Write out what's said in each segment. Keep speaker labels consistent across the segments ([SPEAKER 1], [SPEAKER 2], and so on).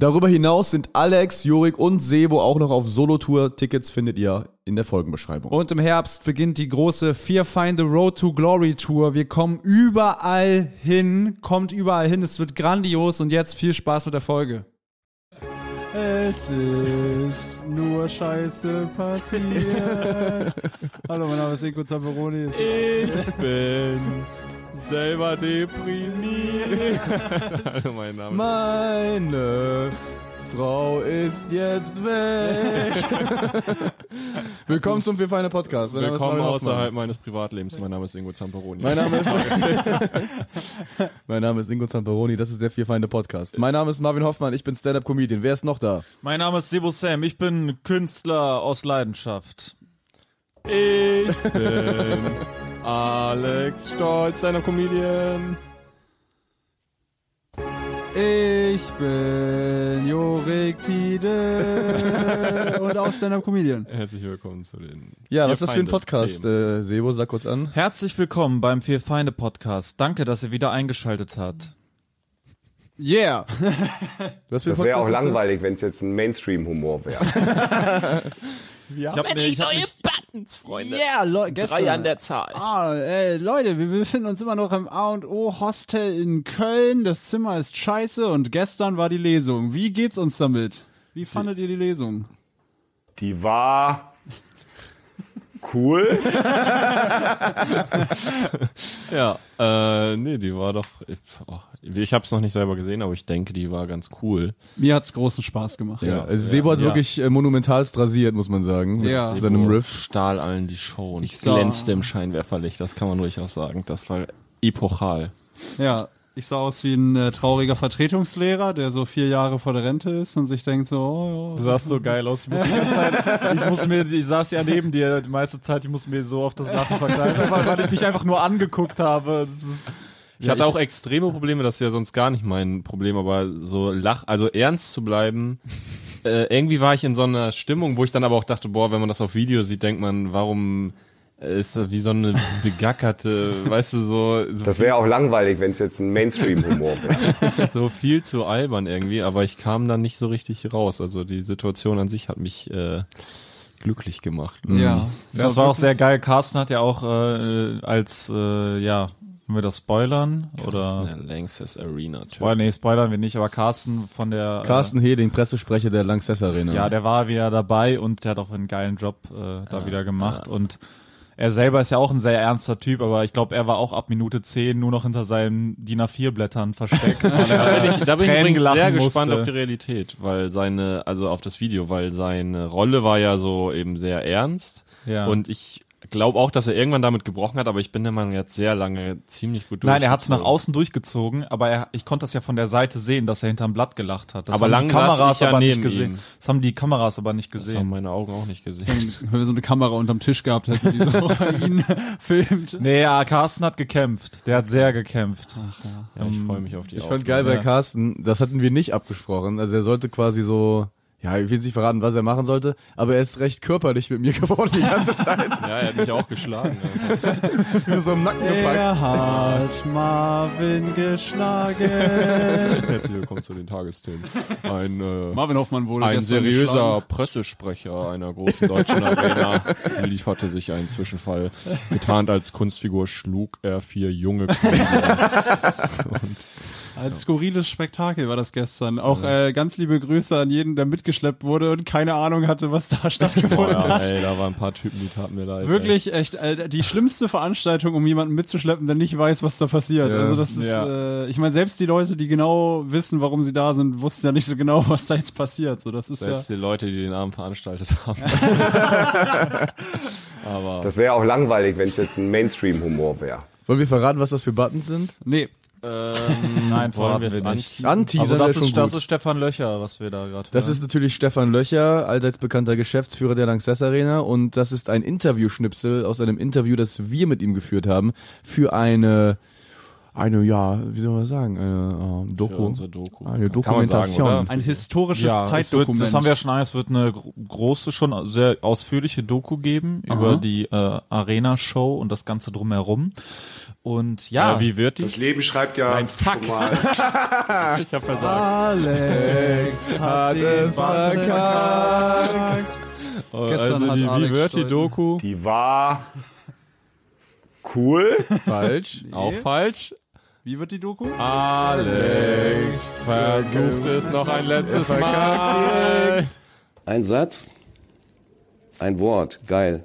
[SPEAKER 1] Darüber hinaus sind Alex, Jurik und Sebo auch noch auf Solo-Tour. Tickets findet ihr in der Folgenbeschreibung.
[SPEAKER 2] Und im Herbst beginnt die große Fear Find the Road to Glory Tour. Wir kommen überall hin, kommt überall hin. Es wird grandios und jetzt viel Spaß mit der Folge. Es ist nur Scheiße passiert. Hallo, mein Name ist Inko Zamperoni.
[SPEAKER 3] Ich bin selber deprimiert. Hallo, mein Name.
[SPEAKER 1] Meine Frau ist jetzt weg. Willkommen zum Wir Feine Podcast. Mein Name ist
[SPEAKER 3] Willkommen
[SPEAKER 1] Manuel Hoffmann.
[SPEAKER 3] außerhalb meines Privatlebens. Mein Name ist Ingo Zamperoni.
[SPEAKER 1] Mein Name ist, mein Name ist Ingo Zamperoni, das ist der Vier Feinde Podcast. Mein Name ist Marvin Hoffmann, ich bin Stand-Up-Comedian. Wer ist noch da?
[SPEAKER 4] Mein Name ist Sebo Sam. Ich bin Künstler aus Leidenschaft.
[SPEAKER 2] Äh.
[SPEAKER 3] ich bin Alex Stolz, deiner Comedian.
[SPEAKER 2] Ich bin Jorik Tide und auch Stand-Up-Comedian.
[SPEAKER 3] Herzlich willkommen zu den.
[SPEAKER 1] Ja,
[SPEAKER 3] vier
[SPEAKER 1] was ist das für ein
[SPEAKER 3] Feinde-
[SPEAKER 1] Podcast?
[SPEAKER 3] Themen.
[SPEAKER 1] Äh, Sebo, sag kurz an.
[SPEAKER 4] Herzlich willkommen beim Vier Feinde Podcast. Danke, dass ihr wieder eingeschaltet habt.
[SPEAKER 2] Yeah!
[SPEAKER 1] Was für ein
[SPEAKER 5] Das wäre
[SPEAKER 1] Podcast
[SPEAKER 5] auch
[SPEAKER 1] ist das?
[SPEAKER 5] langweilig, wenn es jetzt ein Mainstream-Humor wäre.
[SPEAKER 4] Ich hab, mir- ich hab mich,
[SPEAKER 6] Buttons, Freunde.
[SPEAKER 2] Yeah, Leute, gestern.
[SPEAKER 6] Drei an der Zahl.
[SPEAKER 2] Ah, ey, Leute, wir befinden uns immer noch im A&O Hostel in Köln. Das Zimmer ist scheiße und gestern war die Lesung. Wie geht's uns damit? Wie fandet ihr die Lesung?
[SPEAKER 5] Die war cool.
[SPEAKER 3] Ja, äh, nee, die war doch. Ich, oh, ich habe es noch nicht selber gesehen, aber ich denke, die war ganz cool.
[SPEAKER 2] Mir hat's großen Spaß gemacht.
[SPEAKER 1] Ja, also Sebo hat
[SPEAKER 3] ja.
[SPEAKER 1] wirklich äh, monumentalst rasiert, muss man sagen. mit
[SPEAKER 2] Ja.
[SPEAKER 1] Seinem
[SPEAKER 3] Sebo
[SPEAKER 1] Riff.
[SPEAKER 3] stahl allen die Show und ich
[SPEAKER 2] sah-
[SPEAKER 3] glänzte im Scheinwerferlicht. Das kann man durchaus sagen. Das war epochal.
[SPEAKER 2] Ja, ich sah aus wie ein äh, trauriger Vertretungslehrer, der so vier Jahre vor der Rente ist und sich denkt so, oh,
[SPEAKER 4] du
[SPEAKER 2] ja.
[SPEAKER 4] sahst so geil aus. Ich, muss die ganze Zeit, ich, muss mir, ich saß ja neben dir die meiste Zeit. Ich muss mir so auf das Lachen verkneifen, weil, weil ich dich einfach nur angeguckt habe. Das ist,
[SPEAKER 3] Ich hatte auch extreme Probleme, das ist ja sonst gar nicht mein Problem, aber so lach, also ernst zu bleiben. Äh, irgendwie war ich in so einer Stimmung, wo ich dann aber auch dachte, boah, wenn man das auf Video sieht, denkt man, warum äh, ist das wie so eine begackerte, weißt du, so, so,
[SPEAKER 5] Das wäre auch langweilig, wenn es jetzt ein Mainstream-Humor wäre.
[SPEAKER 3] so viel zu albern irgendwie, aber ich kam dann nicht so richtig raus. Also die Situation an sich hat mich äh, glücklich gemacht.
[SPEAKER 2] ja.
[SPEAKER 4] das war auch sehr geil. Carsten hat ja auch äh, als, äh, ja, wollen wir das spoilern?
[SPEAKER 3] Das ist
[SPEAKER 4] Oder?
[SPEAKER 3] eine Lanxess Arena.
[SPEAKER 4] Spoil- Nee, spoilern wir nicht, aber Carsten von der.
[SPEAKER 1] Carsten Heding, Pressesprecher der Lanxess Arena.
[SPEAKER 4] Äh, ja, der war wieder dabei und der hat auch einen geilen Job äh, da wieder gemacht und er selber ist ja auch ein sehr ernster Typ, aber ich glaube, er war auch ab Minute 10 nur noch hinter seinen DIN A4-Blättern versteckt. weil er
[SPEAKER 3] Da bin ich, da bin ich
[SPEAKER 4] Tränen
[SPEAKER 3] übrigens
[SPEAKER 4] lachen
[SPEAKER 3] sehr
[SPEAKER 4] musste.
[SPEAKER 3] gespannt auf die Realität, weil seine, also auf das Video, weil seine Rolle war ja so eben sehr ernst.
[SPEAKER 4] Ja.
[SPEAKER 3] Und ich glaube auch, dass er irgendwann damit gebrochen hat, aber ich bin der Meinung, er hat sehr lange ziemlich gut
[SPEAKER 4] Nein, er hat es nach
[SPEAKER 3] durchgezogen.
[SPEAKER 4] außen durchgezogen, aber er, ich konnte das ja von der Seite sehen, dass er hinterm Blatt gelacht hat. Das
[SPEAKER 3] Aber
[SPEAKER 4] haben die
[SPEAKER 3] lang saß
[SPEAKER 4] Kameras
[SPEAKER 3] ich ja
[SPEAKER 4] aber nicht
[SPEAKER 3] neben
[SPEAKER 4] gesehen.
[SPEAKER 3] ihm.
[SPEAKER 4] Das haben die Kameras aber nicht
[SPEAKER 3] Das haben
[SPEAKER 4] gesehen.
[SPEAKER 3] meine Augen auch nicht gesehen.
[SPEAKER 2] Wenn wir so eine Kamera unterm Tisch gehabt hätten, die so ihn filmt.
[SPEAKER 4] Nee, ja, Carsten hat gekämpft. Der hat sehr gekämpft.
[SPEAKER 3] Ja, ich freue mich auf die
[SPEAKER 1] Ich fand geil bei Carsten, das hatten wir nicht abgesprochen. Also er sollte quasi so, ja, ich will jetzt nicht verraten, was er machen sollte, aber er ist recht körperlich mit mir geworden die ganze Zeit.
[SPEAKER 3] Ja, er hat mich auch geschlagen.
[SPEAKER 1] Ich bin so im Nacken gepackt.
[SPEAKER 2] Er hat Marvin geschlagen.
[SPEAKER 3] Herzlich willkommen zu den Tagesthemen. Ein, äh,
[SPEAKER 2] Marvin Hoffmann wurde
[SPEAKER 3] ein
[SPEAKER 2] gestern
[SPEAKER 3] seriöser
[SPEAKER 2] geschlagen.
[SPEAKER 3] Pressesprecher einer großen deutschen Arena lieferte sich einen Zwischenfall. Getarnt als Kunstfigur schlug er vier junge
[SPEAKER 2] Ein skurriles Spektakel war das gestern. Auch äh, ganz liebe Grüße an jeden, der mitgeschleppt wurde und keine Ahnung hatte, was da stattgefunden
[SPEAKER 3] Boah,
[SPEAKER 2] hat.
[SPEAKER 3] ey, da waren ein paar Typen, die taten mir leid.
[SPEAKER 2] Wirklich echt äh, die schlimmste Veranstaltung, um jemanden mitzuschleppen, der nicht weiß, was da passiert.
[SPEAKER 1] Ja.
[SPEAKER 2] Also das ist, äh, ich meine, selbst die Leute, die genau wissen, warum sie da sind, wussten ja nicht so genau, was da jetzt passiert. So, das ist
[SPEAKER 3] Ey. Selbst
[SPEAKER 2] ja.
[SPEAKER 3] die Leute, die den Abend veranstaltet haben. Aber
[SPEAKER 5] Das wäre auch langweilig, wenn es jetzt ein Mainstream-Humor wäre.
[SPEAKER 1] Wollen wir verraten, was das für Buttons sind?
[SPEAKER 2] Nee.
[SPEAKER 3] Ähm,
[SPEAKER 4] Nein, verraten
[SPEAKER 3] wollen wir es
[SPEAKER 4] wir nicht.
[SPEAKER 3] anteasern?
[SPEAKER 1] Anteasern ist
[SPEAKER 3] also das,
[SPEAKER 1] schon
[SPEAKER 3] ist, das
[SPEAKER 1] gut.
[SPEAKER 3] ist Stefan Löcher, was wir da gerade
[SPEAKER 1] Das ist natürlich Stefan Löcher, allseits bekannter Geschäftsführer der Lanxess Arena und das ist ein Interview-Schnipsel aus einem Interview, das wir mit ihm geführt haben für eine, eine, ja, wie soll man sagen, eine äh,
[SPEAKER 3] für
[SPEAKER 1] Doku.
[SPEAKER 3] unsere Doku.
[SPEAKER 1] Eine
[SPEAKER 3] Kann man sagen,
[SPEAKER 1] Dokumentation.
[SPEAKER 3] oder?
[SPEAKER 2] Ein historisches
[SPEAKER 4] es wird,
[SPEAKER 2] Zeitdokument.
[SPEAKER 4] das haben wir ja schon, es wird eine gro- große, schon sehr ausführliche Doku geben über die äh, Arena-Show und das Ganze drumherum. Und ja,
[SPEAKER 3] Ja, wie wird die?
[SPEAKER 5] Das Leben schreibt ja Nein, fuck. schon mal.
[SPEAKER 3] ich hab versagt.
[SPEAKER 2] Alex hat es verkackt. Gestern
[SPEAKER 3] also
[SPEAKER 2] hat
[SPEAKER 3] die Wie
[SPEAKER 2] Alex
[SPEAKER 3] wird die
[SPEAKER 2] Stolten-
[SPEAKER 3] Doku?
[SPEAKER 5] Die war cool.
[SPEAKER 1] Falsch.
[SPEAKER 3] Auch falsch.
[SPEAKER 2] Wie wird die Doku?
[SPEAKER 3] Ah, Alex versucht es noch ein letztes Mal.
[SPEAKER 7] Ein Satz, ein Wort, geil.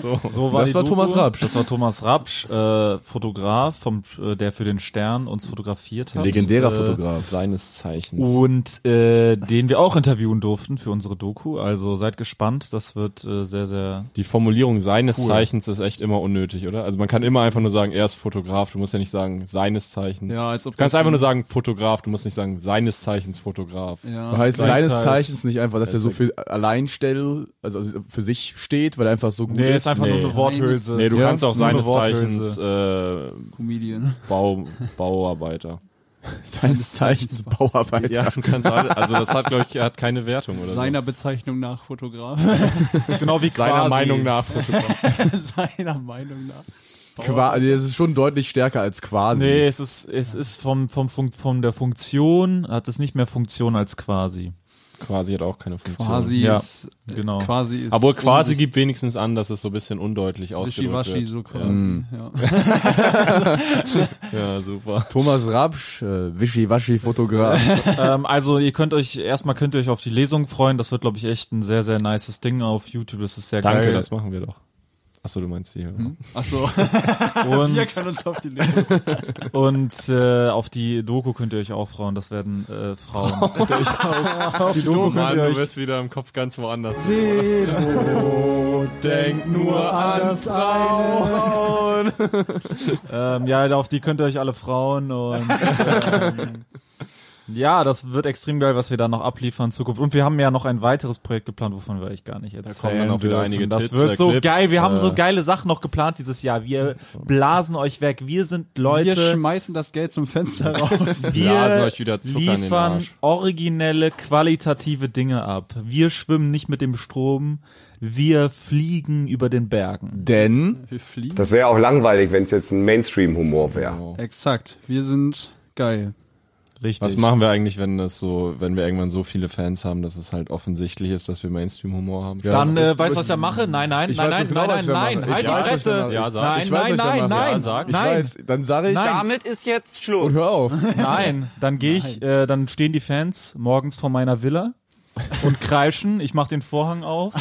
[SPEAKER 4] so war
[SPEAKER 1] das
[SPEAKER 4] die
[SPEAKER 1] war
[SPEAKER 4] Doku.
[SPEAKER 1] Thomas Rapsch.
[SPEAKER 4] Das war Thomas Rapsch, äh, Fotograf, vom, äh, der für den Stern uns fotografiert hat.
[SPEAKER 1] Legendärer
[SPEAKER 4] äh,
[SPEAKER 1] Fotograf.
[SPEAKER 3] Seines Zeichens.
[SPEAKER 4] Und äh, den wir auch interviewen durften für unsere Doku. Also seid gespannt, das wird äh, sehr, sehr.
[SPEAKER 3] Die Formulierung seines Zeichens ist echt immer unnötig, oder? Also man kann immer einfach nur sagen, er ist Fotograf, du musst ja nicht sagen seines Zeichens.
[SPEAKER 2] Ja, als ob
[SPEAKER 3] du kannst
[SPEAKER 2] das-
[SPEAKER 3] einfach nur sagen Fotograf, du musst nicht sagen seines Zeichens Fotograf.
[SPEAKER 2] Ja.
[SPEAKER 1] heißt seines
[SPEAKER 4] halt-
[SPEAKER 1] Zeichens nicht einfach, dass er so für Alleinstell, also für sich steht, weil er einfach so gut
[SPEAKER 4] Nee,
[SPEAKER 1] ist.
[SPEAKER 4] ist einfach nur
[SPEAKER 3] nee.
[SPEAKER 4] eine
[SPEAKER 1] also
[SPEAKER 4] Worthülse.
[SPEAKER 3] Nee, du
[SPEAKER 4] Ja,
[SPEAKER 3] kannst auch
[SPEAKER 4] nur eine
[SPEAKER 3] seines
[SPEAKER 4] Worthülse.
[SPEAKER 3] Zeichens äh,
[SPEAKER 2] Comedian.
[SPEAKER 3] Bau, Bauarbeiter.
[SPEAKER 1] seines Zeichens Bauarbeiter.
[SPEAKER 3] Ja, du kannst alle, also das hat, glaube ich, hat keine Wertung, oder?
[SPEAKER 2] Seiner Bezeichnung nach Fotograf.
[SPEAKER 4] Das ist genau wie
[SPEAKER 3] so. Seiner
[SPEAKER 4] quasi.
[SPEAKER 3] Meinung nach.
[SPEAKER 2] Seiner Meinung nach.
[SPEAKER 1] Qua nee, es ist schon deutlich stärker als quasi.
[SPEAKER 4] Nee, es ist, es ist vom, vom Funkt, von der Funktion, hat es nicht mehr Funktion als quasi.
[SPEAKER 3] quasi hat auch keine Funktion.
[SPEAKER 2] Quasi
[SPEAKER 4] Ja,
[SPEAKER 2] ist.
[SPEAKER 4] genau.
[SPEAKER 2] Quasi ist.
[SPEAKER 3] Oh. Aber quasi gibt wenigstens an, dass es so ein bisschen undeutlich ausgedrückt
[SPEAKER 2] Wischiwaschi,
[SPEAKER 3] wird. Hm.
[SPEAKER 2] so quasi. Ja.
[SPEAKER 3] Ja, super.
[SPEAKER 1] Thomas Rapsch, äh, Wischiwaschi-Fotograf.
[SPEAKER 4] ähm, also ihr könnt euch, erstmal könnt ihr euch auf die Lesung freuen. Das wird, glaube ich, echt ein sehr, sehr nices Ding auf YouTube. Das ist sehr
[SPEAKER 3] Danke,
[SPEAKER 4] geil.
[SPEAKER 3] das machen wir doch. Achso, du meinst die. Hm?
[SPEAKER 2] Achso, wir
[SPEAKER 4] Und,
[SPEAKER 2] können uns auf die Liste.
[SPEAKER 4] und äh, auf die Doku könnt ihr euch auch freuen. Das werden äh, Frauen. Könnt ihr euch auch- auf die Doku
[SPEAKER 3] Mann,
[SPEAKER 4] könnt ihr
[SPEAKER 3] du
[SPEAKER 4] euch
[SPEAKER 3] bist wieder im Kopf ganz woanders.
[SPEAKER 1] Denk nur
[SPEAKER 2] ans
[SPEAKER 1] Frauen.
[SPEAKER 4] Ähm, ja, auf die könnt ihr euch alle frauen und ähm, ja, das wird extrem geil, was wir da noch abliefern in Zukunft. Und wir haben ja noch ein weiteres Projekt geplant, wovon wir euch gar nicht erzählen.
[SPEAKER 3] kommen dann auch wieder
[SPEAKER 4] dürfen.
[SPEAKER 3] einige
[SPEAKER 4] Das
[SPEAKER 3] Tits, äh,
[SPEAKER 4] wird so
[SPEAKER 3] Clips,
[SPEAKER 4] geil. Wir haben
[SPEAKER 3] äh.
[SPEAKER 4] so geile Sachen noch geplant dieses Jahr. Wir blasen euch weg. Wir sind
[SPEAKER 2] Wir
[SPEAKER 4] Leute.
[SPEAKER 2] schmeißen das Geld zum Fenster raus.
[SPEAKER 4] Wir
[SPEAKER 3] blasen euch wieder Zucker in den
[SPEAKER 4] liefern
[SPEAKER 3] Arsch.
[SPEAKER 4] originelle, qualitative Dinge ab. Wir schwimmen nicht mit dem Strom. Wir fliegen über den Bergen.
[SPEAKER 1] Denn
[SPEAKER 2] Wir fliegen.
[SPEAKER 5] Das wäre auch langweilig, wenn es jetzt ein Mainstream-Humor wäre.
[SPEAKER 2] Exakt. Wir sind geil.
[SPEAKER 4] Richtig.
[SPEAKER 3] Was machen wir eigentlich, wenn das so, wenn wir irgendwann so viele Fans haben, dass es halt offensichtlich ist, dass wir Mainstream-Humor haben?
[SPEAKER 4] Dann äh, weißt du, was ich da mache? Nein, nein,
[SPEAKER 1] Ich
[SPEAKER 4] nein,
[SPEAKER 1] weiß
[SPEAKER 4] nein,
[SPEAKER 1] ganz genau,
[SPEAKER 4] nein,
[SPEAKER 1] was ich da
[SPEAKER 4] nein,
[SPEAKER 1] mache.
[SPEAKER 4] nein, halt
[SPEAKER 1] Ich
[SPEAKER 4] die
[SPEAKER 1] weiß, was ich da
[SPEAKER 4] Fresse.
[SPEAKER 1] mache.
[SPEAKER 3] Ja, sag.
[SPEAKER 4] Nein,
[SPEAKER 1] Ich weiß, was
[SPEAKER 4] nein,
[SPEAKER 1] ich da
[SPEAKER 4] nein,
[SPEAKER 1] mache.
[SPEAKER 4] nein,
[SPEAKER 1] Ja, ich
[SPEAKER 4] nein,
[SPEAKER 1] weiß, dann sage ich
[SPEAKER 4] nein,
[SPEAKER 8] Damit ist jetzt
[SPEAKER 1] und
[SPEAKER 8] Schluss.
[SPEAKER 1] hör auf.
[SPEAKER 4] nein. Dann gehe ich, äh, dann stehen die Fans morgens vor meiner Villa und kreischen. Ich mache den Vorhang auf,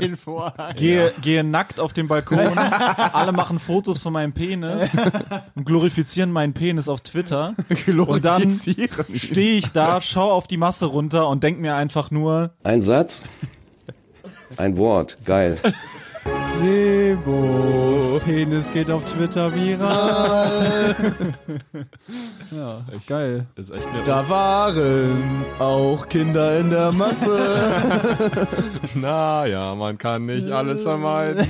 [SPEAKER 2] Den Vorhang.
[SPEAKER 4] gehe, gehe nackt auf den Balkon. Alle machen Fotos von meinem Penis und glorifizieren meinen Penis auf Twitter. Und dann stehe ich da, schaue auf die Masse runter und denk mir einfach nur,
[SPEAKER 7] Ein Satz, ein Wort, geil.
[SPEAKER 2] Sebos Penis geht auf Twitter viral. ja, geil.
[SPEAKER 3] Das ist echt eine
[SPEAKER 1] Da waren auch Kinder in der Masse.
[SPEAKER 3] Naja, man kann nicht alles vermeiden.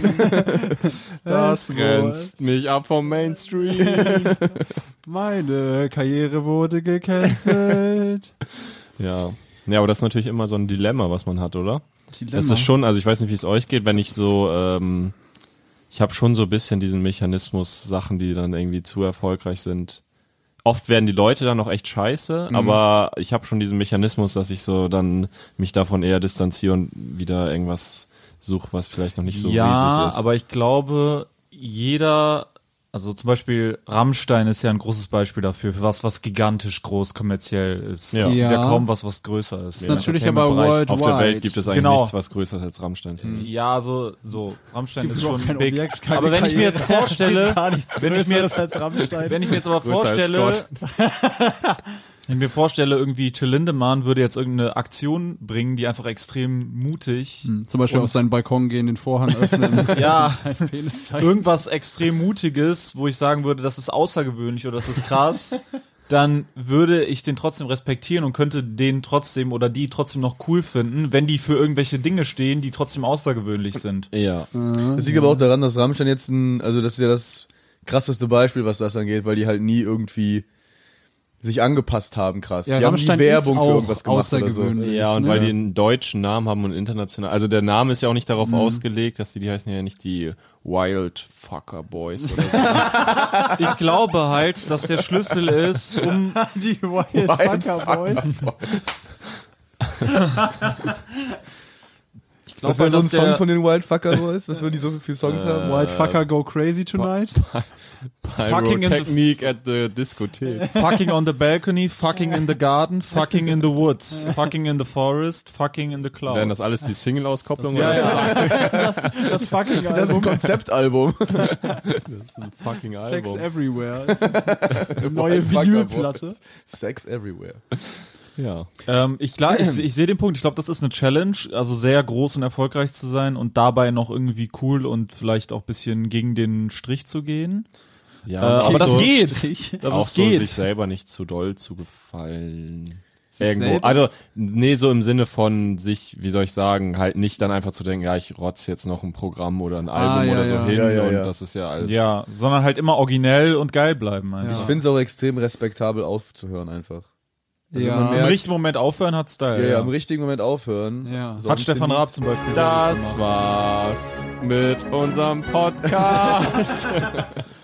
[SPEAKER 3] Das grenzt mich ab vom Mainstream.
[SPEAKER 2] Meine Karriere wurde gecancelt.
[SPEAKER 3] Ja. Ja, aber das ist natürlich immer so ein Dilemma, was man hat, oder? Das
[SPEAKER 2] Dilemma.
[SPEAKER 3] ist schon, also ich weiß nicht, wie es euch geht, wenn ich so, ähm, ich habe schon so ein bisschen diesen Mechanismus, Sachen, die dann irgendwie zu erfolgreich sind. Oft werden die Leute dann auch echt
[SPEAKER 4] Mhm.
[SPEAKER 3] scheiße, aber ich habe schon diesen Mechanismus, dass ich so dann mich davon eher distanziere und wieder irgendwas suche, was vielleicht noch nicht so
[SPEAKER 4] ja,
[SPEAKER 3] riesig ist.
[SPEAKER 4] aber ich glaube, jeder, also zum Beispiel Rammstein ist ja ein großes Beispiel dafür, für was, was gigantisch groß kommerziell ist.
[SPEAKER 3] Ja.
[SPEAKER 4] Es gibt ja
[SPEAKER 2] Ja.
[SPEAKER 4] kaum was, was größer ist.
[SPEAKER 2] Ist natürlich aber
[SPEAKER 4] World.
[SPEAKER 2] worldwide.
[SPEAKER 3] Auf der Welt gibt es eigentlich
[SPEAKER 4] Genau.
[SPEAKER 3] nichts, was größer ist als Rammstein. Finde ich.
[SPEAKER 4] Ja, so, so. Rammstein ist
[SPEAKER 2] überhaupt
[SPEAKER 4] schon
[SPEAKER 2] kein
[SPEAKER 4] big.
[SPEAKER 2] Objekt, keine
[SPEAKER 4] aber wenn ich mir
[SPEAKER 2] Karriere.
[SPEAKER 4] jetzt vorstelle,
[SPEAKER 2] Gar nichts
[SPEAKER 4] wenn ich mir jetzt,
[SPEAKER 2] als Rammstein.
[SPEAKER 4] wenn ich mir jetzt aber
[SPEAKER 3] Größer als
[SPEAKER 4] vorstelle, Wenn ich mir vorstelle, irgendwie Till Lindemann würde jetzt irgendeine Aktion bringen, die einfach extrem mutig,
[SPEAKER 2] Zum Beispiel auf seinen Balkon gehen, den Vorhang öffnen.
[SPEAKER 4] ja,
[SPEAKER 2] Penis zeigen.
[SPEAKER 4] irgendwas extrem Mutiges, wo ich sagen würde, das ist außergewöhnlich oder das ist krass, dann würde ich den trotzdem respektieren und könnte den trotzdem oder die trotzdem noch cool finden, wenn die für irgendwelche Dinge stehen, die trotzdem außergewöhnlich sind.
[SPEAKER 3] Ja.
[SPEAKER 1] Das liegt aber auch daran, dass Rammstein jetzt ein, also das ist ja das krasseste Beispiel, was das angeht, weil die halt nie irgendwie sich angepasst haben, krass. die haben nie
[SPEAKER 2] Rammstein
[SPEAKER 1] Werbung
[SPEAKER 2] ist
[SPEAKER 1] für
[SPEAKER 2] auch
[SPEAKER 1] irgendwas gemacht oder so.
[SPEAKER 2] außergewöhnlich,
[SPEAKER 3] Ja, und
[SPEAKER 2] ne?
[SPEAKER 3] weil die einen deutschen Namen haben und international. Also der Name ist ja auch nicht
[SPEAKER 4] Mhm.
[SPEAKER 3] darauf ausgelegt, dass die, die heißen ja nicht die Wild Fucker Boys oder so.
[SPEAKER 4] Ich glaube halt, dass der Schlüssel ist, um
[SPEAKER 2] die Wild Fucker Boys.
[SPEAKER 4] ich
[SPEAKER 1] Was
[SPEAKER 4] glaube,
[SPEAKER 1] wäre
[SPEAKER 4] halt,
[SPEAKER 1] so ein
[SPEAKER 4] dass
[SPEAKER 1] Song
[SPEAKER 4] der,
[SPEAKER 1] von den Wildfucker so ist? Was würden die so viele Songs haben?
[SPEAKER 2] Wild Fucker go crazy tonight.
[SPEAKER 4] Fucking in the-
[SPEAKER 3] Technique at the Diskothek.
[SPEAKER 4] Fucking on the balcony, fucking in the garden, fucking in the woods, fucking in the forest, fucking in the clouds.
[SPEAKER 3] Wären das alles die Single-Auskopplung
[SPEAKER 4] Ja,
[SPEAKER 3] oder ist
[SPEAKER 4] ja.
[SPEAKER 2] Das fucking
[SPEAKER 1] Das ist ein
[SPEAKER 2] Album.
[SPEAKER 1] Konzeptalbum.
[SPEAKER 3] das ein fucking
[SPEAKER 2] Sex
[SPEAKER 3] Album?
[SPEAKER 2] Everywhere. Das ist Neue
[SPEAKER 1] Fucker
[SPEAKER 2] Vinylplatte.
[SPEAKER 1] Boys. Sex everywhere.
[SPEAKER 3] Ja.
[SPEAKER 4] Ähm, ich klar, ich, ich sehe den Punkt. Ich glaube, das ist eine Challenge, also sehr groß und erfolgreich zu sein und dabei noch irgendwie cool und vielleicht auch ein bisschen gegen den Strich zu gehen. Äh,
[SPEAKER 3] ja
[SPEAKER 4] aber
[SPEAKER 3] auch
[SPEAKER 4] das
[SPEAKER 3] so-
[SPEAKER 4] geht. Aber
[SPEAKER 3] auch
[SPEAKER 4] das
[SPEAKER 3] so
[SPEAKER 4] geht.
[SPEAKER 3] sich selber nicht zu doll zu gefallen.
[SPEAKER 2] selber?
[SPEAKER 3] Irgendwo. Also, nee, so im Sinne von sich, wie soll ich sagen, halt nicht dann einfach zu denken, ja, ich rotze jetzt noch ein Programm oder ein Album
[SPEAKER 2] ja,
[SPEAKER 3] oder so
[SPEAKER 2] ja.
[SPEAKER 3] hin
[SPEAKER 1] Ja, ja,
[SPEAKER 3] und
[SPEAKER 1] ja.
[SPEAKER 3] das ist ja alles.
[SPEAKER 4] ja, sondern halt immer originell und geil bleiben.
[SPEAKER 1] Ich
[SPEAKER 4] Eigentlich.
[SPEAKER 1] finde es auch extrem respektabel aufzuhören einfach.
[SPEAKER 2] Ja.
[SPEAKER 1] man
[SPEAKER 4] Im
[SPEAKER 1] merkt-
[SPEAKER 4] richtigen Moment aufhören hat
[SPEAKER 1] Ja,
[SPEAKER 4] Style.
[SPEAKER 1] ja,
[SPEAKER 4] ja.
[SPEAKER 1] im richtigen Moment aufhören.
[SPEAKER 2] Ja.
[SPEAKER 1] Sonst
[SPEAKER 4] Hat Stefan
[SPEAKER 1] sind die-
[SPEAKER 4] Raab zum Beispiel. sehr gut
[SPEAKER 3] Das
[SPEAKER 4] gemacht.
[SPEAKER 3] war's mit unserem Podcast.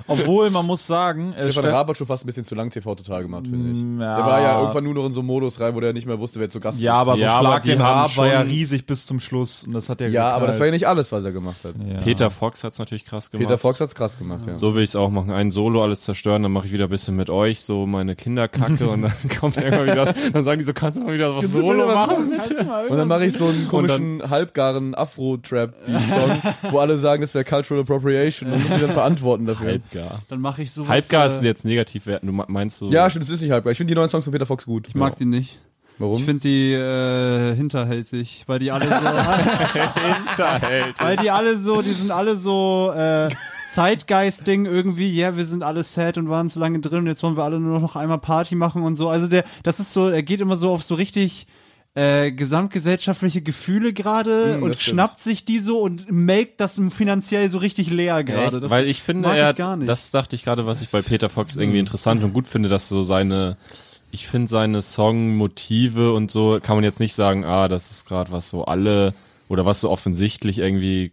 [SPEAKER 4] Obwohl, man muss sagen, äh,
[SPEAKER 1] Stefan
[SPEAKER 4] Ste- Mm,
[SPEAKER 1] Raab hat schon fast ein bisschen zu lang TV total gemacht, finde ich.
[SPEAKER 4] Ja.
[SPEAKER 1] Der war ja irgendwann nur noch in so einem Modus rein, wo der nicht mehr wusste, wer zu Gast
[SPEAKER 4] ja,
[SPEAKER 1] ist.
[SPEAKER 4] aber so
[SPEAKER 3] Ja, aber
[SPEAKER 4] Schlag
[SPEAKER 3] die
[SPEAKER 4] den
[SPEAKER 3] haben
[SPEAKER 4] Raab war
[SPEAKER 3] schon-
[SPEAKER 4] ja riesig bis zum Schluss und das hat er
[SPEAKER 1] Ja, aber das war
[SPEAKER 4] geknallt.
[SPEAKER 1] ja nicht alles, was er gemacht hat.
[SPEAKER 4] ja
[SPEAKER 3] Peter Fox hat's natürlich krass gemacht.
[SPEAKER 1] Peter Fox hat's krass gemacht, ja.
[SPEAKER 3] So will ich's auch machen. Ein Solo, alles zerstören, dann mache ich wieder ein bisschen mit euch, so meine Kinderkacke und dann kommt irgendwann wieder was, dann sagen die so, kannst du mal wieder was Solo machen?
[SPEAKER 1] Und dann mache ich so einen komischen, halbgaren Afro-Trap-Song, wo alle sagen, das wäre Cultural Appropriation und muss mich dann verantworten dafür.
[SPEAKER 3] Halbgar.
[SPEAKER 2] Dann mache ich sowas.
[SPEAKER 3] Halbgar
[SPEAKER 2] äh,
[SPEAKER 3] ist jetzt negativ werten, du me- meinst so.
[SPEAKER 1] Ja, stimmt, es ist nicht halbgar. Ich finde die neuen Songs von Peter Fox gut.
[SPEAKER 2] Ich mag die nicht.
[SPEAKER 1] Warum?
[SPEAKER 2] Ich finde die äh, hinterhältig, weil die alle so, weil die alle so, die sind alle so äh, Zeitgeist-Ding irgendwie. Ja, wir sind alle sad und waren zu lange drin und jetzt wollen wir alle nur noch einmal Party machen und so. Also der, das ist so, er geht immer so auf so richtig äh, gesamtgesellschaftliche Gefühle gerade
[SPEAKER 3] Hm,
[SPEAKER 1] Mm,
[SPEAKER 2] und
[SPEAKER 1] das stimmt.
[SPEAKER 2] schnappt sich die so und melkt das finanziell so richtig leer gerade. Das-
[SPEAKER 3] Weil ich finde,
[SPEAKER 2] mag
[SPEAKER 3] er,
[SPEAKER 2] ich gar nicht. Mhm.
[SPEAKER 3] das dachte ich gerade, was ich bei Peter Fox irgendwie interessant und gut finde, dass so seine, ich finde seine Songmotive und so, kann man jetzt nicht sagen, ah, das ist gerade was so alle oder was so offensichtlich irgendwie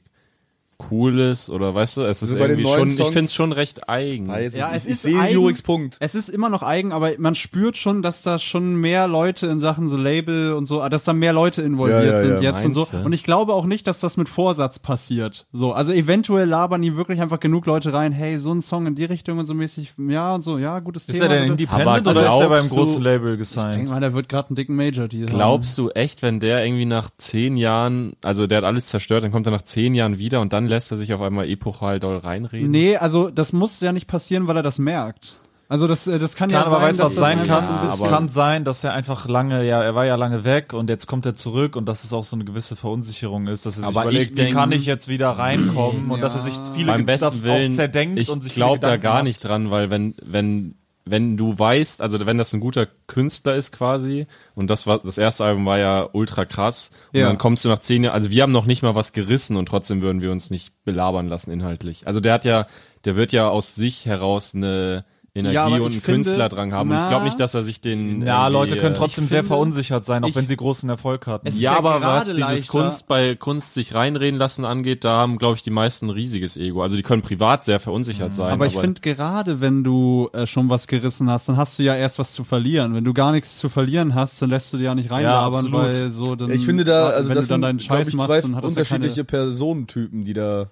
[SPEAKER 3] cool ist oder weißt du, es ist
[SPEAKER 1] Also bei den
[SPEAKER 3] irgendwie
[SPEAKER 1] neuen
[SPEAKER 3] schon, ich
[SPEAKER 1] Songs-
[SPEAKER 3] finde es schon recht eigen.
[SPEAKER 1] Weiß
[SPEAKER 2] Ja,
[SPEAKER 1] ich,
[SPEAKER 2] es
[SPEAKER 1] nicht. Ah, ich
[SPEAKER 2] ist
[SPEAKER 1] sehe
[SPEAKER 2] eigen-
[SPEAKER 1] Juriks Punkt.
[SPEAKER 2] Es ist immer noch eigen, aber man spürt schon, dass da schon mehr Leute in Sachen so Label und so, ah, dass da mehr Leute involviert
[SPEAKER 1] Ja, ja, ja.
[SPEAKER 2] sind jetzt und so.
[SPEAKER 3] Meinst du?
[SPEAKER 2] Und ich glaube auch nicht, dass das mit Vorsatz passiert. So, also eventuell labern die wirklich einfach genug Leute rein, hey, so ein Song in die Richtung und so mäßig, ja und so, ja, gutes
[SPEAKER 4] Ist
[SPEAKER 2] Thema.
[SPEAKER 4] er denn
[SPEAKER 2] bitte.
[SPEAKER 4] independent
[SPEAKER 3] Aber
[SPEAKER 4] oder ist er beim
[SPEAKER 3] glaubst du-
[SPEAKER 4] großen Label
[SPEAKER 2] ich denke
[SPEAKER 4] gesigned?
[SPEAKER 2] mal, der wird gerade einen dicken Major Deal. haben.
[SPEAKER 3] Glaubst du echt, wenn der irgendwie nach zehn Jahren, also der hat alles zerstört, dann kommt er nach zehn Jahren wieder und dann lässt er sich auf einmal epochal doll reinreden?
[SPEAKER 2] Nee, also das muss ja nicht passieren, weil er das merkt. Also das, äh, das kann,
[SPEAKER 4] kann
[SPEAKER 2] ja
[SPEAKER 4] aber
[SPEAKER 2] sein,
[SPEAKER 4] weiß,
[SPEAKER 2] dass
[SPEAKER 4] was
[SPEAKER 2] das
[SPEAKER 4] sein
[SPEAKER 2] einfach
[SPEAKER 4] kann.
[SPEAKER 2] so ein
[SPEAKER 4] es
[SPEAKER 2] bisschen-
[SPEAKER 4] kann sein, dass er einfach lange, ja, er war ja lange weg und jetzt kommt er zurück und dass es auch so eine gewisse Verunsicherung ist, dass er sich
[SPEAKER 3] Aber
[SPEAKER 4] überlegt,
[SPEAKER 3] ich
[SPEAKER 4] wie
[SPEAKER 3] denk-
[SPEAKER 4] kann ich jetzt wieder reinkommen und dass er sich viele
[SPEAKER 3] Beim
[SPEAKER 4] Ge-
[SPEAKER 3] besten
[SPEAKER 4] das auch
[SPEAKER 3] Willen,
[SPEAKER 4] zerdenkt
[SPEAKER 3] ich
[SPEAKER 4] und sich viele
[SPEAKER 3] glaube da
[SPEAKER 4] Gedanken
[SPEAKER 3] gar
[SPEAKER 4] macht.
[SPEAKER 3] nicht dran, weil wenn, wenn, wenn du weißt, also wenn das ein guter Künstler ist quasi, und das war, das erste Album war ja ultra krass, und
[SPEAKER 2] Ja.
[SPEAKER 3] dann kommst du nach zehn Jahren, also wir haben noch nicht mal was gerissen und trotzdem würden wir uns nicht belabern lassen inhaltlich. Also der hat ja, der wird ja aus sich heraus eine Energie
[SPEAKER 2] aber ich
[SPEAKER 3] und einen
[SPEAKER 2] finde,
[SPEAKER 3] Künstlerdrang haben. und ich glaube
[SPEAKER 2] na,
[SPEAKER 3] nicht, dass er sich den.
[SPEAKER 4] Ja,
[SPEAKER 3] irgendwie,
[SPEAKER 4] Leute können
[SPEAKER 3] äh,
[SPEAKER 4] trotzdem
[SPEAKER 2] ich
[SPEAKER 4] sehr
[SPEAKER 2] finde,
[SPEAKER 4] verunsichert sein, auch
[SPEAKER 2] ich-
[SPEAKER 4] wenn sie großen Erfolg hatten.
[SPEAKER 2] Es ist
[SPEAKER 3] Ja,
[SPEAKER 2] ja
[SPEAKER 3] aber was
[SPEAKER 2] gerade
[SPEAKER 3] dieses
[SPEAKER 2] leichter.
[SPEAKER 3] Kunst bei Kunst sich reinreden lassen angeht, da haben, glaube ich, die meisten ein riesiges Ego. Also die können privat sehr
[SPEAKER 4] Mhm.
[SPEAKER 3] verunsichert sein.
[SPEAKER 2] Aber ich finde gerade, wenn du äh, schon was gerissen hast, dann hast du ja erst was zu verlieren. Wenn du gar nichts zu verlieren hast, dann lässt du dir ja nicht reinlabern,
[SPEAKER 4] absolut.
[SPEAKER 2] weil so dann.
[SPEAKER 1] Ich finde da,
[SPEAKER 2] Ähm, ja,
[SPEAKER 1] also
[SPEAKER 2] wenn
[SPEAKER 1] das
[SPEAKER 2] du dann
[SPEAKER 1] sind,
[SPEAKER 2] deinen
[SPEAKER 1] glaub
[SPEAKER 2] Scheiß
[SPEAKER 1] ich,
[SPEAKER 2] machst,
[SPEAKER 1] zwei
[SPEAKER 2] dann hat
[SPEAKER 1] unterschiedliche Personentypen, die da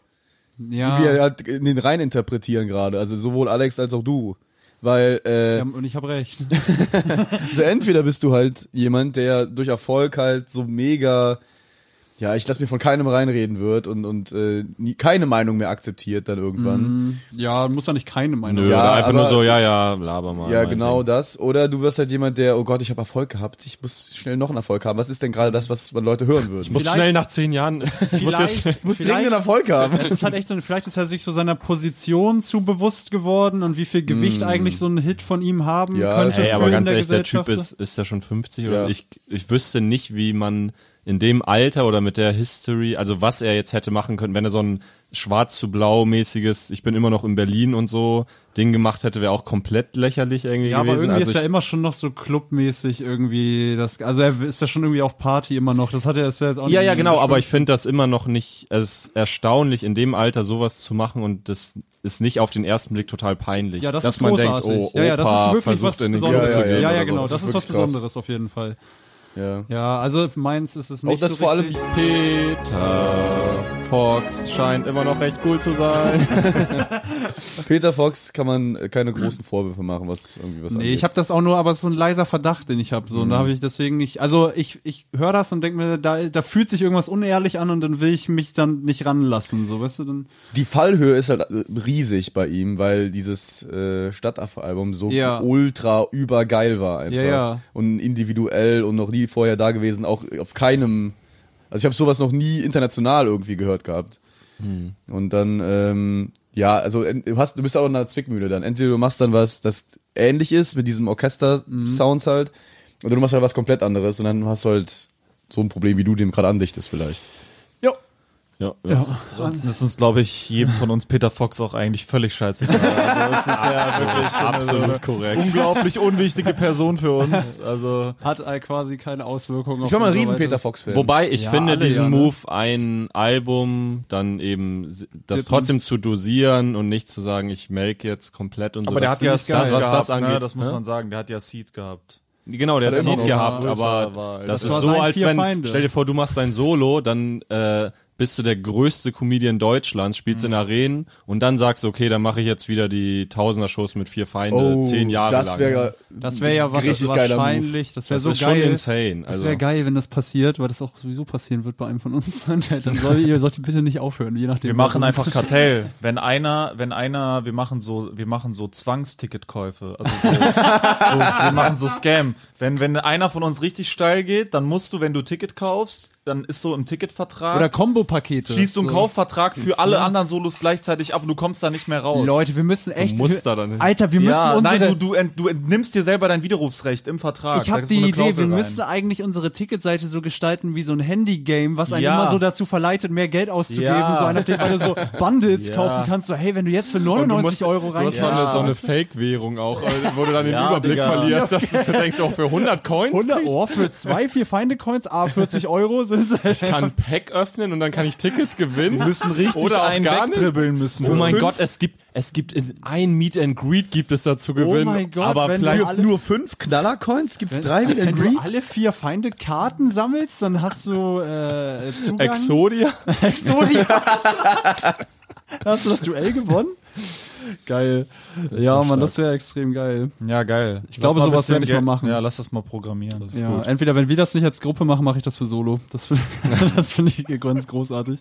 [SPEAKER 2] Ja,
[SPEAKER 1] die
[SPEAKER 2] keine,
[SPEAKER 1] wir
[SPEAKER 2] ja,
[SPEAKER 1] halt in den rein interpretieren gerade. Also sowohl Alex als auch du. Weil, äh,
[SPEAKER 2] ja, und ich habe recht.
[SPEAKER 1] also entweder bist du halt jemand, der durch Erfolg halt so mega ja, ich lasse mir von keinem reinreden wird und, und äh, nie, keine Meinung mehr akzeptiert dann irgendwann.
[SPEAKER 3] Mhm.
[SPEAKER 2] Ja, muss ja nicht keine Meinung.
[SPEAKER 3] Nö,
[SPEAKER 1] Ja,
[SPEAKER 3] oder einfach nur
[SPEAKER 1] aber-
[SPEAKER 3] so, ja, ja, laber mal.
[SPEAKER 1] ja,
[SPEAKER 3] mein
[SPEAKER 1] genau
[SPEAKER 3] Ding.
[SPEAKER 1] das. Oder du wirst halt jemand, der, oh Gott, ich habe Erfolg gehabt, ich muss schnell noch einen Erfolg haben. Was ist denn gerade das, was Leute hören würden? Ich
[SPEAKER 3] Muss
[SPEAKER 2] Vielleicht-
[SPEAKER 3] schnell nach zehn Jahren. Ich muss jetzt schnell-
[SPEAKER 2] Vielleicht, muss
[SPEAKER 1] dringend einen
[SPEAKER 2] vielleicht,
[SPEAKER 1] Erfolg haben.
[SPEAKER 2] es ist halt echt so, vielleicht ist er sich so seiner Position zu bewusst geworden und wie viel Gewicht eigentlich so ein Hit von ihm haben
[SPEAKER 1] Mm. Ja,
[SPEAKER 2] könnte.
[SPEAKER 3] Ey,
[SPEAKER 2] für
[SPEAKER 3] aber
[SPEAKER 2] in
[SPEAKER 3] ganz ehrlich, der Typ
[SPEAKER 2] Gesellschaft.
[SPEAKER 3] ist, ist ja schon 50 oder
[SPEAKER 1] Ja.
[SPEAKER 3] ich, ich wüsste nicht, wie man in dem Alter oder mit der History, also was er jetzt hätte machen können, wenn er so ein schwarz zu blau mäßiges, ich bin immer noch in Berlin und so Ding gemacht hätte, wäre auch komplett lächerlich irgendwie
[SPEAKER 2] Ja, aber
[SPEAKER 3] gewesen.
[SPEAKER 2] irgendwie
[SPEAKER 3] also
[SPEAKER 2] ist er
[SPEAKER 3] ich-
[SPEAKER 2] immer schon noch so clubmäßig irgendwie das. Also er ist ja schon irgendwie auf Party immer noch. Das hat er ist ja jetzt auch
[SPEAKER 3] ja,
[SPEAKER 2] nicht
[SPEAKER 3] ja, genau, aber
[SPEAKER 2] gesprochen.
[SPEAKER 3] ich finde das immer noch nicht, es ist erstaunlich, in dem Alter sowas zu machen und das ist nicht auf den ersten Blick total peinlich.
[SPEAKER 2] Ja, das
[SPEAKER 3] dass
[SPEAKER 2] ist
[SPEAKER 3] man
[SPEAKER 2] großartig.
[SPEAKER 3] denkt, oh,
[SPEAKER 2] ja, ja, das
[SPEAKER 3] Opa
[SPEAKER 2] ist wirklich was
[SPEAKER 3] versucht in den Keller
[SPEAKER 2] Besonderes.
[SPEAKER 1] Ja,
[SPEAKER 3] zu
[SPEAKER 1] ja,
[SPEAKER 3] gehen.
[SPEAKER 2] ja,
[SPEAKER 1] ja,
[SPEAKER 2] ja,
[SPEAKER 1] oder
[SPEAKER 2] genau,
[SPEAKER 1] so. Das
[SPEAKER 2] das ist
[SPEAKER 1] ist
[SPEAKER 2] was
[SPEAKER 1] wirklich krass.
[SPEAKER 2] Besonderes auf jeden Fall.
[SPEAKER 1] Ja.
[SPEAKER 2] Ja, also meins ist es nicht.
[SPEAKER 1] Auch das
[SPEAKER 2] so
[SPEAKER 1] vor allem,
[SPEAKER 2] richtig.
[SPEAKER 3] Peter Fox scheint immer noch recht cool zu sein.
[SPEAKER 1] Peter Fox kann man äh, keine großen Vorwürfe machen, was irgendwie was
[SPEAKER 2] Nee, ich habe das auch nur, aber es ist so ein leiser Verdacht, den ich habe. So,
[SPEAKER 3] Mhm.
[SPEAKER 2] und da habe ich deswegen nicht. Also ich, ich höre das und denke mir, da, da fühlt sich irgendwas unehrlich an und dann will ich mich dann nicht ranlassen. So, weißt du dann.
[SPEAKER 1] Die Fallhöhe ist halt äh, riesig bei ihm, weil dieses äh, Stadtaffe-Album so
[SPEAKER 2] Ja.
[SPEAKER 1] ultra übergeil war einfach.
[SPEAKER 2] Ja, ja.
[SPEAKER 1] Und individuell und noch nie vorher da gewesen, auch auf keinem. Also ich habe sowas noch nie international irgendwie gehört gehabt. Und dann, ähm, ja, also en- du, hast, du bist auch in einer Zwickmühle dann. Entweder du machst dann was, das ähnlich ist mit diesem Orchester-Sounds
[SPEAKER 2] Mhm.
[SPEAKER 1] halt, oder du machst halt was komplett anderes und dann hast du halt so ein Problem, wie du dem gerade andichtest vielleicht.
[SPEAKER 2] Jo.
[SPEAKER 3] Ja,
[SPEAKER 6] Ansonsten ist uns, glaube ich, jedem von uns Peter Fox auch eigentlich völlig scheißegal. Also es ist ja wirklich
[SPEAKER 3] absolut korrekt.
[SPEAKER 6] unglaublich unwichtige Person für uns. Also
[SPEAKER 2] Hat äh, quasi keine Auswirkungen.
[SPEAKER 1] Ich war mal ein riesen Peter Fox-Fan.
[SPEAKER 3] Wobei ich
[SPEAKER 6] Ja,
[SPEAKER 3] finde
[SPEAKER 6] alle,
[SPEAKER 3] diesen
[SPEAKER 6] ja, ne?
[SPEAKER 3] Move ein Album dann eben si- das
[SPEAKER 2] Dippen.
[SPEAKER 3] trotzdem zu dosieren und nicht zu sagen, ich melke jetzt komplett und so.
[SPEAKER 6] Aber der
[SPEAKER 3] Das
[SPEAKER 6] hat ja
[SPEAKER 3] ist
[SPEAKER 6] Seed
[SPEAKER 3] das, was
[SPEAKER 6] gehabt,
[SPEAKER 3] das angeht.
[SPEAKER 6] ne? das muss man sagen. Der hat ja Seed gehabt.
[SPEAKER 3] Genau, der hat
[SPEAKER 1] Hat immer
[SPEAKER 3] Seed
[SPEAKER 1] noch
[SPEAKER 3] gehabt,
[SPEAKER 6] größer
[SPEAKER 3] aber
[SPEAKER 6] war
[SPEAKER 3] das,
[SPEAKER 6] als- Das
[SPEAKER 3] ist
[SPEAKER 2] war
[SPEAKER 3] so,
[SPEAKER 2] sein
[SPEAKER 3] als
[SPEAKER 2] Vier
[SPEAKER 3] wenn,
[SPEAKER 2] Feinde.
[SPEAKER 3] stell dir vor, du machst dein Solo, dann äh, bist du der größte Comedian Deutschlands, spielst in Arenen und dann sagst du, okay, dann mache ich jetzt wieder die Tausender-Shows mit vier Feinde, Oh, zehn Jahre
[SPEAKER 1] Oh, das
[SPEAKER 3] lang. ne?
[SPEAKER 1] Wäre,
[SPEAKER 2] Das wäre ja was
[SPEAKER 1] Richtig geiler
[SPEAKER 2] wahrscheinlich. Das wäre
[SPEAKER 3] das
[SPEAKER 2] so
[SPEAKER 3] ist
[SPEAKER 2] geil.
[SPEAKER 3] schon insane.
[SPEAKER 2] Das
[SPEAKER 3] Also,
[SPEAKER 2] wäre geil, wenn das passiert, weil das auch sowieso passieren wird bei einem von uns. Und Dann soll, ihr sollt bitte nicht aufhören, je nachdem.
[SPEAKER 6] Wir machen einfach Kartell. Wenn einer, wenn einer, wir machen so, wir machen so Zwangsticketkäufe. Also so, so, wir machen so Scam. Wenn, wenn einer von uns richtig steil geht, dann musst du, wenn du Ticket kaufst, dann ist so im Ticketvertrag.
[SPEAKER 2] Oder Kombopakete.
[SPEAKER 6] schließt du einen
[SPEAKER 2] So.
[SPEAKER 6] Kaufvertrag für alle anderen Solos gleichzeitig ab und du kommst da nicht mehr raus.
[SPEAKER 2] Leute, wir müssen echt.
[SPEAKER 3] musst
[SPEAKER 2] wir,
[SPEAKER 3] da dann hin.
[SPEAKER 2] Alter, wir müssen
[SPEAKER 6] ja,
[SPEAKER 2] unsere.
[SPEAKER 6] nein, du, du, ent, du entnimmst dir selber dein Widerrufsrecht im Vertrag.
[SPEAKER 2] ich
[SPEAKER 6] Da
[SPEAKER 2] habe
[SPEAKER 6] ist so
[SPEAKER 2] die
[SPEAKER 6] eine
[SPEAKER 2] Idee, wir
[SPEAKER 6] Klausel rein.
[SPEAKER 2] müssen eigentlich unsere Ticketseite so gestalten wie so ein Handy-Game, was einen
[SPEAKER 6] Ja.
[SPEAKER 2] immer so dazu verleitet, mehr Geld auszugeben.
[SPEAKER 6] Ja.
[SPEAKER 2] So einer, den alle so Bundles
[SPEAKER 6] Ja.
[SPEAKER 2] kaufen kannst. So, hey, wenn du jetzt für
[SPEAKER 6] Und
[SPEAKER 2] 99
[SPEAKER 6] du musst-
[SPEAKER 2] Euro
[SPEAKER 3] Du hast
[SPEAKER 2] reingehst.
[SPEAKER 3] so eine,
[SPEAKER 6] Ja.
[SPEAKER 3] so eine Fake-Währung auch, also, wo du dann den
[SPEAKER 6] Ja,
[SPEAKER 3] Überblick
[SPEAKER 6] Digga.
[SPEAKER 3] verlierst, dass du denkst, auch für 100 Coins
[SPEAKER 2] 100
[SPEAKER 3] krieg ich-
[SPEAKER 2] Euro für zwei, vier Feinde-Coins, A, 40 Euro sind.
[SPEAKER 3] Ich kann ein Pack öffnen und dann kann ich Tickets gewinnen.
[SPEAKER 6] müssen richtig
[SPEAKER 3] Oder auch
[SPEAKER 6] einen
[SPEAKER 3] gar nicht.
[SPEAKER 6] wegdribbeln müssen.
[SPEAKER 3] Oh mein
[SPEAKER 6] Fünf-
[SPEAKER 3] Gott, es gibt, es gibt in ein Meet and Greet gibt es da zu gewinnen.
[SPEAKER 2] Oh mein Gott,
[SPEAKER 3] aber
[SPEAKER 2] wenn
[SPEAKER 3] vielleicht
[SPEAKER 2] wir alle-
[SPEAKER 1] Nur fünf Knallercoins? Gibt's drei wieder in
[SPEAKER 2] Wenn
[SPEAKER 1] Greed?
[SPEAKER 2] du alle vier Feinde Karten sammelst, dann hast du äh, Zugang.
[SPEAKER 3] Exodia?
[SPEAKER 2] Exodia. hast du das Duell gewonnen? Geil. ja, Mann, das wäre extrem geil.
[SPEAKER 6] Ja, geil. Ich
[SPEAKER 2] glaube, sowas werde ich mal machen.
[SPEAKER 6] Ja, lass das mal programmieren. Das ist
[SPEAKER 2] Ja, entweder wenn wir das nicht als Gruppe machen, mache ich das für Solo. Das, find- das finde ich ganz großartig.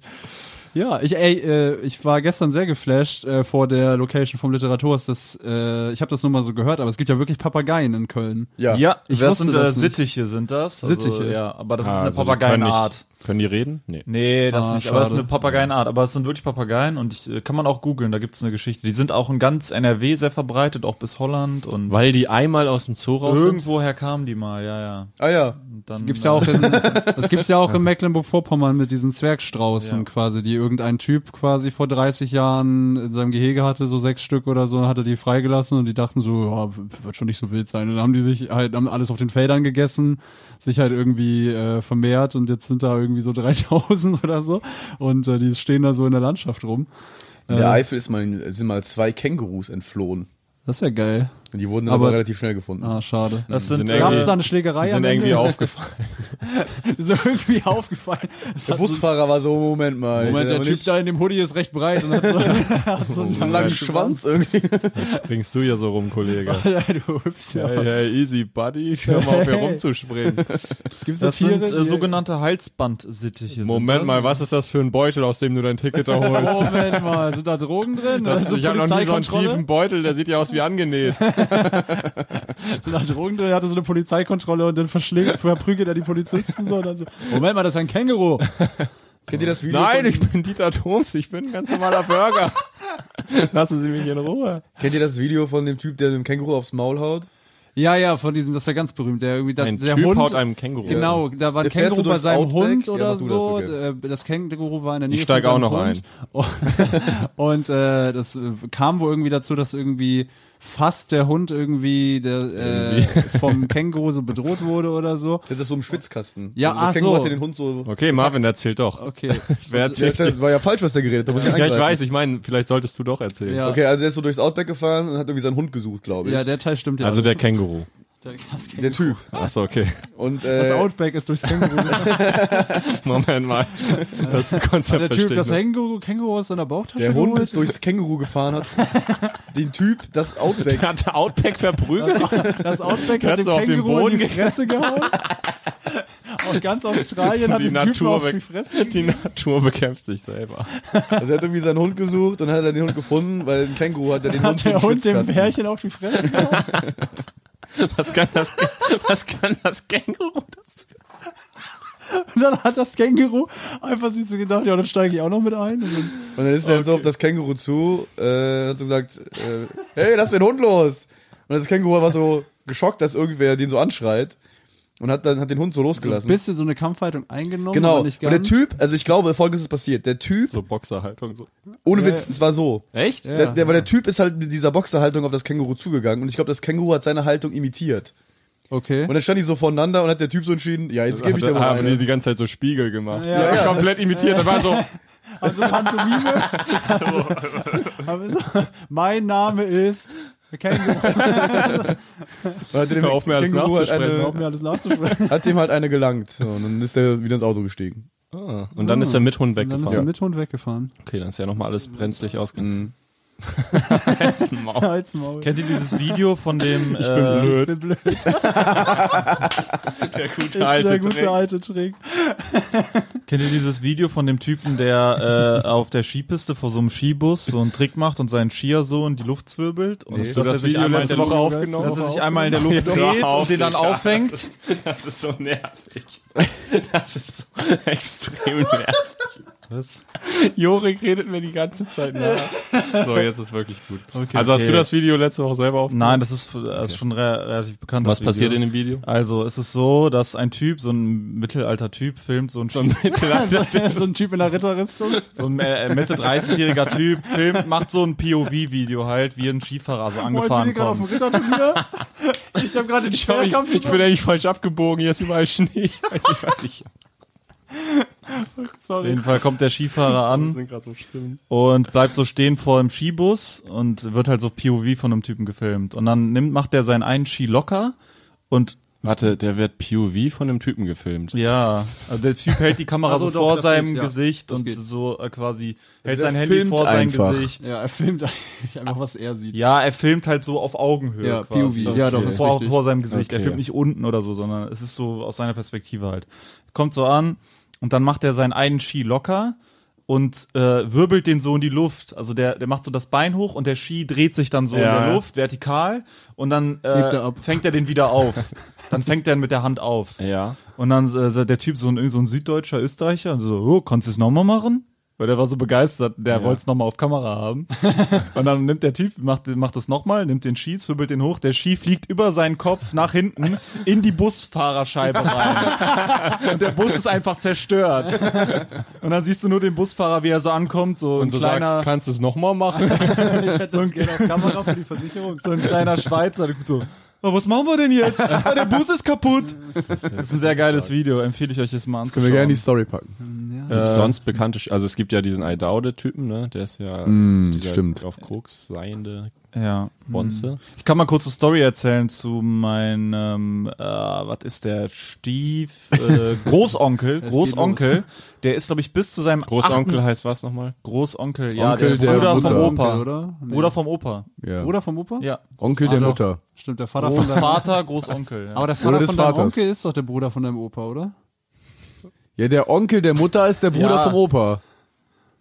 [SPEAKER 2] Ja, ich, ey, äh, ich war gestern sehr geflasht äh, vor der Location vom Literaturhaus. Das, äh, ich habe das nur mal so gehört, aber es gibt ja wirklich Papageien in Köln.
[SPEAKER 6] Ja,
[SPEAKER 2] ich
[SPEAKER 6] das
[SPEAKER 2] wusste
[SPEAKER 6] sind
[SPEAKER 2] das
[SPEAKER 6] äh,
[SPEAKER 2] nicht.
[SPEAKER 6] Sittiche sind das. Also,
[SPEAKER 2] Sittiche.
[SPEAKER 6] Ja, aber das ist
[SPEAKER 3] Ah,
[SPEAKER 6] eine
[SPEAKER 3] also die
[SPEAKER 6] Papageienart.
[SPEAKER 3] Können, nicht, können die reden? Nee.
[SPEAKER 6] Nee, das
[SPEAKER 2] Ah,
[SPEAKER 6] nicht. Aber es ist
[SPEAKER 2] schade.
[SPEAKER 6] eine Papageienart. Aber es sind wirklich Papageien und ich, äh, kann man auch googeln. Da gibt es eine Geschichte. Die sind auch in ganz NRW sehr verbreitet, auch bis Holland und
[SPEAKER 3] Weil die einmal aus dem Zoo raus sind.
[SPEAKER 6] irgendwoher kamen die mal. Ja, ja.
[SPEAKER 1] Ah ja.
[SPEAKER 6] Und dann,
[SPEAKER 2] Das gibt's ja auch in, das gibt's ja auch in Mecklenburg-Vorpommern mit diesen Zwergstraußen
[SPEAKER 6] Ja.
[SPEAKER 2] quasi, die irgendein Typ quasi vor 30 Jahren in seinem Gehege hatte, so sechs Stück oder so, und hatte die freigelassen und die dachten so, ja, wird schon nicht so wild sein. Und dann haben die sich halt haben alles auf den Feldern gegessen, sich halt irgendwie äh, vermehrt und jetzt sind da irgendwie so 3000 oder so und äh, die stehen da so in der Landschaft rum.
[SPEAKER 1] In der Eifel ist mal, sind mal zwei Kängurus entflohen.
[SPEAKER 2] Das ist ja geil.
[SPEAKER 1] Die wurden
[SPEAKER 2] Aber-
[SPEAKER 1] aber relativ schnell gefunden.
[SPEAKER 2] Ah, schade.
[SPEAKER 4] Das sind,
[SPEAKER 3] sind
[SPEAKER 4] äh,
[SPEAKER 2] Gab es
[SPEAKER 3] irgendwie-
[SPEAKER 2] da eine Schlägerei?
[SPEAKER 3] Die sind
[SPEAKER 2] am Ende?
[SPEAKER 3] irgendwie aufgefallen.
[SPEAKER 2] Die sind irgendwie aufgefallen.
[SPEAKER 1] Der Busfahrer war so, Moment mal.
[SPEAKER 2] Moment,
[SPEAKER 1] ich
[SPEAKER 2] der
[SPEAKER 1] will
[SPEAKER 2] Typ da in dem Hoodie ist recht breit und hat so, hat so
[SPEAKER 1] aber nicht einen langen Schwanz irgendwie.
[SPEAKER 3] Bringst du ja so rum, Kollege.
[SPEAKER 2] du hüpfst ja.
[SPEAKER 3] Hey, hey, easy, buddy. Hör mal auf, hier rumzuspringen.
[SPEAKER 2] Gibt's
[SPEAKER 4] Das
[SPEAKER 2] Tiere,
[SPEAKER 4] sind äh,
[SPEAKER 2] die-
[SPEAKER 4] sogenannte Halsbandsittiche.
[SPEAKER 3] Moment mal, was ist das für ein Beutel, aus dem du dein Ticket da holst?
[SPEAKER 2] Oh, Moment mal, sind da Drogen drin?
[SPEAKER 3] Das,
[SPEAKER 2] Also
[SPEAKER 3] ich habe noch nie so einen
[SPEAKER 2] Polizeikontrolle?
[SPEAKER 3] tiefen Beutel, der sieht ja aus wie angenäht.
[SPEAKER 2] Sind da Drogen drin? Er hatte so eine Polizeikontrolle und dann verschlägt, verprügelt er die Polizisten so und dann so. Moment mal, das ist ein Känguru.
[SPEAKER 1] Kennt ihr das Video?
[SPEAKER 3] Nein,
[SPEAKER 1] von,
[SPEAKER 3] ich bin Dieter Thoms, ich bin ein ganz normaler Burger. Lassen Sie mich in Ruhe.
[SPEAKER 1] Kennt ihr das Video von dem Typ, der dem Känguru aufs Maul haut?
[SPEAKER 2] Ja, ja, von diesem, das ist ja ganz berühmt. Der, irgendwie, da,
[SPEAKER 3] Ein
[SPEAKER 2] der
[SPEAKER 3] Typ
[SPEAKER 2] Hund,
[SPEAKER 3] haut einem Känguru.
[SPEAKER 2] Genau, da war ein
[SPEAKER 1] Der fährt so
[SPEAKER 2] Känguru bei
[SPEAKER 1] durchs
[SPEAKER 2] seinem
[SPEAKER 1] Outback.
[SPEAKER 2] Hund
[SPEAKER 1] Ja,
[SPEAKER 2] oder
[SPEAKER 1] mach du das,
[SPEAKER 2] so.
[SPEAKER 1] okay.
[SPEAKER 2] Äh, Das Känguru war in der Nähe.
[SPEAKER 3] Ich steig
[SPEAKER 2] von seinem
[SPEAKER 3] auch noch
[SPEAKER 2] Hund. ein. Und äh, das äh, kam wohl irgendwie dazu, dass irgendwie fast der Hund irgendwie, der, äh, vom Känguru so bedroht wurde oder so.
[SPEAKER 1] Der hat das so im Schwitzkasten. Also
[SPEAKER 2] Ja,
[SPEAKER 1] das
[SPEAKER 2] ach
[SPEAKER 1] Känguru
[SPEAKER 2] so.
[SPEAKER 1] hat den Hund so.
[SPEAKER 3] Okay, Marvin, erzähl doch.
[SPEAKER 2] Okay.
[SPEAKER 3] Wer
[SPEAKER 1] Ja,
[SPEAKER 3] erzählt?
[SPEAKER 1] das war ja falsch, was der geredet hat. Da muss ich
[SPEAKER 3] Ja, ich
[SPEAKER 1] eingreifen.
[SPEAKER 3] weiß, ich meine, vielleicht solltest du doch erzählen.
[SPEAKER 2] Ja.
[SPEAKER 1] Okay, also der ist so durchs Outback gefahren und hat irgendwie seinen Hund gesucht, glaube ich.
[SPEAKER 2] Ja, der Teil stimmt ja.
[SPEAKER 3] Also der Känguru.
[SPEAKER 2] Der- das Känguru.
[SPEAKER 1] der Typ.
[SPEAKER 3] Achso, okay.
[SPEAKER 1] Und
[SPEAKER 2] Das
[SPEAKER 1] äh,
[SPEAKER 2] Outback ist durchs Känguru.
[SPEAKER 3] Moment mal. Das Konzept
[SPEAKER 2] der Typ,
[SPEAKER 3] verstehe
[SPEAKER 2] das
[SPEAKER 3] ich.
[SPEAKER 2] Känguru, Känguru aus seiner Bauchtasche
[SPEAKER 1] der Hund
[SPEAKER 2] geholt.
[SPEAKER 1] ist durchs Känguru gefahren, hat den Typ das Outback.
[SPEAKER 3] Hat Outback verprügelt?
[SPEAKER 2] Das Outback
[SPEAKER 3] Der
[SPEAKER 2] hat
[SPEAKER 3] hat
[SPEAKER 2] dem
[SPEAKER 3] so auf den
[SPEAKER 2] Känguru in die
[SPEAKER 3] Boden
[SPEAKER 2] Fresse gehauen. Auch ganz Australien hat
[SPEAKER 3] Die
[SPEAKER 2] den Typen
[SPEAKER 3] Natur
[SPEAKER 2] auf die
[SPEAKER 3] weg.
[SPEAKER 2] Fresse.
[SPEAKER 3] Die Natur bekämpft sich selber.
[SPEAKER 1] Also er hat irgendwie seinen Hund gesucht und hat dann den Hund gefunden, weil ein Känguru hat ja den Hund
[SPEAKER 2] Hat der
[SPEAKER 1] im
[SPEAKER 2] Hund dem
[SPEAKER 1] Schwitzkasten.
[SPEAKER 2] Pärchen auf die Fresse gehauen?
[SPEAKER 3] Was kann das, was kann das Känguru?
[SPEAKER 2] Und dann hat das Känguru einfach sich so gedacht, ja, dann steige ich auch noch mit ein. Und dann,
[SPEAKER 1] Und dann ist er halt so auf das Känguru zu äh, hat so gesagt, äh, hey, lass mir den Hund los. Und das Känguru war so geschockt, dass irgendwer den so anschreit und hat dann hat den Hund so
[SPEAKER 2] ein
[SPEAKER 1] losgelassen.
[SPEAKER 2] bisschen so eine Kampfhaltung eingenommen.
[SPEAKER 1] genau.
[SPEAKER 2] aber
[SPEAKER 1] Und
[SPEAKER 2] Nicht
[SPEAKER 1] der
[SPEAKER 2] ganz.
[SPEAKER 1] Typ, also ich glaube, folgendes ist passiert. Der Typ,
[SPEAKER 3] So Boxerhaltung. So.
[SPEAKER 1] ohne
[SPEAKER 2] Ja.
[SPEAKER 1] Witz, es war so.
[SPEAKER 3] Echt?
[SPEAKER 2] Ja.
[SPEAKER 1] Der, der, weil der Typ ist halt mit dieser Boxerhaltung auf das Känguru zugegangen und ich glaube, das Känguru hat seine Haltung imitiert.
[SPEAKER 2] Okay.
[SPEAKER 1] Und dann standen die so voneinander und hat der Typ so entschieden, ja, jetzt gebe ich dir
[SPEAKER 3] Also Hat-
[SPEAKER 1] mal
[SPEAKER 3] haben die
[SPEAKER 1] eine.
[SPEAKER 3] die ganze Zeit so Spiegel gemacht.
[SPEAKER 2] Ja,
[SPEAKER 3] Ja,
[SPEAKER 1] ja.
[SPEAKER 3] Komplett imitiert. Da war so,
[SPEAKER 2] Also Pantomime. also, also, mein Name ist Känguru.
[SPEAKER 1] Und hat dem
[SPEAKER 3] Hör auf, mir alles
[SPEAKER 1] Känguru halt
[SPEAKER 3] nachzusprechen.
[SPEAKER 1] eine,
[SPEAKER 2] Um mir alles nachzusprechen.
[SPEAKER 1] hat dem halt eine gelangt. So, und dann ist er wieder ins Auto gestiegen.
[SPEAKER 3] Und dann ist der mit Hund
[SPEAKER 2] Und dann
[SPEAKER 3] weggefahren.
[SPEAKER 2] ist er mit Hund weggefahren.
[SPEAKER 3] Okay, dann ist ja nochmal alles brenzlig ausgegangen.
[SPEAKER 2] Halt's Maul.
[SPEAKER 4] Kennt ihr dieses Video von dem. äh, Ich
[SPEAKER 3] Ähm, bin blöd.
[SPEAKER 2] Ich bin blöd. Ich
[SPEAKER 3] Der gute
[SPEAKER 2] bin der
[SPEAKER 3] alte
[SPEAKER 2] gute
[SPEAKER 3] Trick.
[SPEAKER 2] alte Trick.
[SPEAKER 4] Kennt ihr dieses Video von dem Typen, der äh, auf der Skipiste vor so einem Skibus so einen Trick macht und seinen Skier so in die Luft zwirbelt? Und
[SPEAKER 3] Hast du
[SPEAKER 4] dass er
[SPEAKER 3] das
[SPEAKER 4] sich
[SPEAKER 3] Video
[SPEAKER 4] einmal in
[SPEAKER 3] letzte
[SPEAKER 4] der
[SPEAKER 3] Woche
[SPEAKER 4] Luft-
[SPEAKER 3] aufgenommen?
[SPEAKER 4] Dass er sich einmal in der Luft
[SPEAKER 3] Jetzt hör
[SPEAKER 4] dreht
[SPEAKER 3] auf,
[SPEAKER 4] und den dann
[SPEAKER 3] Digga.
[SPEAKER 4] auffängt?
[SPEAKER 3] Das ist, das ist so nervig. Das ist so extrem nervig. Was? Jorik redet mir die ganze Zeit nach. So, jetzt ist wirklich gut. also hast
[SPEAKER 4] okay.
[SPEAKER 3] du das Video letzte Woche selber aufgenommen?
[SPEAKER 4] Nein, das ist, das ist schon re relativ bekannt.
[SPEAKER 3] Was passiert in dem Video?
[SPEAKER 4] Also es ist so, dass ein Typ, so ein mittelalter Typ, filmt so einen Ski-
[SPEAKER 2] so ein Typ in der Ritterrüstung.
[SPEAKER 4] so ein äh, Mitte 30-jähriger Typ filmt, macht so ein POV-Video halt, wie ein Skifahrer
[SPEAKER 2] Oh,
[SPEAKER 4] so angefahren
[SPEAKER 2] gerade auf dem
[SPEAKER 4] kommt.
[SPEAKER 2] Ritterturnier. Ich habe gerade den
[SPEAKER 3] Ich, glaub, ich,
[SPEAKER 2] Schwerkampf
[SPEAKER 3] ich bin eigentlich falsch abgebogen, hier ist überall Schnee. Ich weiß nicht, was ich.
[SPEAKER 4] Auf jeden Fall kommt der Skifahrer an.
[SPEAKER 3] sind gerade so schlimm.
[SPEAKER 4] und bleibt so stehen vor dem Skibus und wird halt so POV von einem Typen gefilmt. Und dann nimmt, macht der seinen einen Ski locker und
[SPEAKER 3] Warte, der wird POV von dem Typen gefilmt.
[SPEAKER 4] ja, also der Typ hält die Kamera
[SPEAKER 2] Also
[SPEAKER 4] so
[SPEAKER 2] doch,
[SPEAKER 4] vor
[SPEAKER 2] das
[SPEAKER 4] seinem
[SPEAKER 2] geht, ja.
[SPEAKER 4] Gesicht
[SPEAKER 2] Das
[SPEAKER 4] und
[SPEAKER 2] geht. Also
[SPEAKER 4] so äh, quasi hält
[SPEAKER 1] der
[SPEAKER 4] sein Handy
[SPEAKER 1] filmt
[SPEAKER 4] vor sein
[SPEAKER 1] einfach.
[SPEAKER 4] Gesicht. Ja.
[SPEAKER 2] Ja, er filmt eigentlich einfach, was er sieht.
[SPEAKER 4] er filmt halt so auf Augenhöhe.
[SPEAKER 2] Ja,
[SPEAKER 4] quasi.
[SPEAKER 2] POV. Ja, doch, ist
[SPEAKER 4] vor,
[SPEAKER 2] richtig.
[SPEAKER 4] vor seinem Gesicht. Er
[SPEAKER 3] Okay.
[SPEAKER 4] filmt nicht unten oder so, sondern es ist so aus seiner Perspektive halt. Kommt so an und dann macht er seinen einen Ski locker und äh, wirbelt den so in die Luft. Also der, der macht so das Bein hoch und der Ski dreht sich dann so in
[SPEAKER 3] Ja.
[SPEAKER 4] der Luft vertikal und dann
[SPEAKER 2] Hebt
[SPEAKER 4] äh,
[SPEAKER 2] er ab.
[SPEAKER 4] fängt er den wieder auf. dann fängt er ihn mit der Hand auf.
[SPEAKER 3] Ja.
[SPEAKER 4] Und dann äh, sagt der Typ, so ein, irgend so ein süddeutscher Österreicher, und so, oh, kannst du es nochmal machen? Weil der war so begeistert, der
[SPEAKER 3] Ja.
[SPEAKER 4] wollte es nochmal auf Kamera haben. und dann nimmt der Typ, macht, macht das nochmal, nimmt den Ski, zwirbelt den hoch, der Ski fliegt über seinen Kopf nach hinten in die Busfahrerscheibe rein. und der Bus ist einfach zerstört. und dann siehst du nur den Busfahrer, wie er so ankommt, so ein
[SPEAKER 3] Und so
[SPEAKER 4] kleiner...
[SPEAKER 3] sagt, kannst du es nochmal machen?
[SPEAKER 2] Ich hätte das gerne auf Kamera für die Versicherung.
[SPEAKER 4] so ein kleiner Schweizer, der guckt so, "Oh, was machen wir denn jetzt? Ah, Der Bus ist kaputt. Das ist ein sehr geiles Video, empfehle ich euch jetzt mal anzuschauen.
[SPEAKER 1] Können wir gerne in die Story packen. Äh,
[SPEAKER 3] Sonst bekannte, Sch- also es gibt ja diesen I Doubt-Typen, ne? Der ist ja
[SPEAKER 1] Mm,
[SPEAKER 3] dieser
[SPEAKER 1] stimmt.
[SPEAKER 3] auf Koks seiende
[SPEAKER 4] Ja.
[SPEAKER 3] Bonze.
[SPEAKER 4] Ich kann mal kurz eine Story erzählen zu meinem, äh, was ist der, Stief, äh, Großonkel, Großonkel, der ist, glaube ich, bis zu seinem
[SPEAKER 3] Großonkel
[SPEAKER 4] achten-
[SPEAKER 3] heißt was nochmal?
[SPEAKER 4] Großonkel, ja,
[SPEAKER 1] Onkel der
[SPEAKER 4] Bruder vom
[SPEAKER 1] Mutter.
[SPEAKER 4] Opa.
[SPEAKER 2] oder? Nee.
[SPEAKER 4] Bruder vom Opa,
[SPEAKER 1] Ja.
[SPEAKER 2] Bruder vom Opa?
[SPEAKER 4] ja.
[SPEAKER 1] Onkel der Mutter.
[SPEAKER 2] Stimmt, der Vater von deinem
[SPEAKER 4] Großvater, Großonkel, ja.
[SPEAKER 2] Aber der Vater
[SPEAKER 1] des
[SPEAKER 2] von deinem
[SPEAKER 1] Vaters.
[SPEAKER 2] Onkel ist doch der Bruder von deinem Opa, oder?
[SPEAKER 1] Ja, der Onkel der Mutter ist der Bruder
[SPEAKER 4] Ja.
[SPEAKER 1] vom Opa.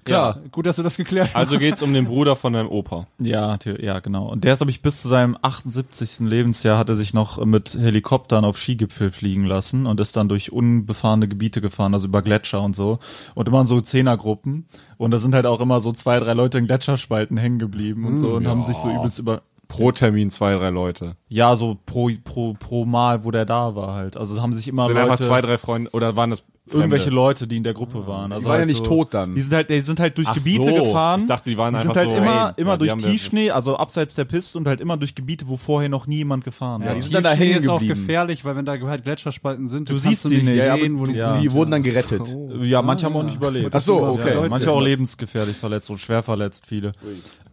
[SPEAKER 1] Klar.
[SPEAKER 2] Gut, dass du das geklärt hast.
[SPEAKER 3] Also geht's um den Bruder von deinem Opa.
[SPEAKER 4] Ja, the- ja, genau. Und der ist, glaube ich, bis zu seinem 78. Lebensjahr hat er sich noch mit Helikoptern auf Skigipfel fliegen lassen und ist dann durch unbefahrene Gebiete gefahren, also über Gletscher und so. Und immer in so Zehnergruppen. Und da sind halt auch immer so zwei, drei Leute in Gletscherspalten hängen geblieben und
[SPEAKER 3] Mm,
[SPEAKER 4] so und haben sich so übelst über.
[SPEAKER 3] Pro Termin zwei, drei Leute.
[SPEAKER 4] Ja, so pro, pro, pro Mal, wo der da war halt. Also haben sich immer
[SPEAKER 3] sind
[SPEAKER 4] Leute,
[SPEAKER 3] einfach zwei, drei Freunde oder waren das Fremde?
[SPEAKER 4] irgendwelche Leute, die in der Gruppe waren. Also
[SPEAKER 1] waren ja
[SPEAKER 4] halt
[SPEAKER 1] nicht
[SPEAKER 4] so,
[SPEAKER 1] tot dann.
[SPEAKER 4] Die sind halt, die sind halt durch
[SPEAKER 3] Ach
[SPEAKER 4] Gebiete
[SPEAKER 3] so.
[SPEAKER 4] gefahren.
[SPEAKER 3] Ich dachte, die waren
[SPEAKER 4] sind
[SPEAKER 3] einfach
[SPEAKER 4] halt
[SPEAKER 3] so,
[SPEAKER 4] immer,
[SPEAKER 3] ey,
[SPEAKER 4] immer
[SPEAKER 3] ja, die
[SPEAKER 4] durch
[SPEAKER 3] haben wir-
[SPEAKER 4] Tiefschnee, also abseits der Piste und halt immer durch Gebiete, wo vorher noch niemand gefahren war.
[SPEAKER 1] die sind
[SPEAKER 2] Tiefschnee
[SPEAKER 1] dann da hängen
[SPEAKER 2] ist auch
[SPEAKER 1] geblieben.
[SPEAKER 2] gefährlich, weil wenn da halt Gletscherspalten sind,
[SPEAKER 4] Du
[SPEAKER 2] kannst
[SPEAKER 4] siehst sie nicht.
[SPEAKER 1] Ja,
[SPEAKER 4] Ja,
[SPEAKER 1] aber
[SPEAKER 2] sehen, wo
[SPEAKER 1] du,
[SPEAKER 2] die
[SPEAKER 4] ja. Oh,
[SPEAKER 1] die wurden dann gerettet.
[SPEAKER 3] Ah,
[SPEAKER 4] Ja, manche haben auch nicht überlebt.
[SPEAKER 1] Ach so, okay.
[SPEAKER 4] Ja, manche auch lebensgefährlich verletzt und schwer verletzt, viele.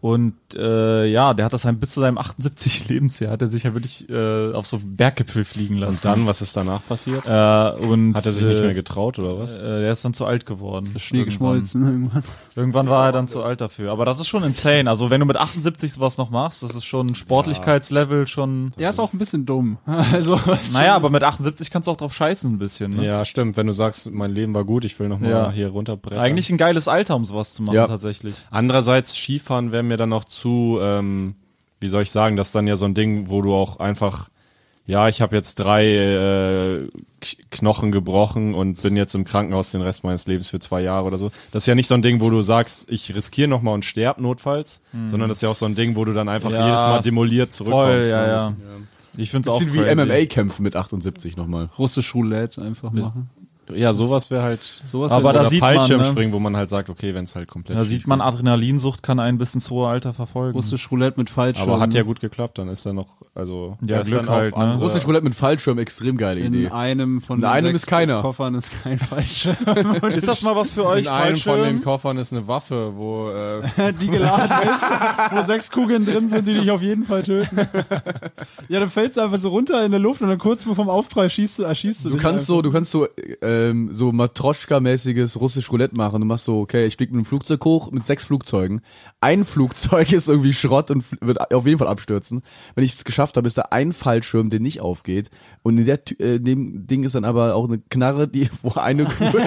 [SPEAKER 4] Und äh, ja, der hat das halt bis zu seinem 78. Lebensjahr, hat er sich ja wirklich äh, auf so Berggipfel fliegen lassen.
[SPEAKER 3] Und dann, was ist danach passiert?
[SPEAKER 4] Äh, und,
[SPEAKER 3] Hat er sich nicht mehr
[SPEAKER 4] äh,
[SPEAKER 3] getraut oder was?
[SPEAKER 4] äh, der ist dann zu alt geworden.
[SPEAKER 2] Schnee geschmolzen irgendwann.
[SPEAKER 4] Irgendwann war er dann zu alt dafür. Aber das ist schon insane. Also wenn du mit 78 sowas noch machst, das ist schon Sportlichkeitslevel schon.
[SPEAKER 2] Ja, ist auch ein bisschen dumm. Also,
[SPEAKER 4] Naja, aber mit 78 kannst du auch drauf scheißen ein bisschen. Ne?
[SPEAKER 3] Ja, stimmt. Wenn du sagst, mein Leben war gut, ich will nochmal
[SPEAKER 4] Ja.
[SPEAKER 3] hier runterbrechen.
[SPEAKER 4] Eigentlich ein geiles Alter, um sowas zu machen
[SPEAKER 1] Ja.
[SPEAKER 4] tatsächlich.
[SPEAKER 3] Andererseits, Skifahren wäre mir dann noch zu, ähm, wie soll ich sagen, das ist dann ja so ein Ding, wo du auch einfach, ja, ich habe jetzt drei äh, K- Knochen gebrochen und bin jetzt im Krankenhaus den Rest meines Lebens für zwei Jahre oder so. Das ist ja nicht so ein Ding, wo du sagst, ich riskiere nochmal und sterb notfalls, sondern das ist ja auch so ein Ding, wo du dann einfach
[SPEAKER 4] Ja.
[SPEAKER 3] jedes Mal demoliert
[SPEAKER 4] Voll,
[SPEAKER 3] zurückkommst.
[SPEAKER 4] ja,
[SPEAKER 3] ne?
[SPEAKER 4] ja. Ich find's auch
[SPEAKER 1] Bisschen wie
[SPEAKER 4] crazy.
[SPEAKER 1] MMA-Kämpfen mit 78 nochmal.
[SPEAKER 2] russisch Roulette einfach machen.
[SPEAKER 3] Das- ja sowas wäre halt
[SPEAKER 2] Sowas
[SPEAKER 4] Aber
[SPEAKER 2] wird-
[SPEAKER 4] da
[SPEAKER 3] oder
[SPEAKER 4] sieht man, ne?
[SPEAKER 3] Fallschirmspringen, wo man halt sagt, okay, wenn es halt komplett
[SPEAKER 4] Da
[SPEAKER 3] schief
[SPEAKER 4] sieht man,
[SPEAKER 3] geht.
[SPEAKER 4] Adrenalinsucht kann einen bis ins hohe Alter verfolgen.
[SPEAKER 2] russisch Roulette mit Fallschirm.
[SPEAKER 3] aber hat ja gut geklappt, dann ist er noch, also
[SPEAKER 4] ne? Ja,
[SPEAKER 3] er ist
[SPEAKER 4] Glück
[SPEAKER 3] dann
[SPEAKER 4] halt,
[SPEAKER 3] auf
[SPEAKER 4] ne?
[SPEAKER 3] andere-
[SPEAKER 1] Russisch Roulette mit Fallschirm, extrem geile
[SPEAKER 2] in
[SPEAKER 1] Idee.
[SPEAKER 2] einem von
[SPEAKER 1] In
[SPEAKER 2] den
[SPEAKER 1] einem
[SPEAKER 2] sechs
[SPEAKER 1] ist keiner.
[SPEAKER 2] Koffern ist kein Fallschirm.
[SPEAKER 4] Ist das mal was für euch?
[SPEAKER 3] In einem von
[SPEAKER 4] Fallschirm?
[SPEAKER 3] den Koffern ist eine Waffe, wo äh,
[SPEAKER 2] die geladen ist, wo sechs Kugeln drin sind, die dich auf jeden Fall töten. Ja, dann fällst du einfach so runter in der Luft und dann kurz bevor dem Aufprall schießt du, erschießt du
[SPEAKER 1] Du
[SPEAKER 2] dich
[SPEAKER 1] kannst so, du kannst so, äh, ähm, so Matroschka-mäßiges russisch Roulette machen. Du machst so, okay, ich flieg mit einem Flugzeug hoch, mit sechs Flugzeugen. Ein Flugzeug ist irgendwie Schrott und fl- wird auf jeden Fall abstürzen. Wenn ich es geschafft habe, ist da ein Fallschirm, der nicht aufgeht. Und in der, Tü- äh, dem Ding ist dann aber auch eine Knarre, die, wo eine Kugel,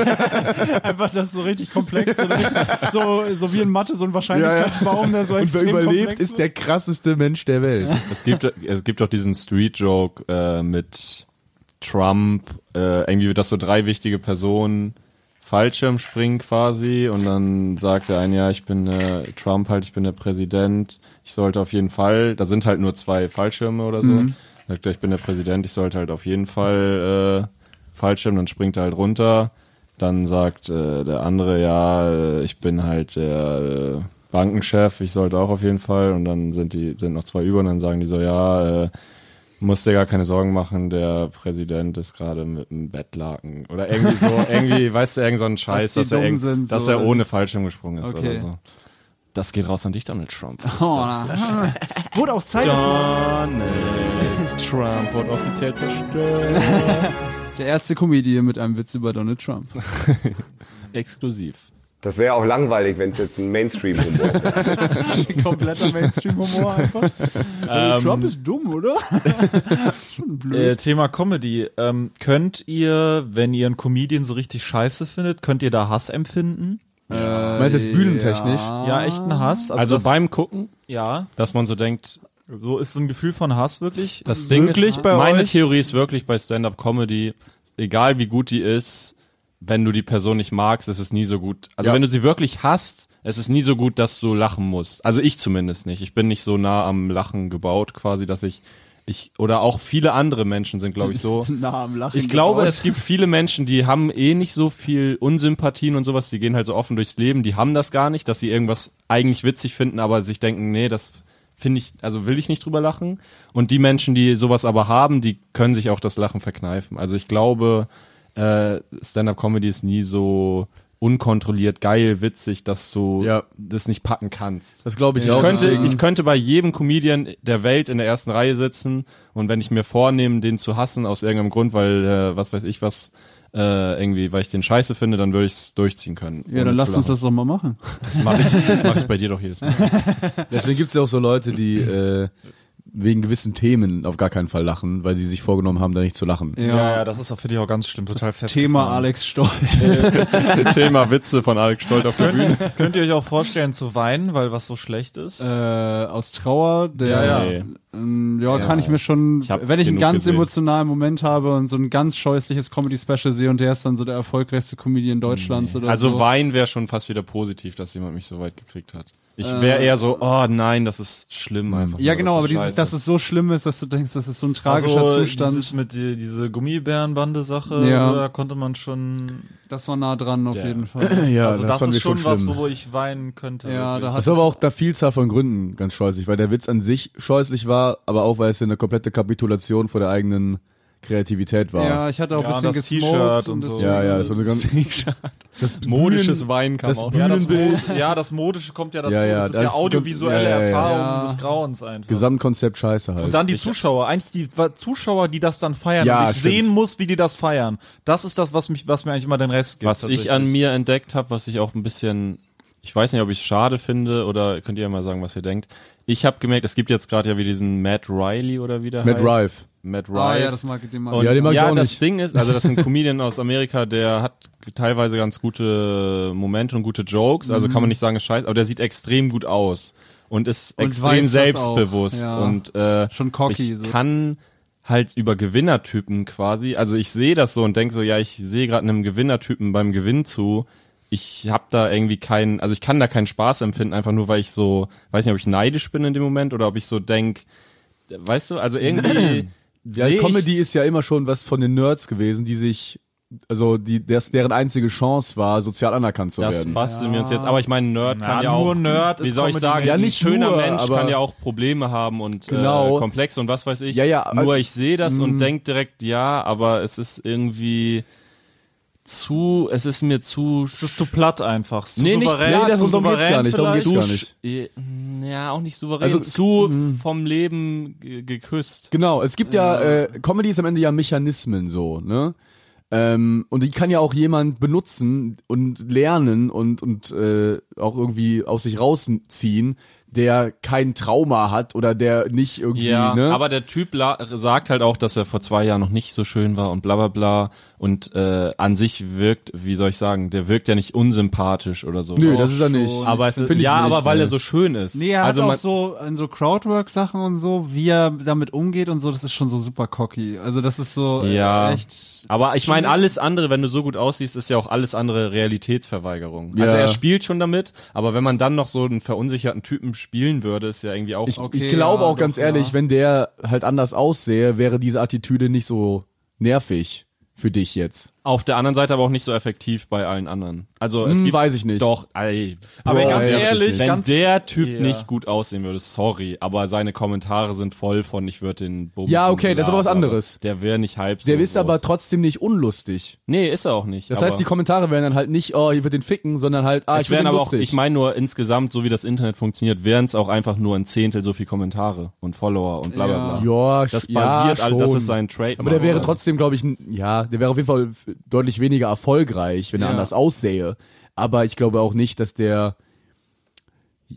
[SPEAKER 2] einfach das so richtig komplex, so, richtig- so, so wie in Mathe, so ein Wahrscheinlichkeitsbaum, der so
[SPEAKER 1] und wer
[SPEAKER 2] extrem
[SPEAKER 1] überlebt,
[SPEAKER 2] komplex
[SPEAKER 1] ist der krasseste Mensch der Welt.
[SPEAKER 3] es gibt es gibt doch diesen Street Joke äh, mit Trump äh, irgendwie dass so drei wichtige Personen Fallschirm springen quasi und dann sagt der eine ja ich bin äh, Trump halt ich bin der Präsident ich sollte auf jeden Fall da sind halt nur zwei Fallschirme oder so sagt er ich bin der Präsident ich sollte halt auf jeden Fall äh, Fallschirm dann springt er halt runter Dann sagt äh, der andere, ja, äh, ich bin halt der äh, Bankenchef, ich sollte auch auf jeden Fall. Und dann sind die, sind noch zwei über und dann sagen die so, ja, äh, musst dir gar keine Sorgen machen, der Präsident ist gerade mit einem Bettlaken. Oder irgendwie so, irgendwie, weißt du, irgend so ein Scheiß,
[SPEAKER 2] die
[SPEAKER 3] dass, er,
[SPEAKER 2] dumm
[SPEAKER 3] irgend,
[SPEAKER 2] sind,
[SPEAKER 3] dass
[SPEAKER 2] so.
[SPEAKER 3] er ohne Fallschirm gesprungen ist
[SPEAKER 2] Okay.
[SPEAKER 3] oder so. Das geht raus an dich, Donald Trump. Was ist
[SPEAKER 2] Oh,
[SPEAKER 3] das?
[SPEAKER 2] na. Wurde auch Zeit, dass man-
[SPEAKER 3] Donald Trump wird offiziell zerstört.
[SPEAKER 2] Der erste Comedian mit einem Witz über Donald Trump.
[SPEAKER 3] Exklusiv.
[SPEAKER 5] Das wäre auch langweilig, wenn es jetzt ein Mainstream-Humor wäre.
[SPEAKER 2] Kompletter Mainstream-Humor
[SPEAKER 3] Ähm,
[SPEAKER 2] einfach. Trump ist dumm, oder? Schon blöd.
[SPEAKER 4] Äh, Thema Comedy. Ähm, könnt ihr, wenn ihr einen Comedian so richtig scheiße findet, könnt ihr da Hass empfinden?
[SPEAKER 1] Meinst du jetzt bühnentechnisch?
[SPEAKER 4] Ja, echten Hass.
[SPEAKER 3] Also,
[SPEAKER 4] das-
[SPEAKER 3] beim Gucken,
[SPEAKER 4] ja,
[SPEAKER 3] dass man so denkt,
[SPEAKER 4] so ist so ein Gefühl von Hass wirklich.
[SPEAKER 3] Das Ding
[SPEAKER 4] wirklich
[SPEAKER 3] ist, halt
[SPEAKER 4] bei
[SPEAKER 3] meine
[SPEAKER 4] euch?
[SPEAKER 3] Theorie ist wirklich bei Stand-Up-Comedy, egal wie gut die ist, wenn du die Person nicht magst, ist es nie so gut. Also
[SPEAKER 1] Ja.
[SPEAKER 3] wenn du sie wirklich hasst, es ist nie so gut, dass du lachen musst. Also ich zumindest nicht. Ich bin nicht so nah am Lachen gebaut quasi, dass ich, ich oder auch viele andere Menschen sind, glaube ich, so.
[SPEAKER 2] Na, am Lachen
[SPEAKER 3] Ich glaube,
[SPEAKER 2] gebaut.
[SPEAKER 3] es gibt viele Menschen, die haben eh nicht so viel Unsympathien und sowas, die gehen halt so offen durchs Leben, die haben das gar nicht, dass sie irgendwas eigentlich witzig finden, aber sich denken, nee, das finde ich, also will ich nicht drüber lachen. Und die Menschen, die sowas aber haben, die können sich auch das Lachen verkneifen. Also ich glaube, äh, Stand-up-Comedy ist nie so unkontrolliert, geil, witzig, dass du
[SPEAKER 1] Ja.
[SPEAKER 3] das nicht packen kannst.
[SPEAKER 1] Das glaube ich
[SPEAKER 3] Ich
[SPEAKER 1] auch.
[SPEAKER 3] könnte,
[SPEAKER 1] deswegen-
[SPEAKER 3] ich könnte bei jedem Comedian der Welt in der ersten Reihe sitzen und wenn ich mir vornehme, den zu hassen aus irgendeinem Grund, weil äh, was weiß ich was, äh, irgendwie, weil ich den scheiße finde, dann würde ich es durchziehen können.
[SPEAKER 2] Ja, dann lass uns das doch mal machen.
[SPEAKER 3] Das mache ich, das mach ich bei dir doch jedes Mal.
[SPEAKER 1] Deswegen gibt es ja auch so Leute, die äh, wegen gewissen Themen auf gar keinen Fall lachen, weil sie sich vorgenommen haben, da nicht zu lachen.
[SPEAKER 4] Ja, ja, das ist auch für dich auch ganz schlimm, total fest.
[SPEAKER 2] Thema Alex Stolz.
[SPEAKER 3] Thema Witze von Alex Stolt auf der Bühne.
[SPEAKER 4] Könnt ihr euch auch vorstellen zu weinen, weil was so schlecht ist?
[SPEAKER 2] äh, aus Trauer, der
[SPEAKER 4] Ja,
[SPEAKER 3] ja.
[SPEAKER 2] Ähm, ja, kann ich mir schon,
[SPEAKER 3] Ich hab
[SPEAKER 2] wenn ich einen
[SPEAKER 3] genug
[SPEAKER 2] ganz
[SPEAKER 3] gesehen.
[SPEAKER 2] emotionalen Moment habe und so ein ganz scheußliches Comedy-Special sehe und der ist dann so der erfolgreichste Comedian Deutschlands oder
[SPEAKER 3] Also
[SPEAKER 2] so.
[SPEAKER 3] Wein wäre schon fast wieder positiv, dass jemand mich so weit gekriegt hat. Ich wäre eher so, oh nein, das ist schlimm einfach.
[SPEAKER 2] ja,
[SPEAKER 3] nur,
[SPEAKER 2] genau,
[SPEAKER 3] das
[SPEAKER 2] aber
[SPEAKER 3] ist
[SPEAKER 2] dieses,
[SPEAKER 3] scheiße. Also,
[SPEAKER 2] dass es so schlimm ist, dass du denkst, das ist so ein tragischer Zustand,
[SPEAKER 4] Dieses mit die, diese Gummibärenbande-Sache,
[SPEAKER 2] Ja.
[SPEAKER 4] da konnte man schon.
[SPEAKER 2] das war nah dran auf jeden Fall.
[SPEAKER 1] Ja,
[SPEAKER 4] also das,
[SPEAKER 1] fanden wir
[SPEAKER 4] ist schon was,
[SPEAKER 1] schlimm.
[SPEAKER 4] wo ich weinen könnte.
[SPEAKER 2] ja, da
[SPEAKER 1] Das
[SPEAKER 2] hat
[SPEAKER 1] war aber auch der Vielzahl von Gründen ganz scheußlich, weil der Witz an sich scheußlich war, aber auch weil es eine komplette Kapitulation vor der eigenen Kreativität war.
[SPEAKER 2] ja, ich hatte auch
[SPEAKER 4] Ja,
[SPEAKER 2] ein bisschen
[SPEAKER 4] das
[SPEAKER 2] gesmoked
[SPEAKER 4] T-Shirt und so.
[SPEAKER 1] ja, ja, das war eine ganz das
[SPEAKER 3] modisches Wein kam
[SPEAKER 1] das
[SPEAKER 3] auch.
[SPEAKER 4] Ja, das,
[SPEAKER 1] Bühnenbild.
[SPEAKER 4] Mod, ja, das Modische kommt ja dazu.
[SPEAKER 1] Ja, ja,
[SPEAKER 4] das ist
[SPEAKER 1] das-
[SPEAKER 4] ja audiovisuelle
[SPEAKER 1] ja, ja, ja.
[SPEAKER 4] Erfahrung
[SPEAKER 2] Ja.
[SPEAKER 4] des Grauens einfach.
[SPEAKER 1] Gesamtkonzept scheiße halt.
[SPEAKER 4] und dann die Zuschauer, eigentlich die wa- Zuschauer, die das dann feiern.
[SPEAKER 1] Ja,
[SPEAKER 4] und ich
[SPEAKER 1] stimmt.
[SPEAKER 4] sehen muss, wie die das feiern. Das ist das, was, mich, was mir eigentlich immer den Rest gibt.
[SPEAKER 3] Was ich an mir entdeckt habe, was ich auch ein bisschen, ich weiß nicht, ob ich es schade finde oder könnt ihr ja mal sagen, was ihr denkt. Ich habe gemerkt, es gibt jetzt gerade ja wie diesen Matt Riley oder wie der
[SPEAKER 1] Matt
[SPEAKER 3] heißt.
[SPEAKER 1] Rife.
[SPEAKER 3] Matt Rife.
[SPEAKER 2] ah ja, das mag ich den mal.
[SPEAKER 3] Und
[SPEAKER 1] Ja, den mag ich auch
[SPEAKER 3] das
[SPEAKER 1] nicht.
[SPEAKER 3] Ding ist, also das ist ein Comedian aus Amerika, der hat teilweise ganz gute Momente und gute Jokes, also
[SPEAKER 1] Mhm.
[SPEAKER 3] kann man nicht sagen, ist scheiße, aber der sieht extrem gut aus und ist
[SPEAKER 2] Und
[SPEAKER 3] extrem
[SPEAKER 2] weiß das
[SPEAKER 3] selbstbewusst
[SPEAKER 2] auch, ja.
[SPEAKER 3] und äh,
[SPEAKER 2] Schon cocky,
[SPEAKER 3] Ich
[SPEAKER 2] so.
[SPEAKER 3] kann halt über Gewinnertypen quasi, also ich sehe das so und denke so, ja, ich sehe gerade einem Gewinnertypen beim Gewinn zu. Ich habe da irgendwie keinen, also ich kann da keinen Spaß empfinden, einfach nur weil ich so, weiß nicht, ob ich neidisch bin in dem Moment oder ob ich so denk, weißt du, also irgendwie
[SPEAKER 1] Ja,
[SPEAKER 3] seh ich-
[SPEAKER 1] Comedy ist ja immer schon was von den Nerds gewesen, die sich also die das deren einzige Chance war, sozial anerkannt zu
[SPEAKER 3] Das
[SPEAKER 1] werden.
[SPEAKER 3] basteln wir uns jetzt. Aber ich meine, Nerd kann ja
[SPEAKER 4] nur
[SPEAKER 3] auch.
[SPEAKER 4] Nerd
[SPEAKER 3] wie
[SPEAKER 4] ist
[SPEAKER 3] soll ich
[SPEAKER 4] Comedy
[SPEAKER 3] sagen?
[SPEAKER 1] Ja,
[SPEAKER 3] ein
[SPEAKER 1] nicht
[SPEAKER 3] schöner
[SPEAKER 1] nur,
[SPEAKER 3] Mensch
[SPEAKER 1] aber-
[SPEAKER 3] kann ja auch Probleme haben und
[SPEAKER 1] Genau.
[SPEAKER 3] äh, komplexe und was weiß ich.
[SPEAKER 1] Ja, ja,
[SPEAKER 3] nur
[SPEAKER 1] äh,
[SPEAKER 3] ich sehe das und denke direkt, ja, aber es ist irgendwie zu, es ist mir zu.
[SPEAKER 4] Es ist zu platt einfach. Es ist Zu
[SPEAKER 3] Nee, nicht-
[SPEAKER 4] souverän,
[SPEAKER 1] nee, das-
[SPEAKER 4] zu
[SPEAKER 1] darum geht's
[SPEAKER 4] souverän
[SPEAKER 1] gar nicht, darum
[SPEAKER 4] vielleicht.
[SPEAKER 1] geht's
[SPEAKER 3] zu
[SPEAKER 1] gar nicht.
[SPEAKER 3] sch- äh, Ja, auch nicht souverän.
[SPEAKER 1] Also-
[SPEAKER 3] Also zu vom Leben ge- geküsst.
[SPEAKER 1] Genau, es gibt ja, äh, Comedy ist am Ende ja Mechanismen so, ne? Ähm, und die kann ja auch jemand benutzen und lernen und, und äh, auch irgendwie aus sich rausziehen, der kein Trauma hat oder der nicht irgendwie,
[SPEAKER 3] Ja,
[SPEAKER 1] ne?
[SPEAKER 3] aber der Typ la- sagt halt auch, dass er vor zwei Jahren noch nicht so schön war und bla bla bla. Und äh, an sich wirkt, wie soll ich sagen, der wirkt ja nicht unsympathisch oder so.
[SPEAKER 1] Nö,
[SPEAKER 3] Auch
[SPEAKER 1] das ist er nicht.
[SPEAKER 3] aber es,
[SPEAKER 1] Find ich
[SPEAKER 3] ja,
[SPEAKER 1] nicht,
[SPEAKER 3] aber weil
[SPEAKER 1] ne.
[SPEAKER 3] er so schön ist.
[SPEAKER 2] Nee, er
[SPEAKER 3] also
[SPEAKER 2] hat auch
[SPEAKER 3] man,
[SPEAKER 2] so in so Crowdwork-Sachen und so, wie er damit umgeht und so, das ist schon so super cocky. Also das ist so äh,
[SPEAKER 3] ja.
[SPEAKER 2] echt.
[SPEAKER 3] Aber ich meine, alles andere, wenn du so gut aussiehst, ist ja auch alles andere Realitätsverweigerung. Also
[SPEAKER 1] Ja.
[SPEAKER 3] er spielt schon damit, aber wenn man dann noch so einen verunsicherten Typen spielen würde, ist ja irgendwie auch.
[SPEAKER 1] Ich,
[SPEAKER 2] Okay,
[SPEAKER 1] ich glaube
[SPEAKER 2] ja,
[SPEAKER 1] auch ganz
[SPEAKER 2] doch,
[SPEAKER 1] ehrlich,
[SPEAKER 2] ja.
[SPEAKER 1] wenn der halt anders aussähe, wäre diese Attitüde nicht so nervig für dich jetzt.
[SPEAKER 3] auf der anderen Seite aber auch nicht so effektiv bei allen anderen. Also es
[SPEAKER 1] Hm,
[SPEAKER 3] gibt
[SPEAKER 1] weiß ich nicht.
[SPEAKER 3] Doch, ey.
[SPEAKER 4] Aber
[SPEAKER 1] Boah,
[SPEAKER 4] ganz
[SPEAKER 1] ey, das ist
[SPEAKER 4] ehrlich,
[SPEAKER 1] nicht-
[SPEAKER 3] Wenn
[SPEAKER 4] ganz
[SPEAKER 3] der Typ
[SPEAKER 4] Ja.
[SPEAKER 3] nicht gut aussehen würde, sorry, aber seine Kommentare sind voll von, ich würde den Bums
[SPEAKER 1] Ja,
[SPEAKER 3] und
[SPEAKER 1] okay, das ist aber was
[SPEAKER 3] bla, bla.
[SPEAKER 1] anderes.
[SPEAKER 3] Der wäre nicht halb so
[SPEAKER 1] Der ist aber
[SPEAKER 3] groß.
[SPEAKER 1] trotzdem nicht unlustig.
[SPEAKER 3] Nee, ist er auch nicht.
[SPEAKER 1] Das
[SPEAKER 3] aber
[SPEAKER 1] heißt, die Kommentare wären dann halt nicht, oh, hier wird den ficken, sondern halt, ah, ich
[SPEAKER 3] es
[SPEAKER 1] bin
[SPEAKER 3] wären aber auch,
[SPEAKER 1] lustig.
[SPEAKER 3] ich meine nur insgesamt, so wie das Internet funktioniert, wären es auch einfach nur ein Zehntel so viel Kommentare und Follower und bla bla bla.
[SPEAKER 1] Ja,
[SPEAKER 3] Das
[SPEAKER 1] sch- ja,
[SPEAKER 3] basiert, all- das
[SPEAKER 1] schon.
[SPEAKER 3] ist sein Trademark.
[SPEAKER 1] Aber der wäre
[SPEAKER 3] oder?
[SPEAKER 1] trotzdem, glaube ich, n- ja, der wäre auf jeden Fall f- deutlich weniger erfolgreich, wenn er
[SPEAKER 2] Ja.
[SPEAKER 1] anders aussähe. Aber ich glaube auch nicht, dass der.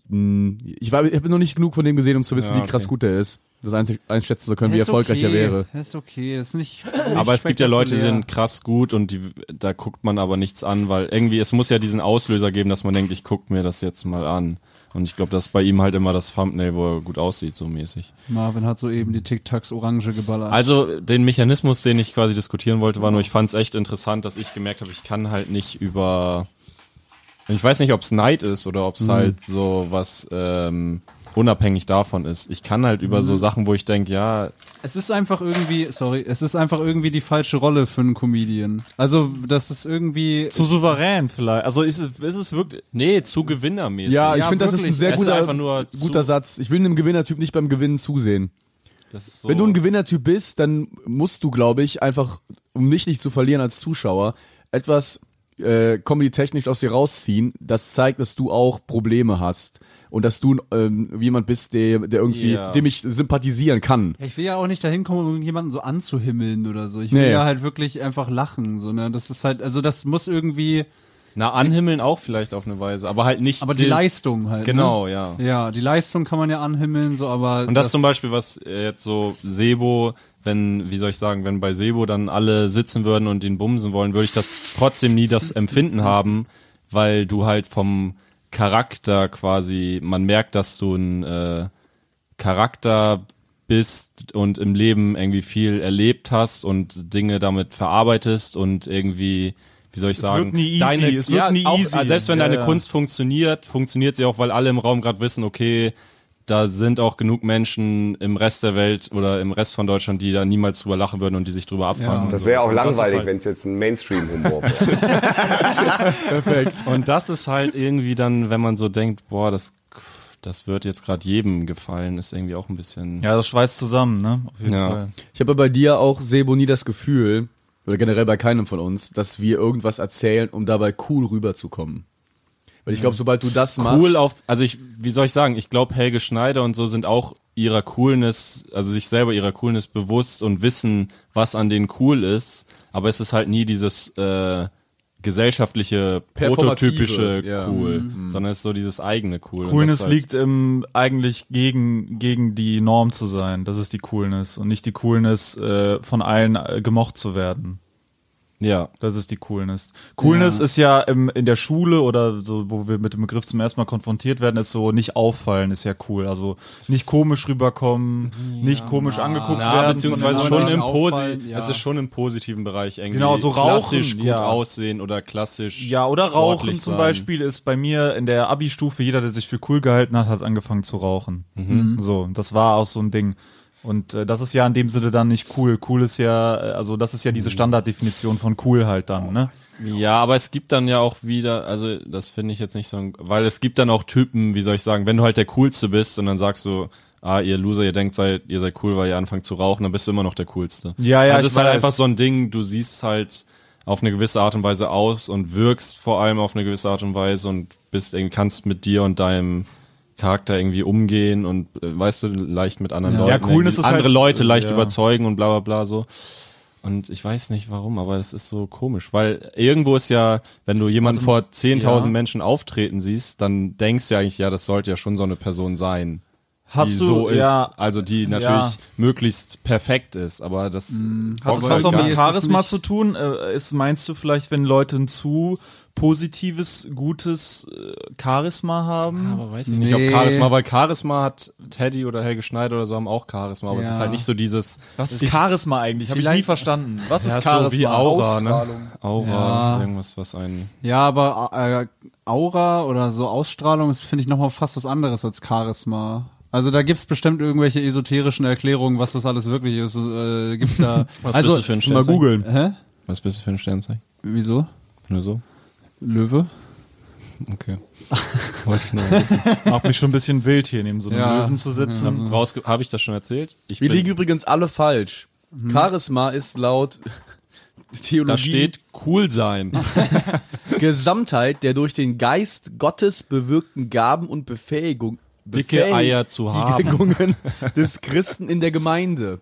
[SPEAKER 1] Hm, Ich, war- ich habe noch nicht genug von dem gesehen, um zu wissen,
[SPEAKER 3] Ja,
[SPEAKER 1] wie krass
[SPEAKER 3] okay.
[SPEAKER 1] gut er ist. Das einz- einschätzen zu können, wie
[SPEAKER 2] Ist
[SPEAKER 1] erfolgreich er
[SPEAKER 2] okay.
[SPEAKER 1] wäre.
[SPEAKER 2] Ist okay, ist nicht.
[SPEAKER 3] Aber es gibt ja Leute, die
[SPEAKER 2] spektakulär.
[SPEAKER 3] sind krass gut und die, da guckt man aber nichts an, weil irgendwie, es muss ja diesen Auslöser geben, dass man denkt, ich guck mir das jetzt mal an. Und ich glaube, das ist bei ihm halt immer das Thumbnail, wo er gut aussieht, so mäßig.
[SPEAKER 2] Marvin hat soeben die Tic Tacs Orange geballert.
[SPEAKER 3] Also den Mechanismus, den ich quasi diskutieren wollte, war nur, ich fand es echt interessant, dass ich gemerkt habe, ich kann halt nicht über. Ich weiß nicht, ob es Neid ist oder ob es halt so was ähm, unabhängig davon ist. Ich kann halt über so Sachen, wo ich denke, ja,
[SPEAKER 2] es ist einfach irgendwie, sorry, es ist einfach irgendwie die falsche Rolle für einen Comedian. Also das ist irgendwie.
[SPEAKER 4] zu souverän vielleicht. Also ist es, ist es wirklich.
[SPEAKER 3] nee, zu gewinnermäßig.
[SPEAKER 1] Ja, ich
[SPEAKER 2] Ja,
[SPEAKER 1] finde, das ist ein
[SPEAKER 2] wirklich.
[SPEAKER 1] sehr
[SPEAKER 3] Es ist
[SPEAKER 1] guter,
[SPEAKER 3] einfach nur zu-
[SPEAKER 1] guter Satz. Ich will einem Gewinnertyp nicht beim Gewinnen zusehen.
[SPEAKER 3] das ist so.
[SPEAKER 1] Wenn du ein Gewinnertyp bist, dann musst du, glaube ich, einfach, um dich nicht zu verlieren als Zuschauer, etwas äh, comedy-technisch aus dir rausziehen, das zeigt, dass du auch Probleme hast. Und dass du ähm, jemand bist, der, der irgendwie,
[SPEAKER 3] Ja.
[SPEAKER 1] dem ich sympathisieren kann.
[SPEAKER 2] Ja, Ich will ja auch nicht dahin kommen, um jemanden so anzuhimmeln oder so. Ich will
[SPEAKER 1] Nee.
[SPEAKER 2] ja halt wirklich einfach lachen. So, ne? Das ist halt, also das muss irgendwie,
[SPEAKER 3] Na, anhimmeln auch vielleicht auf eine Weise, aber halt nicht.
[SPEAKER 2] aber die
[SPEAKER 3] das-
[SPEAKER 2] Leistung halt.
[SPEAKER 3] Genau,
[SPEAKER 2] ne?
[SPEAKER 3] ja.
[SPEAKER 2] Ja, die Leistung kann man ja anhimmeln, so, aber.
[SPEAKER 3] Und das, zum Beispiel, was äh, jetzt so Sebo, wenn, wie soll ich sagen, wenn bei Sebo dann alle sitzen würden und ihn bumsen wollen, würde ich das trotzdem nie das Empfinden haben, weil du halt vom Charakter quasi, man merkt, dass du ein äh, Charakter bist und im Leben irgendwie viel erlebt hast und Dinge damit verarbeitest und irgendwie, wie soll ich sagen,
[SPEAKER 4] wird nie easy,
[SPEAKER 3] deine,
[SPEAKER 4] es wird
[SPEAKER 3] ja,
[SPEAKER 4] nie
[SPEAKER 3] auch,
[SPEAKER 4] easy.
[SPEAKER 3] Selbst wenn
[SPEAKER 4] Ja,
[SPEAKER 3] deine
[SPEAKER 4] ja.
[SPEAKER 3] Kunst funktioniert, funktioniert sie auch, weil alle im Raum gerade wissen, okay, da sind auch genug Menschen im Rest der Welt oder im Rest von Deutschland, die da niemals drüber lachen würden und die sich drüber abfangen. und
[SPEAKER 5] Das wäre
[SPEAKER 3] sowas.
[SPEAKER 5] auch
[SPEAKER 3] Und ist
[SPEAKER 5] langweilig,
[SPEAKER 3] halt,
[SPEAKER 5] wenn es jetzt ein Mainstream-Humor wäre.
[SPEAKER 3] Und das ist halt irgendwie dann, wenn man so denkt, boah, das, das wird jetzt gerade jedem gefallen, ist irgendwie auch ein bisschen.
[SPEAKER 4] Ja, das schweißt zusammen, ne? Auf jeden
[SPEAKER 3] Ja.
[SPEAKER 4] Fall.
[SPEAKER 1] Ich habe aber bei dir auch, Sebo, nie das Gefühl, oder generell bei keinem von uns, dass wir irgendwas erzählen, um dabei cool rüberzukommen. Weil ich glaube, sobald du das machst.
[SPEAKER 3] cool auf, also ich, wie soll ich sagen, ich glaube, Helge Schneider und so sind auch ihrer Coolness, also sich selber ihrer Coolness bewusst und wissen, was an denen cool ist, aber es ist halt nie dieses äh, gesellschaftliche,
[SPEAKER 1] Performative,
[SPEAKER 3] prototypische
[SPEAKER 1] ja. Mhm.
[SPEAKER 3] cool, sondern es ist so dieses eigene cool. Und das
[SPEAKER 4] Coolness
[SPEAKER 3] ist halt,
[SPEAKER 4] liegt im eigentlich gegen, gegen die Norm zu sein. Das ist die Coolness. Und nicht die Coolness, äh, von allen äh, gemocht zu werden.
[SPEAKER 3] Ja.
[SPEAKER 4] Das ist die Coolness. Coolness ist ja im, in der Schule oder so, wo wir mit dem Begriff zum ersten Mal konfrontiert werden, ist so nicht auffallen, ist ja cool. Also nicht komisch rüberkommen, nicht komisch angeguckt
[SPEAKER 3] Ja,
[SPEAKER 4] werden.
[SPEAKER 3] beziehungsweise
[SPEAKER 4] von den anderen.
[SPEAKER 3] schon im,
[SPEAKER 2] auffallen,
[SPEAKER 3] Posi
[SPEAKER 2] ja.
[SPEAKER 3] es ist schon im positiven Bereich irgendwie.
[SPEAKER 4] Genau, so rauchen,
[SPEAKER 3] Klassisch gut
[SPEAKER 4] ja.
[SPEAKER 3] aussehen oder klassisch.
[SPEAKER 4] Ja, oder Rauchen
[SPEAKER 3] sportlich
[SPEAKER 4] zum
[SPEAKER 3] sein.
[SPEAKER 4] Beispiel ist bei mir in der Abi-Stufe, jeder, der sich für cool gehalten hat, hat angefangen zu rauchen.
[SPEAKER 3] Mhm.
[SPEAKER 4] So, das war auch so ein Ding. Und äh, das ist ja in dem Sinne dann nicht cool. Cool ist ja, äh, also das ist ja
[SPEAKER 3] Mhm.
[SPEAKER 4] diese Standarddefinition von cool halt dann, ne?
[SPEAKER 3] Ja, aber es gibt dann ja auch wieder, also das finde ich jetzt nicht so, ein- weil es gibt dann auch Typen, wie soll ich sagen, wenn du halt der Coolste bist und dann sagst du, ah, ihr Loser, ihr denkt, seid, ihr seid cool, weil ihr anfangt zu rauchen, dann bist du immer noch der Coolste.
[SPEAKER 4] Ja, ja, ich
[SPEAKER 3] Also es ist halt
[SPEAKER 4] weiß.
[SPEAKER 3] einfach so ein Ding, du siehst halt auf eine gewisse Art und Weise aus und wirkst vor allem auf eine gewisse Art und Weise und bist irgendwie, kannst mit dir und deinem Charakter irgendwie umgehen und äh, weißt du, leicht mit anderen
[SPEAKER 4] Ja.
[SPEAKER 3] Leuten.
[SPEAKER 4] Ja, Coolness
[SPEAKER 3] irgendwie
[SPEAKER 4] ist
[SPEAKER 3] andere
[SPEAKER 4] halt-
[SPEAKER 3] Leute leicht
[SPEAKER 4] ja.
[SPEAKER 3] überzeugen und bla bla bla so. Und ich weiß nicht warum, aber es ist so komisch, weil irgendwo ist ja, wenn du jemanden
[SPEAKER 4] Also,
[SPEAKER 3] vor 10.000 Menschen auftreten siehst, dann denkst du ja eigentlich, ja, das sollte ja schon so eine Person sein, die so ist,
[SPEAKER 4] ja,
[SPEAKER 3] also die natürlich möglichst perfekt ist, aber das
[SPEAKER 4] Mhm. Hat
[SPEAKER 3] bockt
[SPEAKER 4] das was
[SPEAKER 3] halt
[SPEAKER 4] auch
[SPEAKER 3] gar
[SPEAKER 4] mit
[SPEAKER 3] nicht.
[SPEAKER 4] Charisma zu tun? Äh, Ist, meinst du vielleicht, wenn Leute ein zu positives, gutes äh, Charisma haben?
[SPEAKER 3] aber weiß ich nicht, ob Charisma, weil Charisma hat Teddy oder Helge Schneider oder so haben auch Charisma, aber es
[SPEAKER 2] Ja.
[SPEAKER 3] ist halt nicht so dieses
[SPEAKER 4] was ist Charisma eigentlich? Habe ich nie verstanden. Was ist
[SPEAKER 3] ja,
[SPEAKER 4] Charisma?
[SPEAKER 3] so wie Aura, ne? Aura,
[SPEAKER 2] Ja.
[SPEAKER 3] irgendwas, was einen
[SPEAKER 2] Ja, aber äh, Aura oder so Ausstrahlung ist, finde ich, nochmal fast was anderes als Charisma. Also da gibt's bestimmt irgendwelche esoterischen Erklärungen, was das alles wirklich ist. Äh, gibt's da.
[SPEAKER 3] Was
[SPEAKER 2] also,
[SPEAKER 3] bist du für ein Sternzeichen?
[SPEAKER 2] Hä?
[SPEAKER 3] Was bist du für ein Sternzeichen?
[SPEAKER 2] Wieso?
[SPEAKER 3] Nur so?
[SPEAKER 2] Löwe?
[SPEAKER 3] Okay. Wollte ich nur mal wissen.
[SPEAKER 4] Macht mich schon ein bisschen wild hier neben so einem
[SPEAKER 2] Ja.
[SPEAKER 4] Löwen zu sitzen.
[SPEAKER 3] Rausge Habe ich das schon erzählt? Ich
[SPEAKER 1] wir
[SPEAKER 3] bin-
[SPEAKER 1] liegen übrigens alle falsch. Charisma ist laut
[SPEAKER 3] Mhm. da
[SPEAKER 1] Theologie
[SPEAKER 3] steht cool sein.
[SPEAKER 1] Gesamtheit der durch den Geist Gottes bewirkten Gaben und Befähigung.
[SPEAKER 3] Dicke Eier zu haben.
[SPEAKER 1] Befähigungen des Christen in der Gemeinde.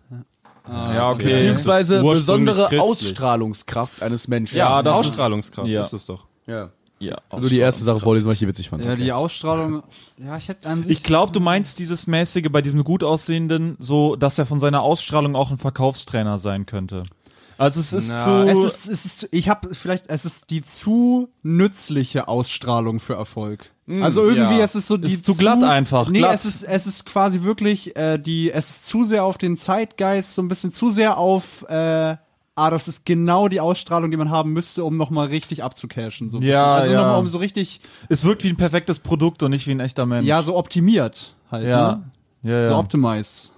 [SPEAKER 3] ja, okay.
[SPEAKER 1] Beziehungsweise
[SPEAKER 3] Das ist ursprünglich
[SPEAKER 1] besondere
[SPEAKER 3] christlich.
[SPEAKER 1] Ausstrahlungskraft eines Menschen.
[SPEAKER 3] Ja, Also das ist
[SPEAKER 1] Ausstrahlung.
[SPEAKER 3] Ausstrahlungskraft,
[SPEAKER 4] Ja.
[SPEAKER 3] das ist doch.
[SPEAKER 1] Ja.
[SPEAKER 3] Ja,
[SPEAKER 1] Nur die erste Sache vorlesen, was ich hier witzig fand.
[SPEAKER 2] Ja, die Ausstrahlung. ja, ich hätte an sich.
[SPEAKER 4] Ich glaube, du meinst dieses mäßige bei diesem gut aussehenden, so, dass er von seiner Ausstrahlung auch ein Verkaufstrainer sein könnte. Also es ist
[SPEAKER 3] Na,
[SPEAKER 4] so.
[SPEAKER 2] es ist, es ist, ich habe vielleicht, es ist die zu nützliche Ausstrahlung für Erfolg. also irgendwie,
[SPEAKER 3] ja.
[SPEAKER 2] es ist so die
[SPEAKER 4] Mm, Ist zu glatt einfach,
[SPEAKER 2] Nee,
[SPEAKER 4] glatt.
[SPEAKER 2] es ist, es ist quasi wirklich äh, die, es ist zu sehr auf den Zeitgeist, so ein bisschen zu sehr auf. Äh, Ah, das ist genau die Ausstrahlung, die man haben müsste, um nochmal richtig abzucashen. So ein
[SPEAKER 4] Ja,
[SPEAKER 2] bisschen. also
[SPEAKER 4] ja.
[SPEAKER 2] nochmal um so richtig,
[SPEAKER 4] es wirkt wie ein perfektes Produkt und nicht wie ein echter Mensch.
[SPEAKER 2] ja, so optimiert halt,
[SPEAKER 4] ja.
[SPEAKER 2] ne?
[SPEAKER 4] ja, ja.
[SPEAKER 2] So optimized.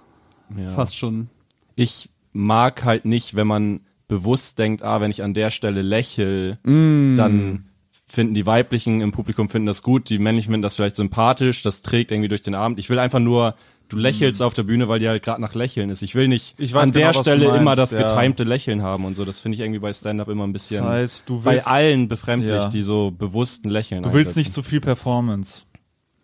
[SPEAKER 2] Fast schon.
[SPEAKER 3] Ich mag
[SPEAKER 4] Mm.
[SPEAKER 3] halt nicht, wenn man bewusst denkt, ah, wenn ich an der Stelle lächel, dann finden die weiblichen im Publikum finden das gut, die männlichen finden das vielleicht sympathisch, das trägt irgendwie durch den Abend. Ich will einfach nur du lächelst auf der Bühne, weil die halt gerade nach lächeln ist. Ich will nicht
[SPEAKER 4] Mm. Ich weiß
[SPEAKER 3] an
[SPEAKER 4] genau,
[SPEAKER 3] der
[SPEAKER 4] was du
[SPEAKER 3] Stelle immer
[SPEAKER 4] meinst,
[SPEAKER 3] das
[SPEAKER 4] ja.
[SPEAKER 3] getimte Lächeln haben und so, das finde ich irgendwie bei Stand-up immer ein bisschen
[SPEAKER 4] Das heißt, du
[SPEAKER 3] bei
[SPEAKER 4] willst-
[SPEAKER 3] allen befremdlich,
[SPEAKER 4] Ja.
[SPEAKER 3] die so bewussten Lächeln.
[SPEAKER 4] Du willst
[SPEAKER 3] einsetzen.
[SPEAKER 4] nicht zu viel Performance.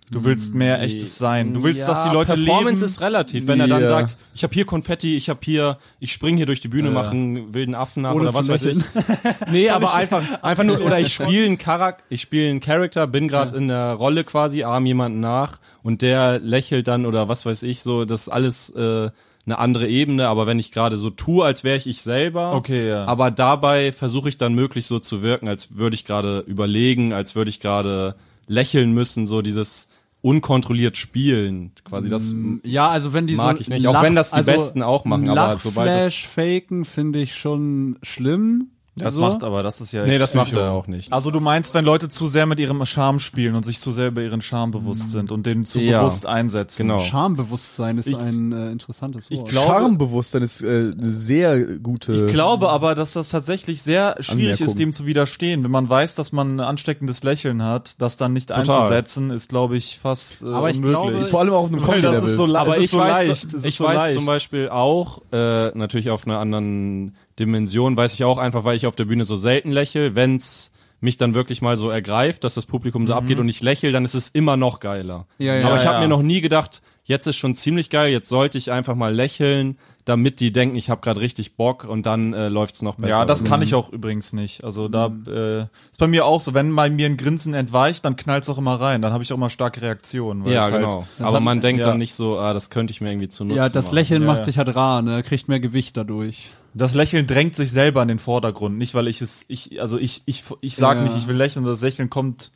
[SPEAKER 4] Du willst mehr echtes Sein. Du willst,
[SPEAKER 3] Ja,
[SPEAKER 4] dass die Leute
[SPEAKER 3] Performance
[SPEAKER 4] leben.
[SPEAKER 3] ist relativ, wenn er dann
[SPEAKER 1] Ja.
[SPEAKER 3] sagt, ich habe hier Konfetti, ich habe hier, ich springe hier durch die Bühne, mache einen wilden Affen nach
[SPEAKER 2] Ohne
[SPEAKER 3] oder was
[SPEAKER 2] zu
[SPEAKER 3] weiß ich.
[SPEAKER 2] lächeln.
[SPEAKER 3] Nee, aber einfach, einfach nur, oder ich spiele einen Charakter, ich spiele einen Charakter, bin gerade in der Rolle quasi, arm jemanden nach und der lächelt dann oder was weiß ich so, das ist alles äh, eine andere Ebene, aber wenn ich gerade so tue, als wäre ich ich selber,
[SPEAKER 4] Okay, ja.
[SPEAKER 3] aber dabei versuche ich dann möglichst so zu wirken, als würde ich gerade überlegen, als würde ich gerade lächeln müssen, so dieses unkontrolliert spielen, quasi das
[SPEAKER 4] Mm.
[SPEAKER 2] Ja, also wenn die
[SPEAKER 3] Mag
[SPEAKER 2] so also
[SPEAKER 3] ich nicht, auch wenn das die Besten auch machen, aber sobald das-
[SPEAKER 2] Lachflash faken finde ich schon schlimm. Also
[SPEAKER 4] Das
[SPEAKER 2] so.
[SPEAKER 4] macht aber, das ist ja.
[SPEAKER 3] Nee,
[SPEAKER 4] echt
[SPEAKER 3] das macht
[SPEAKER 4] Psycho.
[SPEAKER 3] er auch nicht.
[SPEAKER 4] Also du meinst, wenn Leute zu sehr mit ihrem Charme spielen und sich zu sehr über ihren Charme
[SPEAKER 2] Mhm.
[SPEAKER 4] bewusst sind und den zu
[SPEAKER 3] Ja.
[SPEAKER 4] bewusst einsetzen.
[SPEAKER 3] Genau.
[SPEAKER 2] Schambewusstsein ist ein äh, interessantes Wort.
[SPEAKER 4] Ich glaube-
[SPEAKER 1] Charmbewusstsein ist äh, eine sehr gute.
[SPEAKER 4] Ich glaube aber, dass das tatsächlich sehr schwierig
[SPEAKER 1] Äh, Anmerkung.
[SPEAKER 4] ist, dem zu widerstehen. Wenn man weiß, dass man ein ansteckendes Lächeln hat, das dann nicht
[SPEAKER 3] Total.
[SPEAKER 4] einzusetzen, ist, glaube ich, fast äh,
[SPEAKER 2] Aber ich
[SPEAKER 4] unmöglich.
[SPEAKER 2] glaube-
[SPEAKER 1] Vor allem auf einem
[SPEAKER 4] Weil das
[SPEAKER 1] Comedy-Level.
[SPEAKER 4] ist so le-
[SPEAKER 3] aber
[SPEAKER 4] es ist
[SPEAKER 3] ich
[SPEAKER 4] so
[SPEAKER 3] weiß,
[SPEAKER 4] leicht, es ist
[SPEAKER 3] ich
[SPEAKER 4] so
[SPEAKER 3] weiß
[SPEAKER 4] leicht.
[SPEAKER 3] zum Beispiel auch, äh, natürlich auf einer anderen Dimension, weiß ich auch einfach, weil ich auf der Bühne so selten lächel, wenn's mich dann wirklich mal so ergreift, dass das Publikum so abgeht und ich lächel, dann ist es immer noch geiler.
[SPEAKER 2] Ja, ja,
[SPEAKER 3] Aber ich habe
[SPEAKER 4] Mhm. ja.
[SPEAKER 3] mir noch nie gedacht, jetzt ist schon ziemlich geil, jetzt sollte ich einfach mal lächeln, damit die denken, ich habe gerade richtig Bock und dann äh, läuft's noch besser.
[SPEAKER 4] Ja, das
[SPEAKER 3] Also,
[SPEAKER 1] mhm.
[SPEAKER 4] kann ich auch übrigens nicht. Also da
[SPEAKER 3] Mhm.
[SPEAKER 4] äh, ist bei mir auch so, wenn bei mir ein Grinsen entweicht, dann knallt's auch immer rein. Dann habe ich auch immer starke Reaktionen. weil
[SPEAKER 3] Ja,
[SPEAKER 4] es halt-
[SPEAKER 3] genau. Aber man denkt
[SPEAKER 4] ja.
[SPEAKER 3] dann nicht so, ah, das könnte ich mir irgendwie zunutze
[SPEAKER 2] ja, das
[SPEAKER 3] machen.
[SPEAKER 2] Lächeln
[SPEAKER 4] Ja,
[SPEAKER 2] macht
[SPEAKER 4] ja.
[SPEAKER 2] sich halt rar, ne? Kriegt mehr Gewicht dadurch.
[SPEAKER 4] Das Lächeln drängt sich selber in den Vordergrund, nicht weil ich es, ich, also ich, ich, ich sag
[SPEAKER 2] Ja.
[SPEAKER 4] nicht, ich will lächeln, sondern das Lächeln kommt,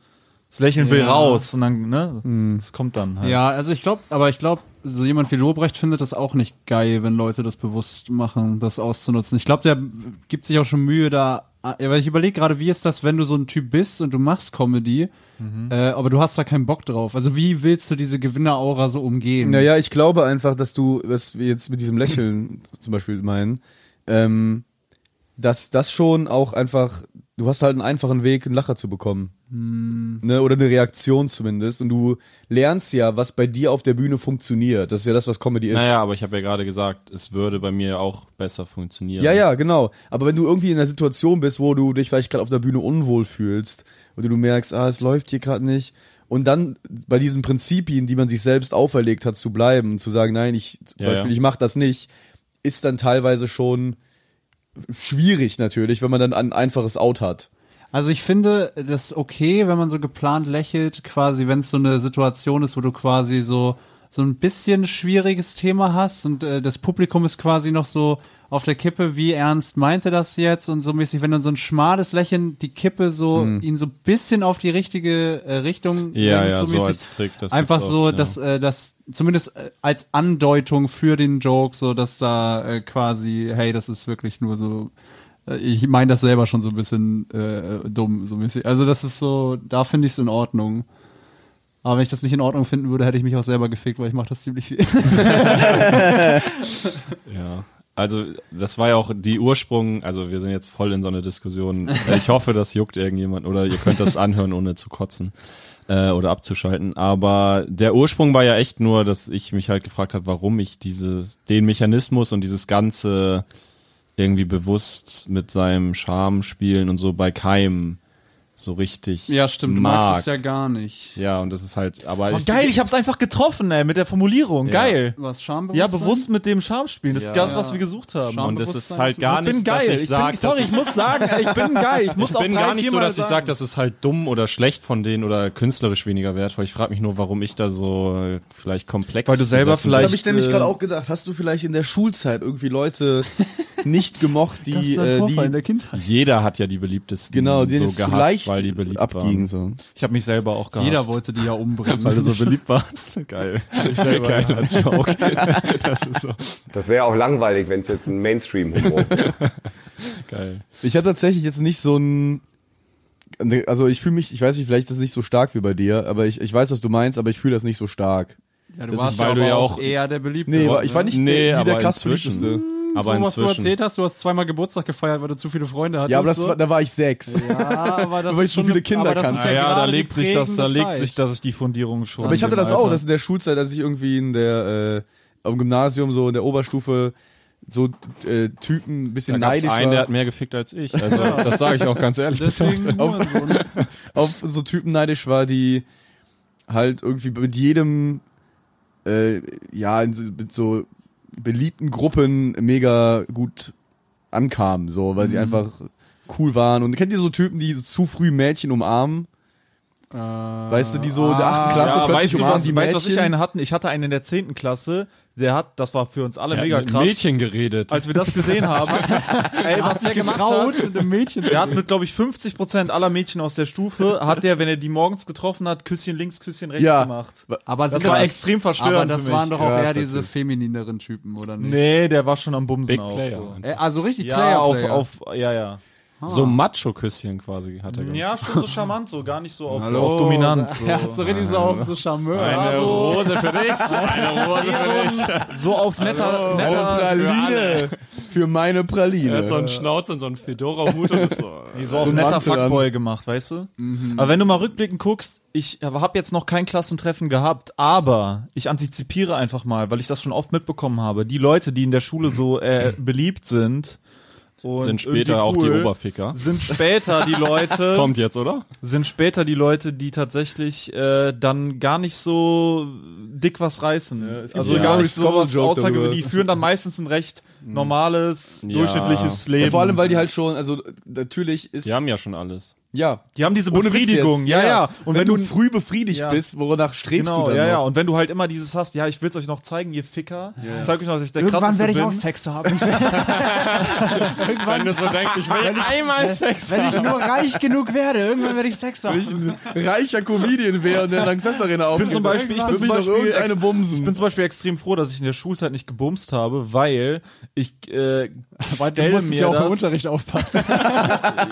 [SPEAKER 4] das Lächeln will
[SPEAKER 2] Ja.
[SPEAKER 4] raus und dann, ne,
[SPEAKER 1] Mhm.
[SPEAKER 4] es kommt dann halt.
[SPEAKER 2] Ja, also ich glaube, aber ich glaube, so jemand wie Lobrecht findet das auch nicht geil, wenn Leute das bewusst machen, das auszunutzen. Ich glaube, der gibt sich auch schon Mühe da. Ja, weil ich überlege gerade, wie ist das, wenn du so ein Typ bist und du machst Comedy,
[SPEAKER 4] Mhm.
[SPEAKER 2] äh, aber du hast da keinen Bock drauf. Also wie willst du diese Gewinneraura so umgehen?
[SPEAKER 1] Naja, ich glaube einfach, dass du, was wir jetzt mit diesem Lächeln zum Beispiel meinen, ähm, dass das schon auch einfach, du hast halt einen einfachen Weg, einen Lacher zu bekommen. Ne, oder eine Reaktion zumindest. Und du lernst ja, was bei dir auf der Bühne funktioniert. Das ist ja das, was Comedy ist.
[SPEAKER 3] Naja, aber ich habe ja gerade gesagt, es würde bei mir auch besser funktionieren.
[SPEAKER 1] Ja, ja, genau. Aber wenn du irgendwie in einer Situation bist, wo du dich vielleicht gerade auf der Bühne unwohl fühlst oder du merkst, ah, es läuft hier gerade nicht und dann bei diesen Prinzipien, die man sich selbst auferlegt hat, zu bleiben und zu sagen, nein, ich zum
[SPEAKER 3] Ja,
[SPEAKER 1] Beispiel,
[SPEAKER 3] ja.
[SPEAKER 1] ich mache das nicht, ist dann teilweise schon schwierig natürlich, wenn man dann ein einfaches Out hat.
[SPEAKER 2] Also ich finde das okay, wenn man so geplant lächelt, quasi, wenn es so eine Situation ist, wo du quasi so so ein bisschen schwieriges Thema hast und äh, das Publikum ist quasi noch so auf der Kippe, wie ernst meinte das jetzt und so mäßig, wenn dann so ein schmales Lächeln die Kippe so ihn so ein bisschen auf die richtige äh, Richtung
[SPEAKER 3] Hm. Ja,
[SPEAKER 2] lenkt,
[SPEAKER 3] ja, so als Trick, das
[SPEAKER 2] einfach
[SPEAKER 3] gibt's
[SPEAKER 2] so,
[SPEAKER 3] oft, ja.
[SPEAKER 2] dass äh, das zumindest äh, als Andeutung für den Joke, so dass da äh, quasi, hey, das ist wirklich nur so äh, ich meine das selber schon so ein bisschen äh, dumm, so mäßig. Also das ist so, da finde ich es in Ordnung. Aber wenn ich das nicht in Ordnung finden würde, hätte ich mich auch selber gefickt, weil ich mache das ziemlich viel.
[SPEAKER 3] Ja. Also, das war ja auch die Ursprung, also wir sind jetzt voll in so einer Diskussion. Äh, Ich hoffe, das juckt irgendjemand oder ihr könnt das anhören, ohne zu kotzen äh, oder abzuschalten. Aber der Ursprung war ja echt nur, dass ich mich halt gefragt habe, warum ich dieses, den Mechanismus und dieses ganze irgendwie bewusst mit seinem Charme spielen und so bei Keim so richtig mag.
[SPEAKER 2] gar nicht.
[SPEAKER 3] ja. und das ist halt, aber
[SPEAKER 4] Oh,
[SPEAKER 3] ich-
[SPEAKER 4] geil, ich hab's einfach getroffen, ey, mit der Formulierung. Geil.
[SPEAKER 2] Was Schambewusstsein?
[SPEAKER 4] Ja, bewusst mit dem Charme spielen. Das ist
[SPEAKER 3] Ja.
[SPEAKER 4] das, was wir gesucht haben.
[SPEAKER 2] Charme-
[SPEAKER 3] und es ist
[SPEAKER 2] Bewusstsein
[SPEAKER 3] halt
[SPEAKER 2] zu-
[SPEAKER 3] gar
[SPEAKER 4] ich bin
[SPEAKER 3] nicht,
[SPEAKER 4] geil.
[SPEAKER 3] dass ich sage,
[SPEAKER 4] bin, sorry, ich muss sagen, ey, ich bin geil. Ich muss
[SPEAKER 3] Ich
[SPEAKER 4] auch
[SPEAKER 3] bin
[SPEAKER 4] drei,
[SPEAKER 3] gar nicht so,
[SPEAKER 4] viermal
[SPEAKER 3] dass ich sage,
[SPEAKER 4] sagen.
[SPEAKER 3] das ist halt dumm oder schlecht von denen oder künstlerisch weniger wertvoll. Ich frage mich nur, warum ich da so äh, vielleicht komplex
[SPEAKER 4] Weil du selber
[SPEAKER 3] besessen
[SPEAKER 4] vielleicht-
[SPEAKER 1] Das
[SPEAKER 3] bin.
[SPEAKER 1] habe ich nämlich
[SPEAKER 4] äh,
[SPEAKER 1] gerade auch gedacht, hast du vielleicht in der Schulzeit irgendwie Leute nicht gemocht, die, äh, die
[SPEAKER 2] in der Kindheit.
[SPEAKER 3] Jeder hat ja die beliebtesten
[SPEAKER 1] genau, denen
[SPEAKER 3] Hm, so
[SPEAKER 1] es
[SPEAKER 3] gehasst,
[SPEAKER 1] leicht
[SPEAKER 3] weil die beliebt
[SPEAKER 1] abgingen.
[SPEAKER 3] waren.
[SPEAKER 1] So.
[SPEAKER 4] Ich habe mich selber auch gehasst.
[SPEAKER 2] Jeder wollte die ja umbringen.
[SPEAKER 3] Weil du so beliebt warst. Geil. Geil als Joke. Das ist so
[SPEAKER 5] Das wäre auch langweilig, wenn es jetzt ein Mainstream-Humor wäre.
[SPEAKER 3] geil.
[SPEAKER 1] Ich habe tatsächlich jetzt nicht so ein. Also ich fühle mich, ich weiß nicht, vielleicht ist das nicht so stark wie bei dir, aber ich, ich weiß, was du meinst, aber ich fühle das nicht so stark.
[SPEAKER 2] ja,
[SPEAKER 1] das
[SPEAKER 2] du
[SPEAKER 1] ist,
[SPEAKER 2] warst
[SPEAKER 3] weil
[SPEAKER 2] ja,
[SPEAKER 3] du ja
[SPEAKER 2] aber
[SPEAKER 3] auch-
[SPEAKER 2] eher der Beliebte.
[SPEAKER 1] Nee, war, ich war nicht
[SPEAKER 3] Nee,
[SPEAKER 1] der, wie der
[SPEAKER 3] aber
[SPEAKER 1] krass
[SPEAKER 3] inzwischen.
[SPEAKER 1] beliebteste.
[SPEAKER 3] Aber
[SPEAKER 2] so, was du
[SPEAKER 3] inzwischen.
[SPEAKER 2] erzählt hast, du hast zweimal Geburtstag gefeiert, weil du zu viele Freunde hattest.
[SPEAKER 1] Ja, aber das
[SPEAKER 2] so.
[SPEAKER 1] war, da war ich sechs.
[SPEAKER 2] Ja, aber das
[SPEAKER 1] Weil
[SPEAKER 2] ist
[SPEAKER 1] ich so
[SPEAKER 2] schon
[SPEAKER 1] viele
[SPEAKER 2] eine-
[SPEAKER 1] Kinder
[SPEAKER 2] aber das
[SPEAKER 1] kannte.
[SPEAKER 2] ist
[SPEAKER 4] Ja,
[SPEAKER 2] ja,
[SPEAKER 4] ja, da
[SPEAKER 2] gerade
[SPEAKER 4] legt
[SPEAKER 2] die
[SPEAKER 4] sich das, da
[SPEAKER 2] prägende
[SPEAKER 4] legt
[SPEAKER 2] Zeit.
[SPEAKER 4] sich das die Fundierung schon.
[SPEAKER 1] Aber ich hatte
[SPEAKER 4] in diesem
[SPEAKER 1] das auch,
[SPEAKER 4] Alter.
[SPEAKER 1] das in der Schulzeit, als ich irgendwie in der, äh, auf dem Gymnasium, so in der Oberstufe, so äh, Typen ein bisschen
[SPEAKER 3] Da gab's
[SPEAKER 1] neidisch
[SPEAKER 3] einen, der
[SPEAKER 1] war,
[SPEAKER 3] hat mehr gefickt als ich. Also, das sage ich auch ganz ehrlich.
[SPEAKER 2] Deswegen Hurensohn.
[SPEAKER 1] auf so Typen neidisch war, die halt irgendwie mit jedem, äh, ja, in so, mit so beliebten Gruppen mega gut ankamen, so, weil sie
[SPEAKER 4] Mhm.
[SPEAKER 1] einfach cool waren. Und kennt ihr so Typen, die zu früh Mädchen umarmen? Weißt du, die so in der achten
[SPEAKER 4] Äh, ah,
[SPEAKER 1] Klasse
[SPEAKER 4] ja,
[SPEAKER 1] plötzlich
[SPEAKER 4] weißt du,
[SPEAKER 1] umarmen
[SPEAKER 4] was,
[SPEAKER 1] die
[SPEAKER 4] weißt, du, was ich
[SPEAKER 1] Mädchen?
[SPEAKER 4] einen hatten? Ich hatte einen in der 10. Klasse, der hat, das war für uns alle
[SPEAKER 3] Er hat
[SPEAKER 4] mega
[SPEAKER 3] mit
[SPEAKER 4] krass.
[SPEAKER 3] Mädchen geredet.
[SPEAKER 4] Als wir das gesehen haben, ey, was der gemacht hat,
[SPEAKER 2] Traut einem Mädchen.
[SPEAKER 4] der hat mit, glaube ich, 50% aller Mädchen aus der Stufe, hat der, wenn er die morgens getroffen hat, Küsschen links, Küsschen rechts
[SPEAKER 1] Ja.
[SPEAKER 4] gemacht.
[SPEAKER 2] Aber
[SPEAKER 4] Das war extrem verstörend
[SPEAKER 2] Aber das
[SPEAKER 4] für mich.
[SPEAKER 2] waren doch auch
[SPEAKER 1] Krass,
[SPEAKER 2] eher diese feminineren Typen, oder nicht?
[SPEAKER 4] Nee, der war schon am Bumsen
[SPEAKER 3] Big
[SPEAKER 4] auch.
[SPEAKER 3] Player.
[SPEAKER 4] So.
[SPEAKER 2] Äh, Also richtig
[SPEAKER 4] Ja,
[SPEAKER 2] Player,
[SPEAKER 4] auf,
[SPEAKER 2] Player.
[SPEAKER 4] auf, ja, ja.
[SPEAKER 3] So Macho-Küsschen quasi hat er gemacht.
[SPEAKER 4] Ja, schon so charmant, so gar nicht so auf,
[SPEAKER 2] Hallo.
[SPEAKER 4] auf dominant. So.
[SPEAKER 2] Er hat so richtig so auf so Charmeur.
[SPEAKER 3] Eine
[SPEAKER 2] so,
[SPEAKER 3] Rose für dich, eine Rose für dich.
[SPEAKER 4] so auf netter, netter
[SPEAKER 1] Praline für meine Praline.
[SPEAKER 3] einen Schnauz und so einen Fedora-Hut und so.
[SPEAKER 4] Nee, so auf
[SPEAKER 1] einen
[SPEAKER 4] netter
[SPEAKER 1] Mantel an.
[SPEAKER 4] Fuckboy gemacht, weißt du? Aber wenn du mal rückblickend guckst, ich habe jetzt noch kein Klassentreffen gehabt, aber ich antizipiere einfach mal, weil ich das schon oft mitbekommen habe. Die Leute, die in der Schule so äh, beliebt sind und
[SPEAKER 3] Sind später auch
[SPEAKER 4] irgendwie
[SPEAKER 3] die
[SPEAKER 4] cool,
[SPEAKER 3] Oberficker.
[SPEAKER 4] Sind später die Leute,
[SPEAKER 3] Kommt jetzt, oder?
[SPEAKER 4] sind später die Leute, die tatsächlich äh, dann gar nicht so dick was reißen. also
[SPEAKER 1] einen
[SPEAKER 4] gar nicht
[SPEAKER 1] Boris
[SPEAKER 4] so was
[SPEAKER 1] Scholl-Joke darüber. Mhm.
[SPEAKER 4] außergewöhnlich. Die führen dann meistens ein recht normales, durchschnittliches Leben.
[SPEAKER 1] Ja, vor allem, weil die halt schon, also natürlich ist,
[SPEAKER 3] Die
[SPEAKER 1] ja,
[SPEAKER 3] haben ja schon alles.
[SPEAKER 4] Die haben diese
[SPEAKER 1] Ohne Witz
[SPEAKER 4] Befriedigung,
[SPEAKER 1] jetzt,
[SPEAKER 4] ja, ja. Und
[SPEAKER 1] wenn,
[SPEAKER 4] wenn,
[SPEAKER 1] du,
[SPEAKER 4] du,
[SPEAKER 1] früh befriedigt
[SPEAKER 4] Ja.
[SPEAKER 1] bist, woranach strebst du
[SPEAKER 4] genau,
[SPEAKER 1] dann
[SPEAKER 4] ja, ja.
[SPEAKER 1] noch?
[SPEAKER 4] Und wenn du halt immer dieses hast, ja, ich will's euch noch zeigen, ihr Ficker. Ich zeig euch noch, dass ich der
[SPEAKER 2] Irgendwann
[SPEAKER 4] krasseste
[SPEAKER 2] werde ich
[SPEAKER 4] bin.
[SPEAKER 2] auch Sex haben.
[SPEAKER 3] Wenn du so denkst, ich will einmal Sex
[SPEAKER 2] Wenn ich nur reich genug werde, irgendwann werde ich Sex haben.
[SPEAKER 1] Wenn ich ein reicher Comedian wäre und in der Lanxess Arena aufgeht,
[SPEAKER 4] zum Beispiel- ich bin
[SPEAKER 1] würde
[SPEAKER 4] zum
[SPEAKER 1] mich
[SPEAKER 4] Beispiel
[SPEAKER 1] noch irgendeine
[SPEAKER 4] ex-
[SPEAKER 1] bumsen.
[SPEAKER 4] ich bin zum Beispiel extrem froh, dass ich in der Schulzeit nicht gebumst habe, weil ich äh,
[SPEAKER 2] Du
[SPEAKER 4] stelle
[SPEAKER 2] musst
[SPEAKER 4] mir
[SPEAKER 2] ja auf den
[SPEAKER 4] das,
[SPEAKER 2] Unterricht aufpassen.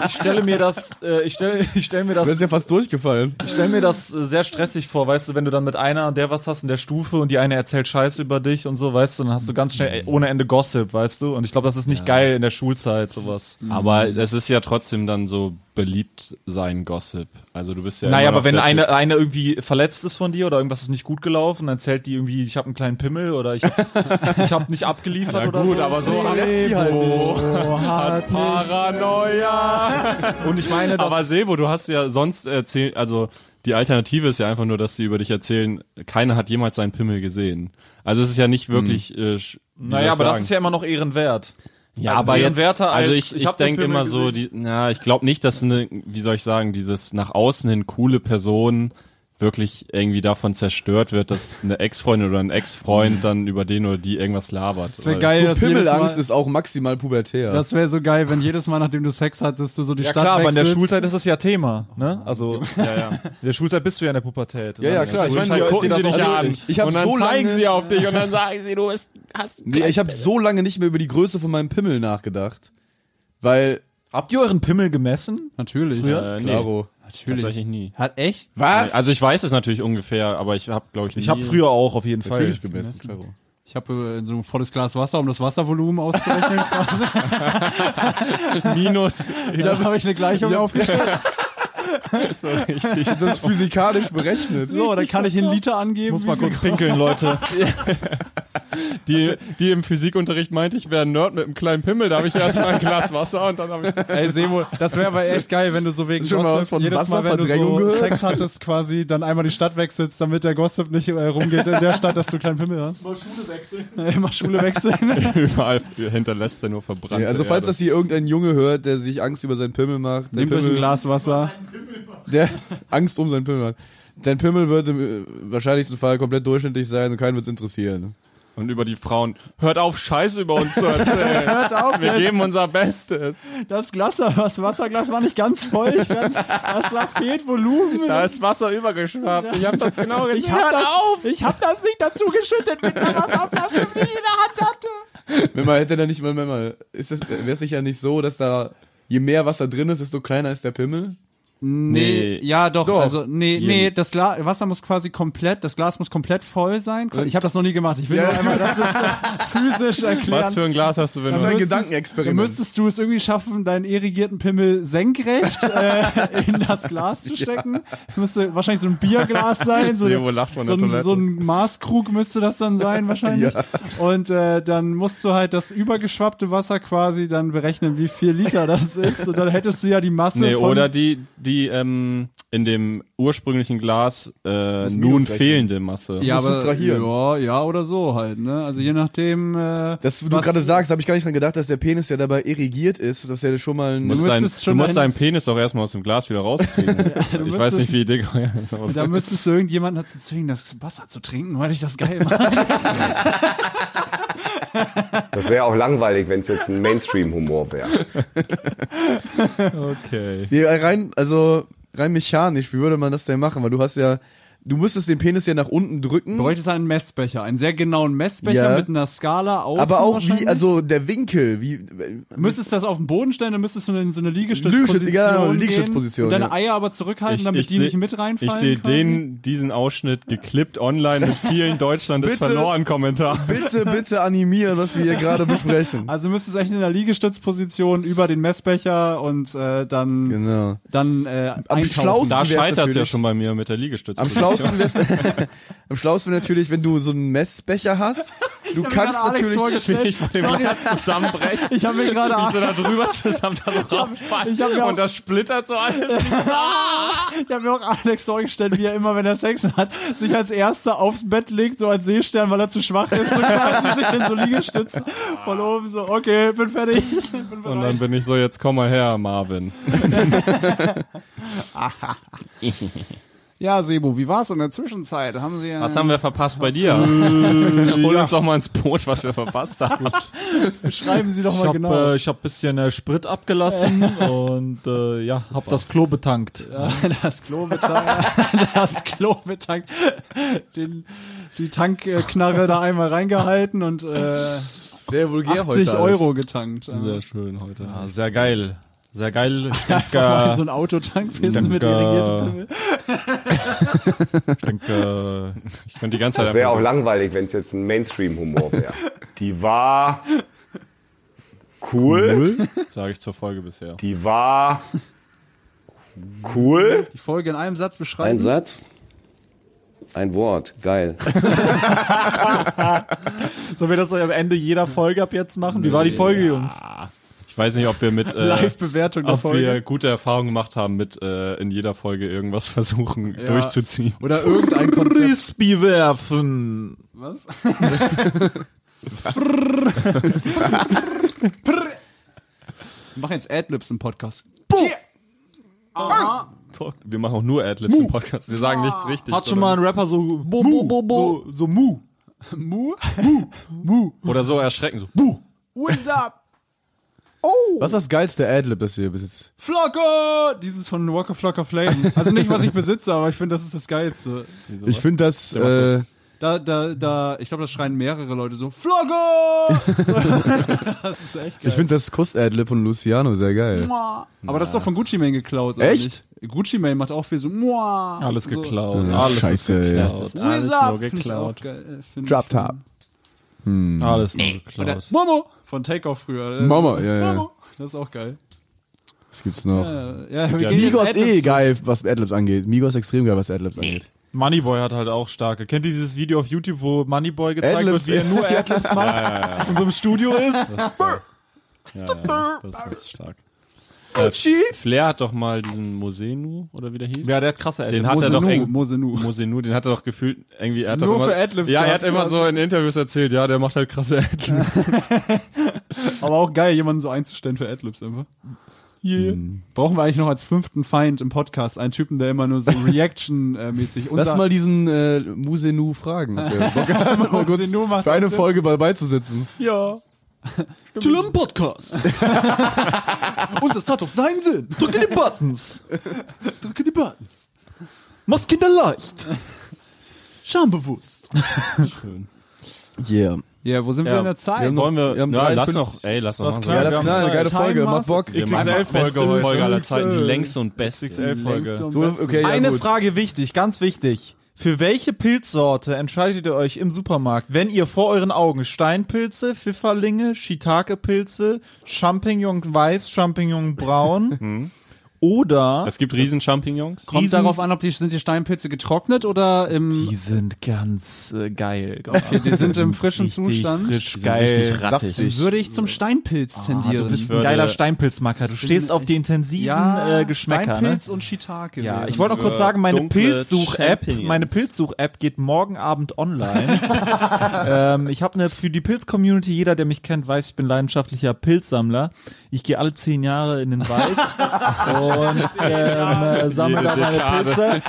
[SPEAKER 4] ich stelle mir das, äh, ich stelle, ich stelle mir
[SPEAKER 1] du wärst
[SPEAKER 4] das,
[SPEAKER 1] ja fast durchgefallen.
[SPEAKER 4] ich stelle mir das äh, sehr stressig vor, weißt du, wenn du dann mit einer, der was hast in der Stufe und die eine erzählt Scheiße über dich und so, weißt du, dann hast du ganz schnell äh,
[SPEAKER 3] Mhm.
[SPEAKER 4] ohne Ende Gossip, weißt du, und ich glaube, das ist nicht geil in der Schulzeit sowas.
[SPEAKER 3] Aber es ist ja trotzdem dann so beliebt sein Gossip. Also du bist ja.
[SPEAKER 4] Naja,
[SPEAKER 3] immer noch
[SPEAKER 4] aber wenn
[SPEAKER 3] der
[SPEAKER 4] eine,
[SPEAKER 3] Typ-
[SPEAKER 4] eine irgendwie verletzt ist von dir oder irgendwas ist nicht gut gelaufen, dann zählt die irgendwie, ich habe einen kleinen Pimmel oder ich habe ich hab nicht abgeliefert oder so.
[SPEAKER 1] verletzt die halt
[SPEAKER 4] Oh,
[SPEAKER 1] nicht.
[SPEAKER 3] Paranoia.
[SPEAKER 4] Und ich meine, das,
[SPEAKER 3] Aber Sebo, du hast ja sonst erzählt, also die Alternative ist ja einfach nur, dass sie über dich erzählen, keiner hat jemals seinen Pimmel gesehen. Also es ist ja nicht wirklich. Äh, sch- wie
[SPEAKER 4] naja, aber
[SPEAKER 3] soll
[SPEAKER 4] das
[SPEAKER 3] ich sagen?
[SPEAKER 4] ist ja immer noch ehrenwert.
[SPEAKER 3] Ja, aber jetzt,
[SPEAKER 4] Ehrenwerter als
[SPEAKER 3] also ich,
[SPEAKER 4] ich
[SPEAKER 3] ich,
[SPEAKER 4] hab den
[SPEAKER 3] denke
[SPEAKER 4] Pimmel
[SPEAKER 3] immer so, die,
[SPEAKER 4] gesehen.
[SPEAKER 3] na, ich glaube nicht, dass eine, wie soll ich sagen, dieses nach außen hin coole Person wirklich irgendwie davon zerstört wird, dass eine Ex-Freundin oder ein Ex-Freund dann über den oder die irgendwas labert.
[SPEAKER 2] Das wäre
[SPEAKER 3] Weil-
[SPEAKER 2] geil,
[SPEAKER 1] So
[SPEAKER 2] dass jedes
[SPEAKER 1] Pimmelangst
[SPEAKER 2] Mal,
[SPEAKER 1] ist auch maximal pubertär.
[SPEAKER 2] Das wäre so geil, wenn jedes Mal, nachdem du Sex hattest, du so die
[SPEAKER 4] Ja
[SPEAKER 2] Stadt
[SPEAKER 4] klar, aber in der
[SPEAKER 2] wechselst.
[SPEAKER 4] Schulzeit ist das ja Thema. Ne? Also in der Schulzeit bist du ja in der Pubertät. ne? Also,
[SPEAKER 1] ja, ja, klar. Ich meine,
[SPEAKER 4] gucken sie dich
[SPEAKER 1] auch-
[SPEAKER 4] an.
[SPEAKER 1] Ich habe so lange,
[SPEAKER 3] auf dich und dann sagen sie, du bist, hast.
[SPEAKER 1] nee, ich habe so lange nicht mehr über die Größe von meinem Pimmel nachgedacht, weil,
[SPEAKER 4] Habt ihr euren Pimmel gemessen?
[SPEAKER 2] Natürlich.
[SPEAKER 3] Früher? Äh, nee.
[SPEAKER 1] klaro.
[SPEAKER 3] Tatsächlich nie.
[SPEAKER 2] Hat echt?
[SPEAKER 1] Was?
[SPEAKER 3] Also ich weiß es natürlich ungefähr, aber ich habe, glaube ich,
[SPEAKER 4] Ich habe früher auch auf jeden Fall.
[SPEAKER 1] natürlich gemessen, klaro.
[SPEAKER 2] Ich habe äh, so ein volles Glas Wasser, um das Wasservolumen auszurechnen.
[SPEAKER 3] Minus.
[SPEAKER 2] da habe ich eine Gleichung aufgestellt.
[SPEAKER 1] Das ist physikalisch berechnet.
[SPEAKER 2] So, dann kann ich in Liter angeben.
[SPEAKER 4] Muss mal kurz pinkeln, Leute.
[SPEAKER 3] Die, die im Physikunterricht meinte, ich wäre ein Nerd mit einem kleinen Pimmel, da habe ich erst mal ein Glas Wasser und dann habe ich das
[SPEAKER 2] Ey, Semo, das wäre aber echt geil, wenn du so wegen
[SPEAKER 1] Schon mal was von
[SPEAKER 2] jedes Mal, wenn du
[SPEAKER 1] Wasserverdrängung
[SPEAKER 2] so
[SPEAKER 1] gehört?
[SPEAKER 2] Sex hattest, quasi dann einmal die Stadt wechselst, damit der Gossip nicht äh, rumgeht in der Stadt, dass du keinen Pimmel hast. Immer Schule wechseln. immer Schule wechseln.
[SPEAKER 3] überall hinterlässt, der nur verbrannt.
[SPEAKER 1] Ja, also falls das hier irgendein Junge hört, der sich Angst über seinen Pimmel macht, der
[SPEAKER 2] Nehmt euch ein
[SPEAKER 1] Pimmel,
[SPEAKER 2] Glas Wasser.
[SPEAKER 1] der Angst um seinen Pimmel hat, dein Pimmel wird im äh, wahrscheinlichsten Fall komplett durchschnittlich sein und keinen wird's interessieren.
[SPEAKER 3] Und über die Frauen. Hört auf, Scheiße über uns zu erzählen. Hört auf, wir geben unser Bestes.
[SPEAKER 2] Das Glas, das Wasserglas war nicht ganz voll. Ich werd, das war fehlt Volumen.
[SPEAKER 3] Da ist Wasser übergeschwappt. Ich habe das genau gesehen.
[SPEAKER 2] ich hab das, ich hab das nicht dazu geschüttet mit einer Wasserflasche, die ich in der Hand hatte.
[SPEAKER 1] Wenn man hätte dann nicht mal, wenn man, ist das, wär's sicher nicht so, dass da, je mehr Wasser drin ist, desto kleiner ist der Pimmel?
[SPEAKER 2] Nee,
[SPEAKER 3] Nee.
[SPEAKER 2] ja doch,
[SPEAKER 1] Doch.
[SPEAKER 2] also nee,
[SPEAKER 3] Hier.
[SPEAKER 2] nee, das Gla Wasser muss quasi komplett, das Glas muss komplett voll sein. Ich habe das noch nie gemacht. Ich will nur einmal das jetzt physisch erklären.
[SPEAKER 3] Was für ein Glas hast du
[SPEAKER 1] Das ist
[SPEAKER 3] benutzt?
[SPEAKER 1] ein
[SPEAKER 2] Müsstest-
[SPEAKER 1] Gedankenexperiment.
[SPEAKER 2] Müsstest du es irgendwie schaffen, deinen irrigierten Pimmel senkrecht äh, in das Glas zu stecken? Es müsste wahrscheinlich so ein Bierglas sein. So,
[SPEAKER 3] Sebo lacht von
[SPEAKER 2] so,
[SPEAKER 3] der
[SPEAKER 2] ein,
[SPEAKER 3] Toilette.
[SPEAKER 2] so ein Maßkrug müsste das dann sein wahrscheinlich. Und äh, dann musst du halt das übergeschwappte Wasser quasi dann berechnen, wie viel Liter das ist. Und dann hättest du ja die Masse
[SPEAKER 3] Nee,
[SPEAKER 2] von...
[SPEAKER 3] oder die, die ähm, in dem ursprünglichen Glas äh, nun
[SPEAKER 1] Minus rechnen.
[SPEAKER 3] fehlende Masse.
[SPEAKER 2] ja,
[SPEAKER 1] musst
[SPEAKER 2] aber,
[SPEAKER 1] subtrahieren.
[SPEAKER 2] ja, ja, oder so halt. Ne? Also je nachdem... Äh,
[SPEAKER 1] Das, du
[SPEAKER 2] was-
[SPEAKER 1] gerade sagst, habe ich gar nicht dran gedacht, dass der Penis ja dabei irrigiert ist, dass er schon mal ein
[SPEAKER 3] Du musst, dein,
[SPEAKER 2] müsstest schon
[SPEAKER 3] du musst
[SPEAKER 2] ein-
[SPEAKER 3] deinen Penis doch erstmal aus dem Glas wieder rauskriegen. ich weiß
[SPEAKER 2] müsstest-
[SPEAKER 3] nicht, wie dick euer ist. aber-
[SPEAKER 2] Da müsstest du irgendjemanden dazu zwingen, das Wasser zu trinken, weil ich das geil mache.
[SPEAKER 5] Das wäre auch langweilig, wenn es jetzt ein Mainstream-Humor wäre.
[SPEAKER 3] Okay.
[SPEAKER 1] Nee, rein, also rein mechanisch, wie würde man das denn machen? Weil du hast ja, du müsstest den Penis ja nach unten drücken,
[SPEAKER 2] Du bräuchtest einen Messbecher, einen sehr genauen Messbecher
[SPEAKER 1] Ja.
[SPEAKER 2] mit einer Skala aus.
[SPEAKER 1] aber auch wie, also der Winkel, wie
[SPEAKER 2] Müsstest das auf den Boden stellen, dann müsstest du in so eine Liegestützposition.
[SPEAKER 1] Liegestütz- genau,
[SPEAKER 2] gehen
[SPEAKER 1] Liegestützposition,
[SPEAKER 2] Und deine
[SPEAKER 1] ja.
[SPEAKER 2] Eier aber zurückhalten, damit die
[SPEAKER 3] seh-
[SPEAKER 2] nicht mit reinfallen.
[SPEAKER 3] Ich sehe
[SPEAKER 2] quasi.
[SPEAKER 3] den, diesen Ausschnitt geklippt online mit vielen Deutschland ist
[SPEAKER 1] Bitte.
[SPEAKER 3] verloren Kommentaren.
[SPEAKER 1] bitte, bitte animieren, was wir hier gerade besprechen.
[SPEAKER 2] Also müsstest du echt in der Liegestützposition über den Messbecher und äh, dann,
[SPEAKER 1] Genau.
[SPEAKER 2] dann äh,
[SPEAKER 1] Am
[SPEAKER 2] eintauchen.
[SPEAKER 1] schlausten
[SPEAKER 3] Da
[SPEAKER 1] wär's
[SPEAKER 3] scheitert es ja
[SPEAKER 1] natürlich-
[SPEAKER 3] schon bei mir mit der Liegestütze.
[SPEAKER 1] Am schlausten wär's, am schlausten wär natürlich, wenn du so einen Messbecher hast. Du
[SPEAKER 2] hab mir
[SPEAKER 1] kannst
[SPEAKER 2] gerade Alex
[SPEAKER 1] natürlich.
[SPEAKER 2] vorgestellt.
[SPEAKER 3] ich von dem
[SPEAKER 2] Sorry.
[SPEAKER 3] Glas zusammenbrechen.
[SPEAKER 2] Ich habe mir gerade
[SPEAKER 3] Wie ich so da drüber zusammen da so rauffalle.
[SPEAKER 2] ich hab ja auch-
[SPEAKER 3] Und das splittert so alles.
[SPEAKER 2] Ich habe mir auch Alex vorgestellt, wie er immer, wenn er Sex hat, sich als Erster aufs Bett legt, so als Seestern, weil er zu schwach ist, so quasi sich in so Liegestütze von oben so, okay, bin fertig. Bin
[SPEAKER 3] Und dann
[SPEAKER 2] bereit.
[SPEAKER 3] bin ich so, jetzt komm mal her, Marvin.
[SPEAKER 2] Ja, Sebo, wie war's in der Zwischenzeit? Haben Sie
[SPEAKER 3] Was haben wir verpasst bei dir?
[SPEAKER 4] Äh,
[SPEAKER 3] Hol uns doch mal ins Boot, was wir verpasst haben.
[SPEAKER 2] schreiben Sie doch
[SPEAKER 4] Ich
[SPEAKER 2] mal
[SPEAKER 4] habe
[SPEAKER 2] genau.
[SPEAKER 4] äh, ich hab bisschen äh, Sprit abgelassen und äh, ja, hab das Klo betankt.
[SPEAKER 2] das Klo betankt. das Klo betankt. Den, die Tankknarre da einmal reingehalten und äh,
[SPEAKER 1] Sehr vulgär
[SPEAKER 2] 80
[SPEAKER 1] alles.
[SPEAKER 2] Euro getankt. Äh,
[SPEAKER 3] schön heute.
[SPEAKER 4] Ja, sehr geil. Sehr geil. Ich
[SPEAKER 2] vorhin
[SPEAKER 4] denke,
[SPEAKER 2] so ein Autotank mit
[SPEAKER 4] Danke.
[SPEAKER 2] irrigiertem Pimmel.
[SPEAKER 4] ich denke
[SPEAKER 3] äh, Ich könnte die ganze Zeit
[SPEAKER 5] Das wäre auch langweilig, wenn es jetzt ein Mainstream-Humor wäre. Die war cool.
[SPEAKER 3] sage ich zur Folge bisher.
[SPEAKER 5] Die war cool.
[SPEAKER 2] Die Folge in einem Satz beschreiben.
[SPEAKER 7] Ein Satz, ein Wort, geil.
[SPEAKER 4] Sollen wir das am Ende jeder Folge ab jetzt machen? Wie war die Folge, Jungs?
[SPEAKER 3] Ich weiß nicht, ob wir mit äh,
[SPEAKER 2] Live-Bewertung der
[SPEAKER 3] ob wir
[SPEAKER 2] Folge.
[SPEAKER 3] gute Erfahrungen gemacht haben mit äh, in jeder Folge irgendwas versuchen durchzuziehen.
[SPEAKER 2] Oder irgendein Konzept.
[SPEAKER 4] Frisbee werfen.
[SPEAKER 2] Was? Wir machen jetzt Adlibs im Podcast.
[SPEAKER 3] Wir machen auch nur Adlibs im Podcast. Wir sagen nichts richtig.
[SPEAKER 4] Ah. Hat schon mal ein Rapper so bo, bo, bo, bo. so so mu.
[SPEAKER 2] Mu?
[SPEAKER 3] Oder so erschrecken. So.
[SPEAKER 2] What's up?
[SPEAKER 1] Was ist das geilste Adlib, das ihr bis jetzt?
[SPEAKER 2] Flocko! Dieses von Walker Flocker Flame. Also nicht, was ich besitze, aber ich finde, das ist das Geilste.
[SPEAKER 1] Ich finde das, äh,
[SPEAKER 2] Da, da, da, ich glaube, da schreien mehrere Leute so, Flocko! das ist echt geil.
[SPEAKER 1] ich finde das Kuss-Adlib von Luciano sehr geil.
[SPEAKER 2] Mua. aber das ist doch von Gucci Mane geklaut. oder
[SPEAKER 1] Echt?
[SPEAKER 2] nicht? Gucci Mane macht auch viel so, Mua.
[SPEAKER 3] Alles
[SPEAKER 2] so.
[SPEAKER 3] geklaut.
[SPEAKER 1] Ja, Hm.
[SPEAKER 3] alles
[SPEAKER 1] scheiße, ey.
[SPEAKER 3] ist
[SPEAKER 1] Das
[SPEAKER 3] geklaut.
[SPEAKER 2] Alles
[SPEAKER 3] alles nur
[SPEAKER 2] Find ich auch
[SPEAKER 3] geklaut.
[SPEAKER 2] geil, äh, find
[SPEAKER 1] Drop
[SPEAKER 2] ich schon.
[SPEAKER 1] Top.
[SPEAKER 4] Alles nur
[SPEAKER 2] Oder
[SPEAKER 4] geklaut.
[SPEAKER 2] Momo von Takeoff früher. Äh,
[SPEAKER 1] Momo, ja, ja.
[SPEAKER 2] Momo. Das ist auch geil.
[SPEAKER 1] Was gibt's noch?
[SPEAKER 2] Äh, ja, wir
[SPEAKER 3] ja
[SPEAKER 2] gehen
[SPEAKER 1] Migos
[SPEAKER 2] jetzt
[SPEAKER 1] eh
[SPEAKER 2] Adlibs.
[SPEAKER 1] geil, was Adlibs angeht. Migos extrem geil, was Adlibs angeht.
[SPEAKER 4] Moneyboy hat halt auch starke. Kennt ihr dieses Video auf YouTube, wo Moneyboy gezeigt
[SPEAKER 1] Adlibs,
[SPEAKER 4] wird, wie er nur
[SPEAKER 1] ja.
[SPEAKER 4] Adlibs macht in so einem Studio ist?
[SPEAKER 3] Das ist stark. Äh, Flair hat doch mal diesen Mosenu, oder wie der hieß?
[SPEAKER 4] Ja, der hat krasse Adlibs.
[SPEAKER 3] den hat er
[SPEAKER 2] Mosenu,
[SPEAKER 3] doch eng,
[SPEAKER 2] Mosenu.
[SPEAKER 3] Mosenu, den hat er doch gefühlt irgendwie. Er hat
[SPEAKER 2] Nur
[SPEAKER 3] doch
[SPEAKER 2] für
[SPEAKER 3] immer,
[SPEAKER 2] Adlibs
[SPEAKER 3] Ja, er
[SPEAKER 2] gehabt,
[SPEAKER 3] hat immer so in Interviews erzählt, ja, der macht halt krasse Adlibs.
[SPEAKER 2] Aber auch geil, jemanden so einzustellen für Adlibs einfach. Yeah.
[SPEAKER 4] Hm.
[SPEAKER 2] Brauchen wir eigentlich noch als fünften Feind im Podcast einen Typen, der immer nur so Reaction-mäßig
[SPEAKER 1] Lass mal diesen äh, Musenu fragen. ob der Bock hat, mal kurz
[SPEAKER 2] Musenu macht
[SPEAKER 1] für eine
[SPEAKER 2] Adlibs.
[SPEAKER 1] Folge bei beizusitzen.
[SPEAKER 4] ja. Till im Podcast.
[SPEAKER 2] Und das hat doch seinen Sinn.
[SPEAKER 4] Drücke die Buttons. Drücke die Buttons. Mach's Kinder leicht. Schambewusst.
[SPEAKER 1] Yeah.
[SPEAKER 2] Ja, wo sind wir in der Zeit?
[SPEAKER 1] Wir haben noch-
[SPEAKER 3] Wollen wir,
[SPEAKER 1] wir haben
[SPEAKER 3] ja, lass
[SPEAKER 1] 53.
[SPEAKER 3] noch, ey, lass noch.
[SPEAKER 4] Was
[SPEAKER 3] machen
[SPEAKER 4] klar,
[SPEAKER 1] Ja,
[SPEAKER 3] wir.
[SPEAKER 1] das
[SPEAKER 4] wir
[SPEAKER 1] ist
[SPEAKER 4] haben
[SPEAKER 1] klar, eine
[SPEAKER 2] Zeit.
[SPEAKER 1] geile Folge. Macht
[SPEAKER 2] Time-Master.
[SPEAKER 1] Bock.
[SPEAKER 3] Wir machen
[SPEAKER 1] XXL
[SPEAKER 3] beste
[SPEAKER 1] heute.
[SPEAKER 3] Folge aller Zeiten, die längste und beste.
[SPEAKER 2] Längste und
[SPEAKER 1] So,
[SPEAKER 2] beste.
[SPEAKER 1] okay, ja,
[SPEAKER 4] Eine
[SPEAKER 1] gut.
[SPEAKER 4] Frage wichtig, ganz wichtig. Für welche Pilzsorte entscheidet ihr euch im Supermarkt, wenn ihr vor euren Augen Steinpilze, Pfifferlinge, Shiitake-Pilze, Champignon weiß, Champignon braun
[SPEAKER 3] Hm.
[SPEAKER 4] oder
[SPEAKER 3] Es gibt Riesen-Champignons.
[SPEAKER 2] Kommt darauf an, ob die, sind die Steinpilze getrocknet oder im.
[SPEAKER 4] die sind ganz äh, geil.
[SPEAKER 2] Okay, die sind im frischen
[SPEAKER 4] richtig
[SPEAKER 2] Zustand.
[SPEAKER 4] Frisch,
[SPEAKER 3] Die sind
[SPEAKER 4] geil.
[SPEAKER 3] richtig rattig.
[SPEAKER 2] Dann würde ich zum Steinpilz tendieren.
[SPEAKER 4] Ah, Du bist ein
[SPEAKER 3] würde-
[SPEAKER 4] geiler Steinpilzmacker. Du stehst auf die intensiven
[SPEAKER 2] ja,
[SPEAKER 4] äh, Geschmäcker. Ne?
[SPEAKER 2] Steinpilz und Shiitake.
[SPEAKER 4] Ja,
[SPEAKER 2] wären.
[SPEAKER 4] ich wollte noch kurz sagen, meine
[SPEAKER 3] dunkle
[SPEAKER 4] Pilzsuch-App,
[SPEAKER 3] Champignons.
[SPEAKER 4] meine Pilzsuch-App geht morgen Abend online. ähm, ich habe eine für die Pilz-Community. Jeder, der mich kennt, weiß, ich bin leidenschaftlicher Pilzsammler. Ich gehe alle zehn Jahre in den Wald und ähm, äh, sammle da meine Pilze. äh,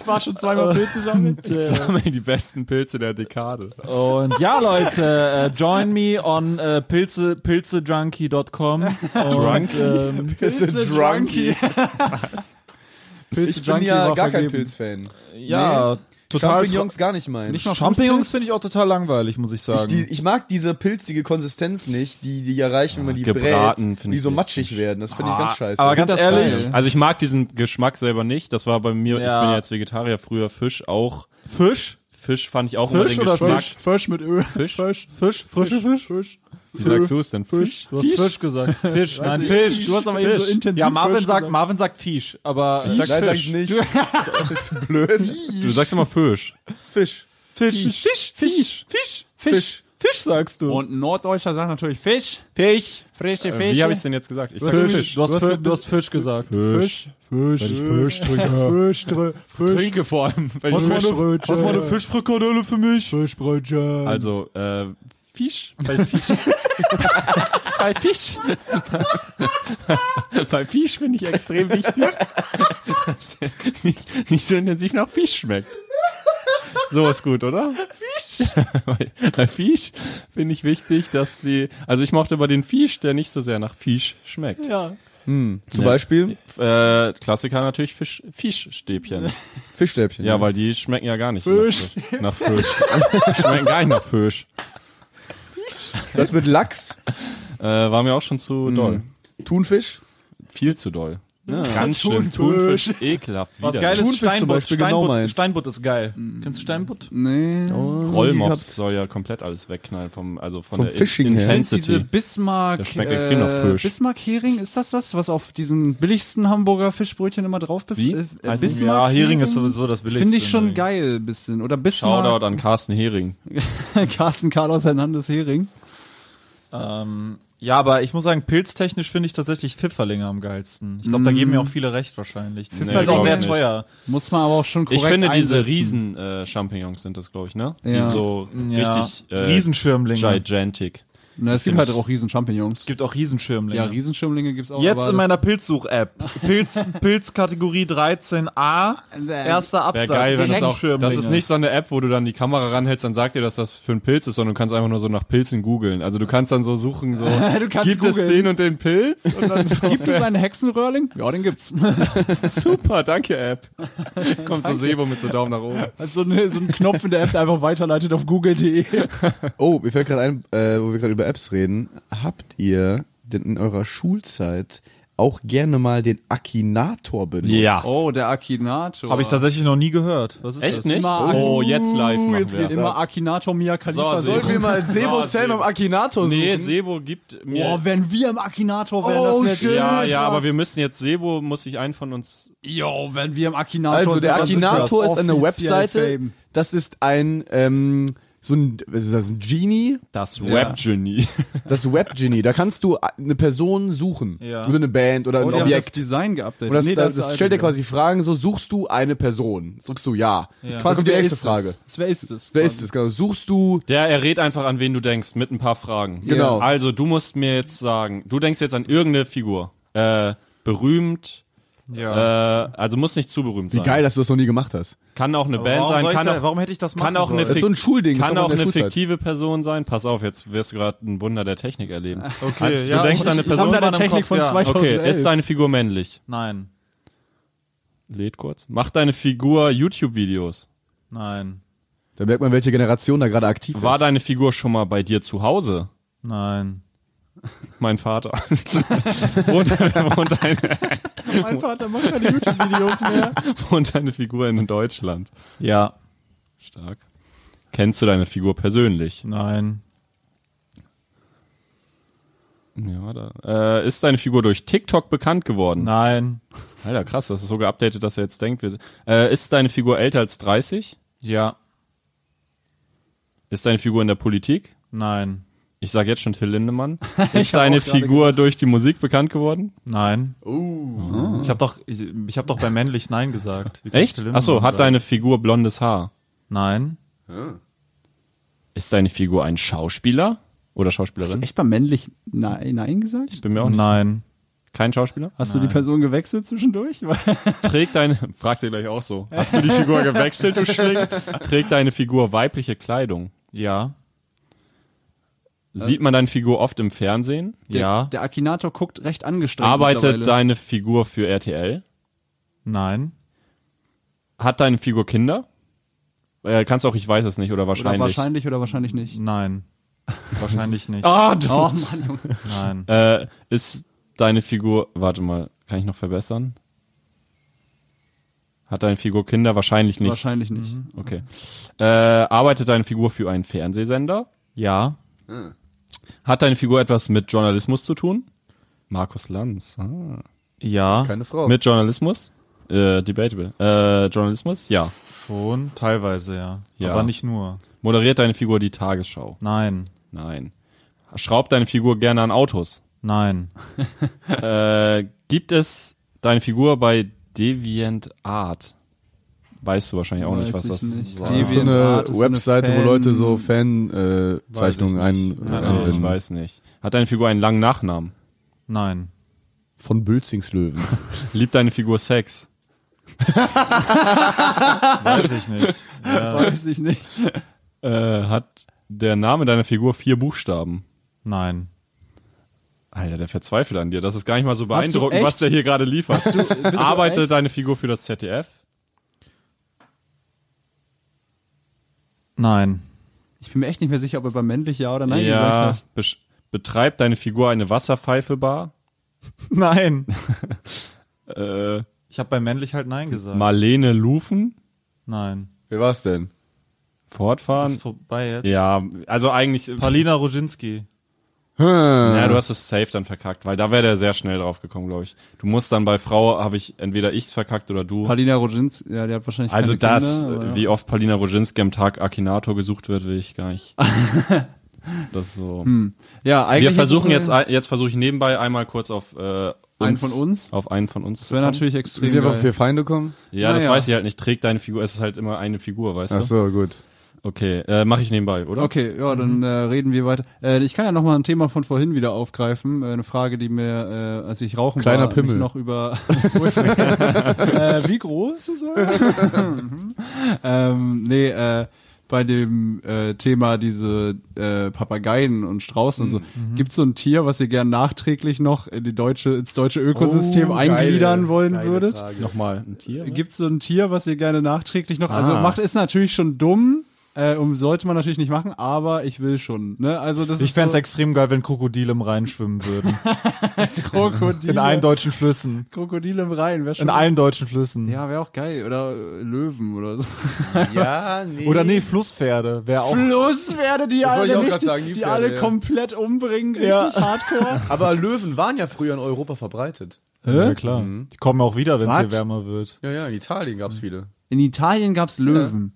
[SPEAKER 2] ich war schon zweimal Pilze sammeln.
[SPEAKER 3] Sammel die besten Pilze der Dekade.
[SPEAKER 4] Und ja, Leute, äh, join me on äh, Pilze, pilzejunkie.com. Drunk? Ähm,
[SPEAKER 1] Ist ein Drunkie. Ich bin ja gar kein Pilzfan.
[SPEAKER 4] ja, total.
[SPEAKER 1] Champignons gar nicht mein.
[SPEAKER 4] tra- Champignons finde ich auch total langweilig, muss ich sagen.
[SPEAKER 1] Ich, die,
[SPEAKER 3] Ähm,
[SPEAKER 1] ich mag diese pilzige Konsistenz nicht, die die erreichen, wenn man die
[SPEAKER 3] gebraten
[SPEAKER 1] brät,
[SPEAKER 3] find
[SPEAKER 1] die
[SPEAKER 3] ich
[SPEAKER 1] so
[SPEAKER 3] jetzt
[SPEAKER 1] matschig
[SPEAKER 3] nicht.
[SPEAKER 1] werden. Das finde ich ganz scheiße.
[SPEAKER 4] Ah, aber ganz
[SPEAKER 2] das
[SPEAKER 4] ehrlich,
[SPEAKER 2] geil.
[SPEAKER 3] Also ich mag diesen Geschmack selber nicht. Das war bei mir,
[SPEAKER 4] Ja.
[SPEAKER 3] ich bin ja jetzt Vegetarier, früher Fisch auch. Fisch? Fisch fand ich auch immer
[SPEAKER 4] Fisch
[SPEAKER 3] den
[SPEAKER 4] oder
[SPEAKER 3] Geschmack.
[SPEAKER 4] Fisch?
[SPEAKER 2] Fisch mit Öl.
[SPEAKER 3] Fisch?
[SPEAKER 2] Fisch. Fisch. Frische Fisch. Fisch.
[SPEAKER 3] Wie sagst du es denn? Fisch?
[SPEAKER 4] Du hast Fisch, gesagt. Fisch, nein, Also Fisch.
[SPEAKER 2] Du hast aber eben so intensiv
[SPEAKER 4] Ja, Marvin
[SPEAKER 2] Fisch
[SPEAKER 4] sagt,
[SPEAKER 2] gesagt.
[SPEAKER 4] Marvin sagt Fisch, aber
[SPEAKER 3] Ich sag
[SPEAKER 1] Nein, sag ich
[SPEAKER 3] Fisch.
[SPEAKER 1] nicht. Bist du blöd?
[SPEAKER 3] Du sagst immer Fisch.
[SPEAKER 1] Fisch.
[SPEAKER 4] Fisch, Fisch, Fisch, Fisch, Fisch, Fisch sagst du.
[SPEAKER 2] Und ein Norddeutscher sagt natürlich Fisch.
[SPEAKER 4] Fisch. Äh,
[SPEAKER 2] Frische Fische.
[SPEAKER 3] Wie habe ich es denn jetzt gesagt? Ich sag
[SPEAKER 4] Fisch.
[SPEAKER 3] Fisch.
[SPEAKER 4] Du hast,
[SPEAKER 2] Du hast-
[SPEAKER 4] Fi- du hast Fisch gesagt.
[SPEAKER 3] Fisch.
[SPEAKER 2] Fisch. Wenn ich Fisch trinke. Fisch. Fisch.
[SPEAKER 3] Trinke vor allem.
[SPEAKER 4] Was mal eine-
[SPEAKER 2] Fischbrötchen.
[SPEAKER 4] was mal eine Fischfrikadelle für mich?
[SPEAKER 2] Fischbrötchen.
[SPEAKER 3] Äh. Also, äh, Fisch. Bei Fisch. Bei Fisch. Bei Fisch finde ich extrem wichtig, dass er nicht, nicht so intensiv nach Fisch schmeckt. So ist gut, oder? Fisch. Bei Fisch finde ich wichtig, dass sie. Also ich mochte aber den Fisch, der nicht so sehr nach Fisch schmeckt.
[SPEAKER 1] Zum Beispiel
[SPEAKER 3] Äh, Klassiker natürlich Fisch, Fischstäbchen.
[SPEAKER 1] Fischstäbchen.
[SPEAKER 3] Ja, weil die schmecken ja gar nicht Fisch. nach Fisch. schmecken gar nicht nach Fisch.
[SPEAKER 1] Das mit Lachs,
[SPEAKER 3] Äh, war mir auch schon zu doll.
[SPEAKER 1] Thunfisch.
[SPEAKER 3] Viel zu doll. Ganz schlimm. Thunfisch, ekelhaft.
[SPEAKER 4] Was geil ist
[SPEAKER 1] Thunfisch zum
[SPEAKER 4] Steinbutt.
[SPEAKER 1] Beispiel, genau
[SPEAKER 4] Steinbutt,
[SPEAKER 1] meins.
[SPEAKER 4] Steinbutt ist geil. Kennst du Steinbutt?
[SPEAKER 2] nee.
[SPEAKER 4] Oh.
[SPEAKER 3] Rollmops soll ja komplett alles wegknallen vom, also von
[SPEAKER 1] Vom
[SPEAKER 3] der In-
[SPEAKER 1] Fishing her.
[SPEAKER 2] Diese
[SPEAKER 3] Intensity.
[SPEAKER 2] Bismarck.
[SPEAKER 3] Das schmeckt extrem nach Fisch.
[SPEAKER 2] Bismarck-Hering, ist das das, was auf diesen billigsten Hamburger Fischbrötchen immer drauf bist?
[SPEAKER 3] Wie?
[SPEAKER 2] Äh,
[SPEAKER 3] Heißt-
[SPEAKER 4] Ja, Hering ist sowieso das billigste.
[SPEAKER 2] Finde ich schon
[SPEAKER 4] Hering.
[SPEAKER 2] geil, bisschen. Oder Bismarck.
[SPEAKER 3] Shoutout an Carsten Hering.
[SPEAKER 2] Carsten Carlos Hernandez Hering.
[SPEAKER 4] Ähm, ja, aber ich muss sagen, pilztechnisch finde ich tatsächlich Pfifferlinge am geilsten. Ich glaube, da geben mir auch viele recht wahrscheinlich. Pfifferlinge sind auch
[SPEAKER 2] glaub
[SPEAKER 4] sehr
[SPEAKER 3] ich nicht.
[SPEAKER 4] teuer.
[SPEAKER 2] Muss man aber auch schon korrekt
[SPEAKER 3] Ich finde diese
[SPEAKER 2] einsetzen.
[SPEAKER 3] Riesen-Champignons sind das, glaube ich, ne? Die
[SPEAKER 2] Ja.
[SPEAKER 3] so
[SPEAKER 4] Ja.
[SPEAKER 3] richtig äh,
[SPEAKER 4] Riesenschirmlinge.
[SPEAKER 3] gigantic.
[SPEAKER 2] Na, es gibt halt auch Riesen-Champignons.
[SPEAKER 4] Es gibt auch Riesenschirmlinge.
[SPEAKER 2] Ja, Riesenschirmlinge gibt's auch.
[SPEAKER 4] Jetzt
[SPEAKER 2] aber
[SPEAKER 4] in
[SPEAKER 2] das-
[SPEAKER 4] meiner Pilzsuch-App. Pilz, Pilzkategorie 13a.
[SPEAKER 2] Äh,
[SPEAKER 4] Erster
[SPEAKER 3] Wäre
[SPEAKER 4] Absatz.
[SPEAKER 3] geil, wenn das auch, das
[SPEAKER 4] Riesenschirmlinge.
[SPEAKER 3] ist nicht so eine App, wo du dann die Kamera ranhältst, dann sagt dir, dass das für ein Pilz ist, sondern du kannst einfach nur so nach Pilzen googeln. Also du kannst dann so suchen, so,
[SPEAKER 2] Du kannst
[SPEAKER 3] gibt es
[SPEAKER 2] googeln.
[SPEAKER 3] den und den Pilz? Und dann so,
[SPEAKER 2] Gibt es einen Hexenröhrling? Ja, den gibt's.
[SPEAKER 3] super, danke App. Kommt so Sebo mit so Daumen nach oben.
[SPEAKER 2] Also so, eine, so ein Knopf in der App, der einfach weiterleitet auf google.de.
[SPEAKER 1] Oh, mir fällt gerade ein, äh, wo wir gerade über Apps reden. Habt ihr denn in eurer Schulzeit auch gerne mal den Akinator benutzt?
[SPEAKER 3] Ja.
[SPEAKER 2] Oh, der Akinator.
[SPEAKER 4] Habe ich tatsächlich noch nie gehört. Was ist
[SPEAKER 3] Echt
[SPEAKER 4] das?
[SPEAKER 3] nicht?
[SPEAKER 2] Immer
[SPEAKER 3] Oh,
[SPEAKER 2] Aki-
[SPEAKER 3] jetzt live machen
[SPEAKER 1] jetzt
[SPEAKER 3] wir.
[SPEAKER 1] geht's.
[SPEAKER 2] Immer Akinator Mia Khalifa.
[SPEAKER 3] So,
[SPEAKER 1] Sollen wir mal
[SPEAKER 4] Ah,
[SPEAKER 1] Sebo
[SPEAKER 3] Oh,
[SPEAKER 1] Sam
[SPEAKER 3] Sebo.
[SPEAKER 1] am Akinator suchen?
[SPEAKER 3] Nee, Sebo gibt mir...
[SPEAKER 2] Boah, wenn wir im Akinator wären,
[SPEAKER 1] Oh,
[SPEAKER 2] das
[SPEAKER 1] shit.
[SPEAKER 2] wäre...
[SPEAKER 3] ja, ja,
[SPEAKER 1] krass.
[SPEAKER 3] aber wir müssen jetzt Sebo, muss ich einen von uns...
[SPEAKER 2] Yo, wenn wir im Akinator
[SPEAKER 1] Also
[SPEAKER 2] sind,
[SPEAKER 1] der
[SPEAKER 2] was
[SPEAKER 1] Akinator
[SPEAKER 2] das?
[SPEAKER 1] ist, eine
[SPEAKER 2] Offiziell
[SPEAKER 1] Webseite.
[SPEAKER 2] Fame.
[SPEAKER 1] Das ist ein ähm, so ein was ist das ein Genie,
[SPEAKER 3] Das Web-Genie.
[SPEAKER 1] das Web Genie. Da kannst du eine Person suchen
[SPEAKER 4] Ja.
[SPEAKER 1] oder eine Band oder ein
[SPEAKER 2] Oh, die haben das
[SPEAKER 1] Objekt.
[SPEAKER 2] Design geupdatet.
[SPEAKER 1] Und das,
[SPEAKER 2] Nee,
[SPEAKER 1] das,
[SPEAKER 2] ist
[SPEAKER 1] das
[SPEAKER 2] der
[SPEAKER 1] stellt dir
[SPEAKER 2] alte.
[SPEAKER 1] quasi Fragen, so suchst du eine Person? Drückst du ja. Das ist quasi die
[SPEAKER 2] wer
[SPEAKER 1] nächste
[SPEAKER 2] ist
[SPEAKER 1] Frage.
[SPEAKER 2] Es? Das, wer ist es?
[SPEAKER 1] Wer ist es? Genau. Suchst du
[SPEAKER 3] Der errät einfach, an wen du denkst, mit ein paar Fragen.
[SPEAKER 1] Genau.
[SPEAKER 3] Also, du musst mir jetzt sagen, du denkst jetzt an irgendeine Figur. Äh, berühmt,
[SPEAKER 4] Ja.
[SPEAKER 3] äh, also muss nicht zu berühmt
[SPEAKER 1] Wie
[SPEAKER 3] sein.
[SPEAKER 1] geil, dass du das noch nie gemacht hast.
[SPEAKER 3] Kann auch eine Band
[SPEAKER 4] warum,
[SPEAKER 3] sein,
[SPEAKER 4] soll ich
[SPEAKER 3] kann
[SPEAKER 4] da,
[SPEAKER 3] auch,
[SPEAKER 4] warum hätte ich das machen
[SPEAKER 3] kann auch eine,
[SPEAKER 4] sollen?
[SPEAKER 1] Das ist so ein
[SPEAKER 3] fik-
[SPEAKER 1] Schulding, das
[SPEAKER 3] kann
[SPEAKER 1] kann man
[SPEAKER 3] auch
[SPEAKER 1] in der
[SPEAKER 3] eine
[SPEAKER 1] Schulzeit.
[SPEAKER 3] fiktive Person sein. Pass auf, jetzt wirst du gerade ein Wunder der Technik erleben.
[SPEAKER 4] Okay,
[SPEAKER 3] du
[SPEAKER 4] ja,
[SPEAKER 3] denkst
[SPEAKER 4] ich-
[SPEAKER 3] an eine
[SPEAKER 4] ich hab da
[SPEAKER 3] Person,
[SPEAKER 4] eine
[SPEAKER 3] in meinem
[SPEAKER 4] Technik von
[SPEAKER 3] ja.
[SPEAKER 2] 2011.
[SPEAKER 3] Okay, ist seine Figur männlich?
[SPEAKER 4] Nein,
[SPEAKER 3] Lädt kurz. Macht deine Figur YouTube-Videos?
[SPEAKER 4] nein.
[SPEAKER 1] Da merkt man, welche Generation da gerade aktiv
[SPEAKER 3] War
[SPEAKER 1] ist.
[SPEAKER 3] deine Figur schon mal bei dir zu Hause?
[SPEAKER 4] Nein.
[SPEAKER 3] Mein Vater. wohnt, wohnt, eine,
[SPEAKER 2] Mein Vater macht keine YouTube-Videos mehr.
[SPEAKER 3] wohnt deine Figur in Deutschland?
[SPEAKER 4] Ja.
[SPEAKER 3] Stark. Kennst du deine Figur persönlich?
[SPEAKER 4] Nein.
[SPEAKER 3] Ja, da. Äh, ist deine Figur durch TikTok bekannt geworden?
[SPEAKER 4] Nein.
[SPEAKER 3] Alter, krass, das ist so geupdatet, dass er jetzt denkt wird. Äh, ist deine Figur älter als 30?
[SPEAKER 4] Ja.
[SPEAKER 3] Ist deine Figur in der Politik?
[SPEAKER 4] Nein.
[SPEAKER 3] Ich sage jetzt schon Till Lindemann. Ist deine Figur durch die Musik bekannt geworden?
[SPEAKER 4] Nein. Ich habe doch, ich, ich hab doch bei männlich Nein gesagt. Wie kannst
[SPEAKER 3] Echt?
[SPEAKER 4] du Lindemann
[SPEAKER 3] Achso, hat
[SPEAKER 4] sagen?
[SPEAKER 3] deine Figur blondes Haar?
[SPEAKER 4] Nein.
[SPEAKER 3] Ist deine Figur ein Schauspieler oder Schauspielerin?
[SPEAKER 2] Echt mal männlich Nein, Nein gesagt?
[SPEAKER 3] Ich bin mir auch nicht
[SPEAKER 4] Nein.
[SPEAKER 3] sicher. kein Schauspieler.
[SPEAKER 2] Hast du die Person gewechselt zwischendurch?
[SPEAKER 3] Trägt deine fragt ihr gleich auch so. Hast du die Figur gewechselt, du Schling? Trägt deine Figur weibliche Kleidung?
[SPEAKER 4] Ja.
[SPEAKER 3] Sieht man deine Figur oft im Fernsehen?
[SPEAKER 4] ja.
[SPEAKER 2] Der Akinator guckt recht angestrengt.
[SPEAKER 3] Arbeitet
[SPEAKER 2] dein.
[SPEAKER 3] deine Figur für RTL?
[SPEAKER 4] Nein.
[SPEAKER 3] Hat deine Figur Kinder? Äh, kannst auch, ich weiß es nicht, oder
[SPEAKER 2] Oder
[SPEAKER 3] wahrscheinlich.
[SPEAKER 2] wahrscheinlich oder wahrscheinlich nicht.
[SPEAKER 4] Nein. Wahrscheinlich nicht.
[SPEAKER 3] Ah, du.
[SPEAKER 2] Oh Mann, Junge.
[SPEAKER 4] Nein.
[SPEAKER 3] Äh, ist deine Figur, warte mal, kann ich noch verbessern? Hat deine Figur Kinder? Wahrscheinlich nicht.
[SPEAKER 2] Wahrscheinlich nicht.
[SPEAKER 3] Okay. Äh, arbeitet deine Figur für einen Fernsehsender?
[SPEAKER 4] Ja.
[SPEAKER 3] Hat deine Figur etwas mit Journalismus zu tun? Markus Lanz. Ah.
[SPEAKER 4] Ja.
[SPEAKER 1] Keine Frau.
[SPEAKER 3] Mit Journalismus? Äh, debatable. Äh, Journalismus? Ja.
[SPEAKER 4] Schon. Teilweise, ja.
[SPEAKER 3] Ja.
[SPEAKER 4] Aber nicht nur.
[SPEAKER 3] Moderiert deine Figur die Tagesschau?
[SPEAKER 4] Nein.
[SPEAKER 3] Nein. Schraubt deine Figur gerne an Autos?
[SPEAKER 4] Nein.
[SPEAKER 3] Äh, gibt es deine Figur bei Deviant Art? Weißt du wahrscheinlich auch
[SPEAKER 2] Weiß
[SPEAKER 3] nicht, was
[SPEAKER 2] ich
[SPEAKER 3] das
[SPEAKER 2] nicht.
[SPEAKER 3] ist.
[SPEAKER 2] Deviant-
[SPEAKER 3] Nein,
[SPEAKER 1] Das ist so eine
[SPEAKER 2] Deviantart ist so eine
[SPEAKER 1] Webseite, wo
[SPEAKER 2] Fan-
[SPEAKER 1] Leute so Fan-Zeichnungen ein,
[SPEAKER 3] Also ich
[SPEAKER 1] einsenden.
[SPEAKER 3] weiß nicht. Hat deine Figur einen langen Nachnamen?
[SPEAKER 4] Nein.
[SPEAKER 1] Von Bülzingslöwen.
[SPEAKER 3] Liebt deine Figur Sex?
[SPEAKER 4] Weiß ich nicht.
[SPEAKER 2] Weiß ich nicht.
[SPEAKER 3] Äh, hat der Name deiner Figur vier Buchstaben?
[SPEAKER 4] Nein.
[SPEAKER 3] Alter, der verzweifelt an dir. Das ist gar nicht mal so
[SPEAKER 2] du
[SPEAKER 3] beeindruckend,
[SPEAKER 2] echt-
[SPEAKER 3] was der hier gerade liefert.
[SPEAKER 2] du
[SPEAKER 3] Arbeitet
[SPEAKER 2] echt-
[SPEAKER 3] deine Figur für das ZDF?
[SPEAKER 4] Nein.
[SPEAKER 2] Ich bin mir echt nicht mehr sicher, ob er bei männlich ja oder nein
[SPEAKER 3] ja.
[SPEAKER 2] gesagt hat.
[SPEAKER 3] Besch- Betreibt deine Figur eine Wasserpfeife-Bar?
[SPEAKER 4] Nein.
[SPEAKER 3] Äh,
[SPEAKER 4] Ich habe bei männlich halt Nein gesagt.
[SPEAKER 3] Marlene Lufen?
[SPEAKER 4] Nein.
[SPEAKER 1] Wer war's denn?
[SPEAKER 3] Fortfahren?
[SPEAKER 4] Ist vorbei jetzt.
[SPEAKER 3] Ja, also eigentlich.
[SPEAKER 2] Äh.
[SPEAKER 4] Paulina Roginski.
[SPEAKER 3] Ja, du hast es safe dann verkackt, weil da wäre der sehr schnell drauf gekommen, glaube ich. Du musst dann bei Frau, habe ich entweder ich's verkackt oder du.
[SPEAKER 2] Paulina Rodzinski, ja, der hat wahrscheinlich
[SPEAKER 3] also
[SPEAKER 2] keine
[SPEAKER 3] das,
[SPEAKER 2] Kinder, aber-
[SPEAKER 3] wie oft Paulina Roginski am Tag Akinator gesucht wird, will ich gar nicht. das ist so.
[SPEAKER 2] Hm. ja, eigentlich
[SPEAKER 3] Wir
[SPEAKER 2] ist
[SPEAKER 3] versuchen
[SPEAKER 2] es,
[SPEAKER 3] jetzt, ein- jetzt versuche ich nebenbei einmal kurz auf äh,
[SPEAKER 2] Einen von uns?
[SPEAKER 3] auf einen von uns. zu
[SPEAKER 2] Das wäre
[SPEAKER 3] kommen.
[SPEAKER 2] natürlich
[SPEAKER 1] Sind sie
[SPEAKER 2] extrem.
[SPEAKER 1] einfach
[SPEAKER 2] Geil.
[SPEAKER 1] für Feinde kommen?
[SPEAKER 3] Ja, das
[SPEAKER 2] Naja.
[SPEAKER 3] weiß ich halt nicht. Trägt deine Figur, es ist halt immer eine Figur, weißt
[SPEAKER 1] Ach
[SPEAKER 3] du?
[SPEAKER 1] so, gut.
[SPEAKER 3] Okay, äh, mache ich nebenbei, oder?
[SPEAKER 2] Okay, ja,
[SPEAKER 1] Mhm.
[SPEAKER 2] dann äh, reden wir weiter. Äh, ich kann ja nochmal ein Thema von vorhin wieder aufgreifen. Äh, eine Frage, die mir, äh, als ich rauchen
[SPEAKER 1] Kleiner
[SPEAKER 2] war,
[SPEAKER 1] Pimmel.
[SPEAKER 2] mich noch über... äh, wie groß ist er? Mhm. ähm, nee, äh, bei dem äh, Thema diese äh, Papageien und Straußen
[SPEAKER 1] Mhm.
[SPEAKER 2] und so. Gibt es so ein Tier, was ihr gern nachträglich noch in die deutsche, ins deutsche
[SPEAKER 1] Oh,
[SPEAKER 2] Ökosystem eingliedern wollen würdet?
[SPEAKER 3] Nochmal ein Tier.
[SPEAKER 1] Ne?
[SPEAKER 2] Gibt es so ein Tier, was ihr gerne nachträglich noch?
[SPEAKER 1] Ah.
[SPEAKER 2] Also macht ist natürlich schon dumm, äh, um sollte man natürlich nicht machen, aber ich will schon. Ne? Also das
[SPEAKER 4] Ich
[SPEAKER 2] ist
[SPEAKER 4] fänd's
[SPEAKER 2] so
[SPEAKER 4] extrem geil, wenn Krokodile im Rhein schwimmen würden.
[SPEAKER 2] Krokodil.
[SPEAKER 4] In allen deutschen Flüssen.
[SPEAKER 2] Krokodil im Rhein, wäre schon.
[SPEAKER 4] In allen deutschen Flüssen.
[SPEAKER 2] ja, wäre auch geil. Oder äh, Löwen oder so.
[SPEAKER 1] Ja, nee.
[SPEAKER 4] Oder nee, Flusspferde. Wäre auch.
[SPEAKER 2] Flusspferde, die
[SPEAKER 1] Oh. wollte ich auch grad
[SPEAKER 2] richtig-
[SPEAKER 1] sagen, die Pferde, ja.
[SPEAKER 2] komplett umbringen, richtig
[SPEAKER 4] Ja.
[SPEAKER 2] hardcore.
[SPEAKER 1] Aber Löwen waren ja früher in Europa verbreitet.
[SPEAKER 4] Ja, klar. Die kommen auch wieder, wenn es hier
[SPEAKER 2] Was?
[SPEAKER 4] wärmer wird.
[SPEAKER 1] Ja, ja, in Italien gab's viele.
[SPEAKER 2] In Italien gab's Löwen.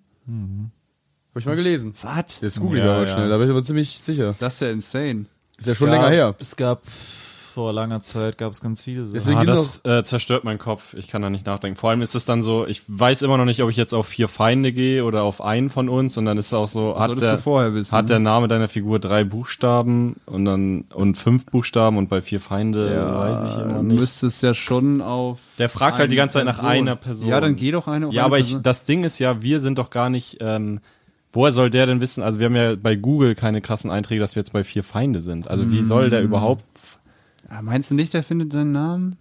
[SPEAKER 1] Hab ich mal gelesen.
[SPEAKER 2] Was?
[SPEAKER 1] Jetzt google ich
[SPEAKER 4] Ja, ja.
[SPEAKER 1] aber schnell, da bin ich aber ziemlich sicher.
[SPEAKER 2] Das ist ja insane.
[SPEAKER 1] Ist ja schon länger her.
[SPEAKER 4] Es gab vor langer Zeit gab es ganz viele. Sachen.
[SPEAKER 1] Deswegen
[SPEAKER 3] Ah,
[SPEAKER 1] gibt's
[SPEAKER 3] das äh, zerstört meinen Kopf. Ich kann da nicht nachdenken. Vor allem ist es dann so, ich weiß immer noch nicht, ob ich jetzt auf vier Feinde gehe oder auf einen von uns. Und dann ist es auch so, hat
[SPEAKER 2] solltest
[SPEAKER 3] der,
[SPEAKER 2] du vorher wissen,
[SPEAKER 3] hat
[SPEAKER 2] ne?
[SPEAKER 3] der Name deiner Figur drei Buchstaben und dann und fünf Buchstaben und bei vier Feinde weiß ich immer
[SPEAKER 2] Du
[SPEAKER 3] äh, nicht.
[SPEAKER 2] müsstest ja schon auf.
[SPEAKER 3] Der fragt halt die
[SPEAKER 2] eine
[SPEAKER 3] ganze Zeit nach einer Person.
[SPEAKER 2] Ja, dann geh doch eine auf
[SPEAKER 3] Ja,
[SPEAKER 2] eine
[SPEAKER 3] aber ich,
[SPEAKER 2] Person.
[SPEAKER 3] das Ding ist ja, wir sind doch gar nicht. Ähm, woher soll der denn wissen? Also wir haben ja bei Google keine krassen Einträge, dass wir jetzt bei vier Feinde sind. Also wie soll der überhaupt?
[SPEAKER 2] Ah, Meinst du nicht, der findet deinen Namen?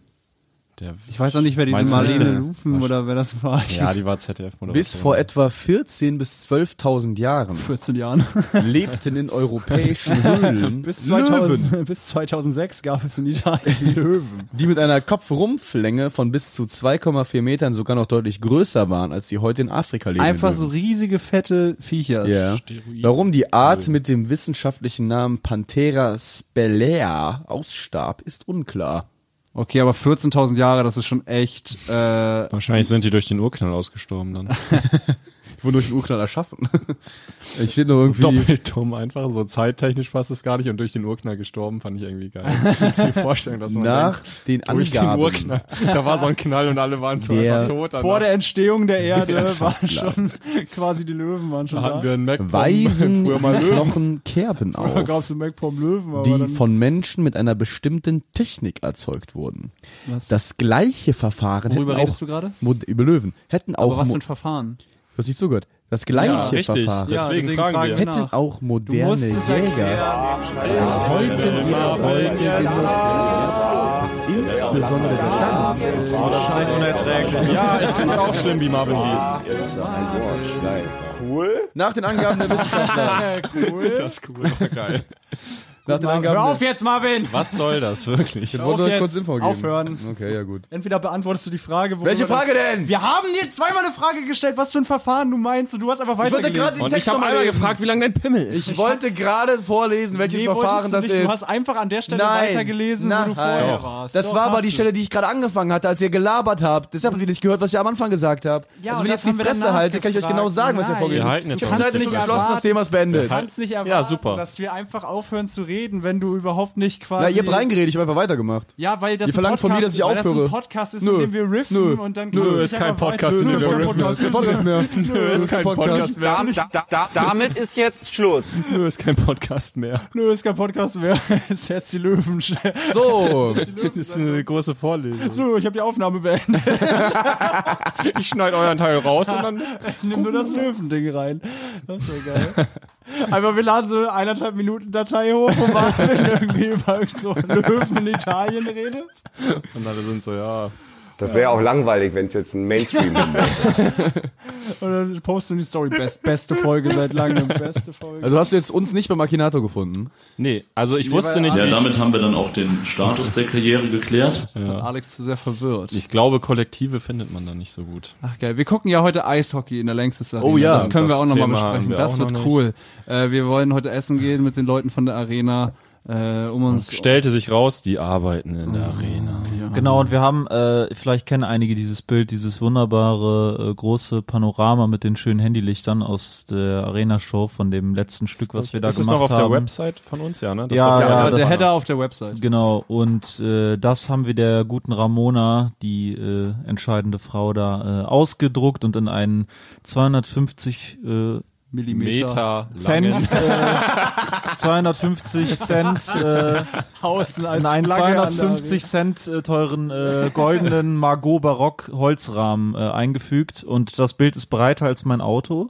[SPEAKER 3] der,
[SPEAKER 2] Ich weiß auch nicht, wer diese
[SPEAKER 3] Meinst du nicht,
[SPEAKER 2] Marlene
[SPEAKER 3] der-
[SPEAKER 2] Lufen oder wer das war. Ich
[SPEAKER 3] ja, die war ZDF-Moderatorin.
[SPEAKER 1] Bis vor etwa 14.000 bis 12.000 Jahren
[SPEAKER 2] 14 Jahren.
[SPEAKER 1] lebten in europäischen Höhlen
[SPEAKER 2] Bis,
[SPEAKER 1] Löwen,
[SPEAKER 2] 2000, bis 2006 gab es in Italien Löwen.
[SPEAKER 1] die mit einer Kopfrumpflänge von bis zu 2,4 Metern sogar noch deutlich größer waren, als die heute in Afrika leben.
[SPEAKER 2] Einfach so riesige, fette Viecher.
[SPEAKER 1] Ja. Warum die Art mit dem wissenschaftlichen Namen Panthera spelaea ausstarb, ist unklar.
[SPEAKER 2] Okay, aber 14.000 Jahre, das ist schon echt... Äh,
[SPEAKER 3] Wahrscheinlich sind die durch den Urknall ausgestorben dann.
[SPEAKER 1] Wodurch ein Urknall erschaffen. ich steht noch irgendwie.
[SPEAKER 3] Doppelt dumm einfach. So zeittechnisch passt es gar nicht und durch den Urknall gestorben fand ich irgendwie geil. Die Vorstellung, dass man
[SPEAKER 1] Nach
[SPEAKER 3] denkt,
[SPEAKER 1] den
[SPEAKER 3] durch den
[SPEAKER 1] Angaben
[SPEAKER 3] Urknall. Da war so ein Knall und alle waren so
[SPEAKER 1] Äh, Der-
[SPEAKER 3] einfach tot. also danach.
[SPEAKER 2] vor der Entstehung der Erde waren
[SPEAKER 1] Wissenschaftler.
[SPEAKER 2] schon quasi die Löwen waren schon
[SPEAKER 3] Da hatten
[SPEAKER 2] da.
[SPEAKER 3] wir einen Mac
[SPEAKER 1] weisen
[SPEAKER 3] früher mal Löwen.
[SPEAKER 1] Knochen Kerben
[SPEAKER 2] Da
[SPEAKER 1] auf,
[SPEAKER 2] gab es MacPom Löwen, aber
[SPEAKER 1] die
[SPEAKER 2] dann,
[SPEAKER 1] von Menschen mit einer bestimmten Technik erzeugt wurden. Das gleiche Verfahren
[SPEAKER 2] worüber
[SPEAKER 1] hätten
[SPEAKER 2] redest
[SPEAKER 1] auch
[SPEAKER 2] du gerade?
[SPEAKER 1] Mo- über Löwen hätten auch
[SPEAKER 2] Aber was
[SPEAKER 1] Mo-
[SPEAKER 2] für ein Verfahren?
[SPEAKER 1] du hast nicht zugehört. Das gleiche
[SPEAKER 3] richtig,
[SPEAKER 1] Verfahren
[SPEAKER 3] ja. deswegen fragen wir.
[SPEAKER 2] genau.
[SPEAKER 1] hätten auch moderne Jäger Also heute ihre Beute genutzt. Insbesondere dann,
[SPEAKER 3] Ja, ich find's auch schlimm, wie Marvin liest.
[SPEAKER 7] Ein Wort, geil.
[SPEAKER 1] nach den Angaben der Wissenschaftler,
[SPEAKER 3] Das ist cool, war geil.
[SPEAKER 1] nach den Angaben
[SPEAKER 2] Hör
[SPEAKER 1] der
[SPEAKER 2] auf jetzt, Marvin!
[SPEAKER 3] Was soll das wirklich?
[SPEAKER 1] Ich wollte nur
[SPEAKER 2] Auf
[SPEAKER 1] kurz
[SPEAKER 2] jetzt.
[SPEAKER 1] Info geben.
[SPEAKER 2] Aufhören.
[SPEAKER 1] Okay, ja gut.
[SPEAKER 2] Entweder beantwortest du die Frage, worüber
[SPEAKER 1] Welche
[SPEAKER 2] das-
[SPEAKER 1] Frage denn?
[SPEAKER 2] Wir haben dir zweimal eine Frage gestellt, was für ein Verfahren du meinst und du hast einfach
[SPEAKER 1] gerade
[SPEAKER 2] weitergelesen.
[SPEAKER 1] den Text nochmal lesen.
[SPEAKER 3] wie lang dein Pimmel ist.
[SPEAKER 1] Ich wollte gerade vorlesen, welches
[SPEAKER 2] Nee,
[SPEAKER 1] Verfahren das
[SPEAKER 2] wolltest du nicht.
[SPEAKER 1] ist.
[SPEAKER 2] Du hast einfach an der Stelle weitergelesen, wo du vorher warst.
[SPEAKER 1] Das
[SPEAKER 2] Doch,
[SPEAKER 1] war aber
[SPEAKER 2] hast
[SPEAKER 1] die
[SPEAKER 2] du.
[SPEAKER 1] Stelle, die ich gerade angefangen hatte, als ihr gelabert habt. Deshalb habt ihr nicht gehört, was ich am Anfang gesagt habe.
[SPEAKER 2] Ja,
[SPEAKER 1] also
[SPEAKER 2] und
[SPEAKER 1] wenn ihr
[SPEAKER 2] das
[SPEAKER 1] jetzt die
[SPEAKER 2] haben wir
[SPEAKER 1] Fresse
[SPEAKER 2] danach
[SPEAKER 1] haltet, kann ich euch
[SPEAKER 2] gefragt.
[SPEAKER 1] genau sagen, was ihr
[SPEAKER 2] Nein.
[SPEAKER 1] vorgelesen
[SPEAKER 3] Wir
[SPEAKER 1] habt.
[SPEAKER 3] halten jetzt
[SPEAKER 1] Ich
[SPEAKER 3] auch
[SPEAKER 1] habe
[SPEAKER 3] nicht
[SPEAKER 1] nicht
[SPEAKER 3] so
[SPEAKER 1] beschlossen,
[SPEAKER 2] viel.
[SPEAKER 1] das Thema ist beendet.
[SPEAKER 2] Du kannst nicht erwarten,
[SPEAKER 3] Ja, super.
[SPEAKER 2] dass wir einfach aufhören zu reden, wenn du überhaupt nicht quasi...
[SPEAKER 1] Na, ihr habt reingeredet, ich habe einfach weitergemacht.
[SPEAKER 2] Ja, weil das
[SPEAKER 1] Ihr
[SPEAKER 2] ein
[SPEAKER 1] verlangt
[SPEAKER 2] Podcast,
[SPEAKER 1] von mir, dass ich
[SPEAKER 2] weil Das
[SPEAKER 1] aufhöre.
[SPEAKER 2] ein Podcast ist, in
[SPEAKER 1] Nö.
[SPEAKER 2] dem wir riffen
[SPEAKER 1] Nö.
[SPEAKER 2] und dann...
[SPEAKER 1] Nö,
[SPEAKER 3] ist kein Podcast, in dem wir riffen.
[SPEAKER 1] Ist kein Podcast mehr.
[SPEAKER 2] Nö,
[SPEAKER 1] ist kein Podcast mehr.
[SPEAKER 9] damit ist jetzt Schluss.
[SPEAKER 3] Nö, ist kein Podcast mehr.
[SPEAKER 2] Nö, ist kein Podcast mehr. Ist jetzt die Löwen.
[SPEAKER 1] So,
[SPEAKER 3] Das ist eine große Vorlesung.
[SPEAKER 2] So, ich habe die Aufnahme beendet.
[SPEAKER 3] Ich schneide euren Teil raus und dann
[SPEAKER 2] Nimm nur das Löwending rein. Das wäre geil. Einfach, wir laden so eine eineinhalb Minuten Datei hoch, wo Marvin irgendwie über so Löwen in Italien redet.
[SPEAKER 3] Und alle sind so, ja.
[SPEAKER 5] Das wäre auch langweilig, wenn es jetzt ein Mainstream wäre.
[SPEAKER 2] Und dann posten wir die Story. Best, beste Folge seit langem. Beste Folge.
[SPEAKER 1] also hast du jetzt uns nicht bei Makinato gefunden?
[SPEAKER 3] Nee, also ich wusste nicht.
[SPEAKER 10] Ja,
[SPEAKER 3] wie
[SPEAKER 10] damit haben wir dann auch den Status der Karriere geklärt.
[SPEAKER 2] Alex zu sehr verwirrt.
[SPEAKER 3] ich, ich glaube, Kollektive findet man da nicht so gut.
[SPEAKER 2] Ach geil, wir gucken ja heute Eishockey in der Längstes Arena.
[SPEAKER 1] Oh ja.
[SPEAKER 2] das können wir
[SPEAKER 3] Das
[SPEAKER 2] auch nochmal
[SPEAKER 3] Thema haben
[SPEAKER 2] besprechen.
[SPEAKER 3] wir
[SPEAKER 2] Das
[SPEAKER 3] auch
[SPEAKER 2] wird
[SPEAKER 3] noch nicht.
[SPEAKER 2] cool. Äh, wir wollen heute essen gehen mit den Leuten von der Arena, äh, um uns
[SPEAKER 3] Stellte sich raus, die arbeiten in der Arena.
[SPEAKER 4] Genau, und wir haben, äh, vielleicht kennen einige dieses Bild, dieses wunderbare äh, große Panorama mit den schönen Handylichtern aus der Arena-Show von dem letzten Stück, was wir da
[SPEAKER 3] das
[SPEAKER 4] gemacht
[SPEAKER 3] ist noch auf
[SPEAKER 4] haben.
[SPEAKER 3] der Website von uns, ja, ne? Das
[SPEAKER 4] Ja,
[SPEAKER 3] ist doch-
[SPEAKER 4] ja,
[SPEAKER 2] der, der
[SPEAKER 4] das-
[SPEAKER 2] Header auf der Website.
[SPEAKER 4] Genau, und äh, das haben wir der guten Ramona, die äh, entscheidende Frau da, äh, ausgedruckt und in einen 250 äh,
[SPEAKER 2] Millimeter.
[SPEAKER 3] Meter langen-
[SPEAKER 4] Cent, äh, 250 Cent, äh,
[SPEAKER 2] Außen als
[SPEAKER 4] in einen
[SPEAKER 2] Flagge an der
[SPEAKER 4] 250 Cent äh, teuren äh, goldenen Margot Barock Holzrahmen äh, eingefügt und das Bild ist breiter als mein Auto.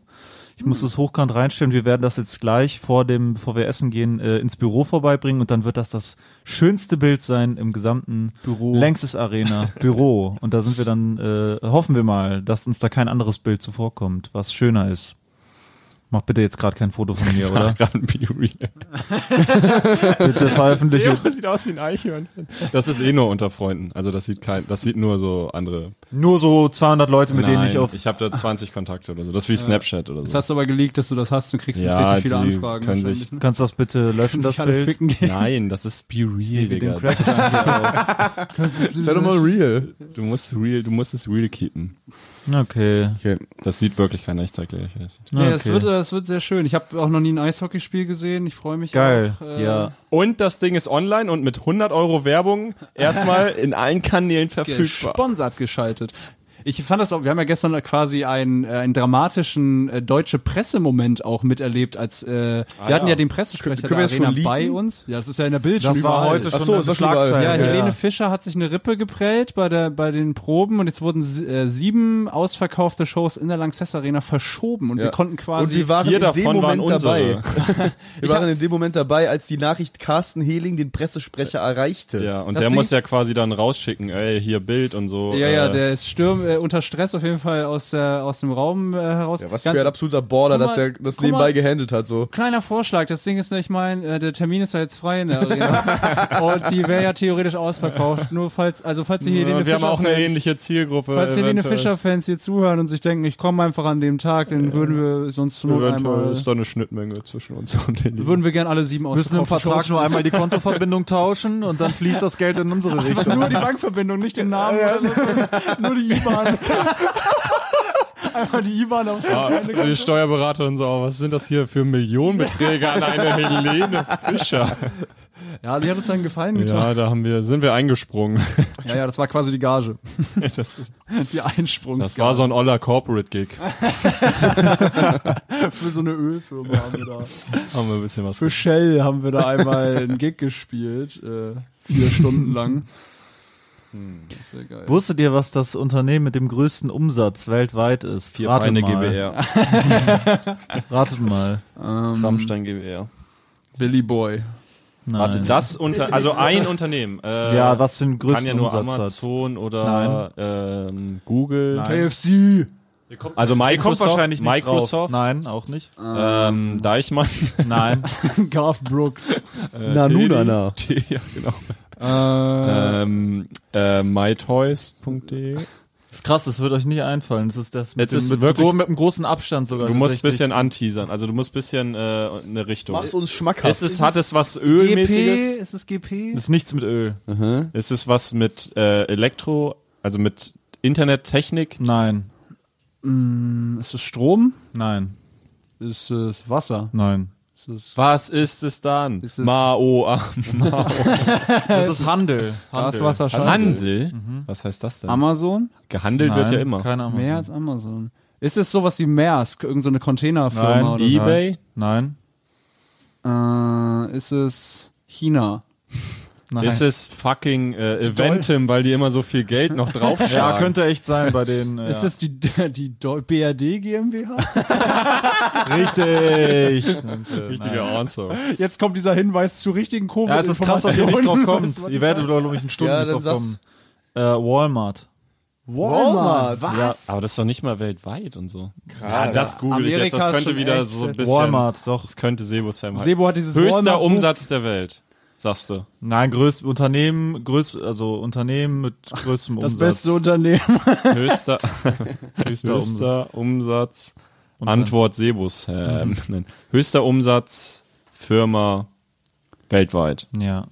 [SPEAKER 4] Ich muss es hochkant reinstellen. Wir werden das jetzt gleich vor dem, bevor wir essen gehen, äh, ins Büro vorbeibringen und dann wird das das schönste Bild sein im gesamten Büro. Längstes Arena Büro. Und da sind wir dann, äh, hoffen wir mal, dass uns da kein anderes Bild zuvorkommt, was schöner ist. Mach bitte jetzt gerade kein Foto von mir, oder?
[SPEAKER 3] Gerade ein Bioreel.
[SPEAKER 4] bitte veröffentliche
[SPEAKER 3] Das sieht aus wie ein Eichhörnchen. Das ist eh nur unter Freunden. Also das sieht kein, das sieht nur so andere.
[SPEAKER 4] nur so 200 Leute, mit denen ich auf
[SPEAKER 3] ich habe da 20 Kontakte oder so. Das ist wie Snapchat oder
[SPEAKER 2] Das
[SPEAKER 3] so.
[SPEAKER 2] hast du aber geleakt, dass du das hast und kriegst jetzt
[SPEAKER 3] Ja,
[SPEAKER 2] richtig viele
[SPEAKER 3] die
[SPEAKER 2] Anfragen.
[SPEAKER 3] können
[SPEAKER 2] wahrscheinlich.
[SPEAKER 3] sich-
[SPEAKER 4] Kannst du das bitte löschen,
[SPEAKER 2] Können
[SPEAKER 4] das
[SPEAKER 2] Ne? sich alle
[SPEAKER 4] Bild?
[SPEAKER 2] ficken gehen.
[SPEAKER 3] Nein, das ist Be Real,
[SPEAKER 4] Wie den
[SPEAKER 3] Digga.
[SPEAKER 4] Crackdown
[SPEAKER 1] Sei doch mal real.
[SPEAKER 3] Du musst real, du musst es real keepen.
[SPEAKER 4] hier aus. Okay.
[SPEAKER 1] Okay.
[SPEAKER 3] Das sieht wirklich keiner. Ich zeig dir ich weiß nicht.
[SPEAKER 4] Ah, okay.
[SPEAKER 2] Nee, das, wird, äh, das wird sehr schön. Ich habe auch noch nie ein Eishockeyspiel gesehen. Ich freue mich.
[SPEAKER 4] Geil.
[SPEAKER 2] Auch, äh,
[SPEAKER 4] ja.
[SPEAKER 3] Und das Ding ist online und mit 100 Euro Werbung erstmal in allen Kanälen verfügbar.
[SPEAKER 2] Gesponsert geschaltet. Ich fand das auch, wir haben ja gestern quasi einen, äh, einen dramatischen äh, deutsche Pressemoment auch miterlebt, als äh, wir hatten ja, den Pressesprecher
[SPEAKER 1] Können wir
[SPEAKER 2] der
[SPEAKER 1] jetzt schon
[SPEAKER 2] Arena bei
[SPEAKER 1] leaken?
[SPEAKER 2] uns. Ja, das ist ja in der Bild.
[SPEAKER 4] Das war
[SPEAKER 2] überall.
[SPEAKER 4] heute
[SPEAKER 1] Ach
[SPEAKER 4] schon
[SPEAKER 1] so,
[SPEAKER 4] eine
[SPEAKER 1] das war schon überall.
[SPEAKER 4] Schlagzeile.
[SPEAKER 2] Ja,
[SPEAKER 1] Ja,
[SPEAKER 2] Helene Fischer hat sich eine Rippe geprellt bei, der, bei den Proben und jetzt wurden s- äh, sieben ausverkaufte Shows in der Lanxess Arena verschoben und wir konnten quasi.
[SPEAKER 1] Und wir waren
[SPEAKER 3] Vier
[SPEAKER 1] in dem
[SPEAKER 3] davon waren
[SPEAKER 1] Moment dabei.
[SPEAKER 3] unsere.
[SPEAKER 1] wir waren in dem Moment dabei, als die Nachricht Carsten Heling den Pressesprecher erreichte.
[SPEAKER 3] Ja, und
[SPEAKER 2] Das
[SPEAKER 3] der
[SPEAKER 2] Ding-
[SPEAKER 3] muss ja quasi dann rausschicken, ey, hier Bild und so.
[SPEAKER 2] ja, ja,
[SPEAKER 3] äh,
[SPEAKER 2] der ist Stürm äh, unter Stress auf jeden Fall aus, der, aus dem Raum äh, heraus.
[SPEAKER 1] Ja, was
[SPEAKER 2] Ganz-
[SPEAKER 1] für ein absoluter Baller,
[SPEAKER 2] Guck mal,
[SPEAKER 1] dass er das
[SPEAKER 2] guck mal.
[SPEAKER 1] nebenbei gehandelt hat, so.
[SPEAKER 2] Kleiner Vorschlag, das Ding ist, ich meine, äh, der Termin ist ja jetzt frei in der Arena. und die wäre ja theoretisch ausverkauft. Nur falls, also falls die Helene
[SPEAKER 3] Äh, wir
[SPEAKER 2] Fischer
[SPEAKER 3] haben auch eine
[SPEAKER 2] Fans-
[SPEAKER 3] ähnliche Zielgruppe.
[SPEAKER 2] Falls Helene
[SPEAKER 3] eventuell.
[SPEAKER 2] Fischer-Fans hier zuhören und sich denken, ich komme einfach an dem Tag, dann würden wir sonst nur
[SPEAKER 3] Eventuell
[SPEAKER 2] einmal,
[SPEAKER 3] ist da eine Schnittmenge zwischen uns und Helene.
[SPEAKER 2] würden wir gern alle sieben
[SPEAKER 4] müssen im
[SPEAKER 2] ausverkaufte
[SPEAKER 4] Vertrag
[SPEAKER 2] Shows
[SPEAKER 4] nur einmal die Kontoverbindung tauschen und dann fließt das Geld in unsere Richtung.
[SPEAKER 2] Nur die Bankverbindung, nicht den Namen, oder so, sondern nur die IBAN. Einmal die IBAN aufs
[SPEAKER 3] Ah, die Steuerberater und so, aber was sind das hier für Millionenbeträge an eine Helene Fischer?
[SPEAKER 2] Ja, die hat uns einen Gefallen getan.
[SPEAKER 3] Ja, da haben wir, sind wir eingesprungen.
[SPEAKER 2] Ja, ja, das war quasi die Gage.
[SPEAKER 3] Das,
[SPEAKER 2] Die Einsprungs
[SPEAKER 3] das war so ein Oller Corporate Gig.
[SPEAKER 2] für so eine Ölfirma haben wir da.
[SPEAKER 3] Haben wir ein bisschen was.
[SPEAKER 2] Für Shell haben wir da einmal einen Gig gespielt, äh, vier Stunden lang. Das wär geil.
[SPEAKER 4] Wusstet ihr, was das Unternehmen mit dem größten Umsatz weltweit ist? ratet
[SPEAKER 3] eine
[SPEAKER 4] mal.
[SPEAKER 3] GBR.
[SPEAKER 4] Ratet mal.
[SPEAKER 3] Rammstein GBR.
[SPEAKER 2] Billy Boy.
[SPEAKER 4] Nein.
[SPEAKER 3] Warte, das unter, also ein Unternehmen. Äh,
[SPEAKER 4] ja, was den
[SPEAKER 3] kann
[SPEAKER 4] größten
[SPEAKER 3] ja nur
[SPEAKER 4] Umsatz hat.
[SPEAKER 3] Amazon oder ähm, Google.
[SPEAKER 2] KFC.
[SPEAKER 3] Also Microsoft, Microsoft,
[SPEAKER 4] Nein, auch nicht.
[SPEAKER 2] Ah.
[SPEAKER 3] Ähm, Deichmann.
[SPEAKER 4] Nein.
[SPEAKER 2] Garth Brooks.
[SPEAKER 1] Na, nun, na, na.
[SPEAKER 3] Äh, T- ja, genau.
[SPEAKER 2] Äh,
[SPEAKER 3] Ähm, äh, mytoys.de.
[SPEAKER 4] ist krass, das wird euch nicht einfallen. Das ist das mit,
[SPEAKER 3] Jetzt ist
[SPEAKER 4] dem, mit,
[SPEAKER 3] wirklich-
[SPEAKER 4] gro- mit einem großen Abstand sogar.
[SPEAKER 3] Du musst ein
[SPEAKER 4] tatsächlich.
[SPEAKER 3] bisschen anteasern, also du musst ein bisschen äh, eine Richtung.
[SPEAKER 1] Mach's uns schmackhaft.
[SPEAKER 3] Ist es, hat es was Ölmäßiges?
[SPEAKER 2] Ist es GP?
[SPEAKER 4] Das ist nichts mit Öl.
[SPEAKER 3] Ist es was mit äh, Elektro, also mit Internettechnik?
[SPEAKER 4] Nein.
[SPEAKER 2] Ist es Strom?
[SPEAKER 4] Nein.
[SPEAKER 2] Ist es Wasser?
[SPEAKER 4] Nein.
[SPEAKER 2] Ist es
[SPEAKER 3] Was ist es dann?
[SPEAKER 2] Ist es-
[SPEAKER 3] Mao
[SPEAKER 4] Das ist Handel.
[SPEAKER 2] Gas, Wasser, Scheiße?
[SPEAKER 3] Handel? Was heißt das denn?
[SPEAKER 2] Amazon?
[SPEAKER 3] Gehandelt wird ja immer.
[SPEAKER 4] Keine Ahnung.
[SPEAKER 2] Mehr als Amazon. Ist es sowas wie Maersk, irgendeine so eine
[SPEAKER 4] Nein,
[SPEAKER 2] Containerfirma?
[SPEAKER 3] Ebay?
[SPEAKER 4] Nein.
[SPEAKER 2] oder? Äh, ist es China?
[SPEAKER 4] Nein.
[SPEAKER 3] Ist es fucking äh, Eventim, weil die immer so viel Geld noch draufschlagen?
[SPEAKER 4] ja, könnte echt sein bei den. äh, Ja.
[SPEAKER 2] Ist es die, die Deu- BRD GmbH?
[SPEAKER 4] richtig?
[SPEAKER 3] äh,
[SPEAKER 4] Richtiger.
[SPEAKER 3] Richtiger Answer.
[SPEAKER 2] Jetzt kommt dieser Hinweis zu richtigen Kurven.
[SPEAKER 4] Ja, es ist krass, dass ihr nicht drauf kommt. Ihr werdet, glaube ich, in Stunden
[SPEAKER 1] Ja,
[SPEAKER 4] nicht
[SPEAKER 1] dann
[SPEAKER 4] drauf kommen. Äh, Walmart.
[SPEAKER 1] Walmart.
[SPEAKER 3] Ja, aber das ist doch nicht mal weltweit und so.
[SPEAKER 1] Krass.
[SPEAKER 3] Ja, das google ich jetzt.
[SPEAKER 2] Amerika
[SPEAKER 3] Das
[SPEAKER 2] ist
[SPEAKER 3] könnte
[SPEAKER 2] schon
[SPEAKER 3] wieder
[SPEAKER 2] echt
[SPEAKER 3] so ein
[SPEAKER 2] fett.
[SPEAKER 3] bisschen.
[SPEAKER 4] Walmart, doch.
[SPEAKER 3] Das könnte Sebo Sam halt.
[SPEAKER 2] Sebo hat dieses
[SPEAKER 3] Höchster
[SPEAKER 2] Walmart-
[SPEAKER 3] Umsatz der Welt, sagst du.
[SPEAKER 4] Nein, größ, Unternehmen, größ, also Unternehmen mit größtem
[SPEAKER 2] Das
[SPEAKER 4] Umsatz.
[SPEAKER 2] beste Unternehmen.
[SPEAKER 3] Höchster, höchster, Umsatz. Antwort Sebo
[SPEAKER 2] Mhm.
[SPEAKER 3] Sam. Nein. Höchster Umsatz, Firma weltweit.
[SPEAKER 4] Ja.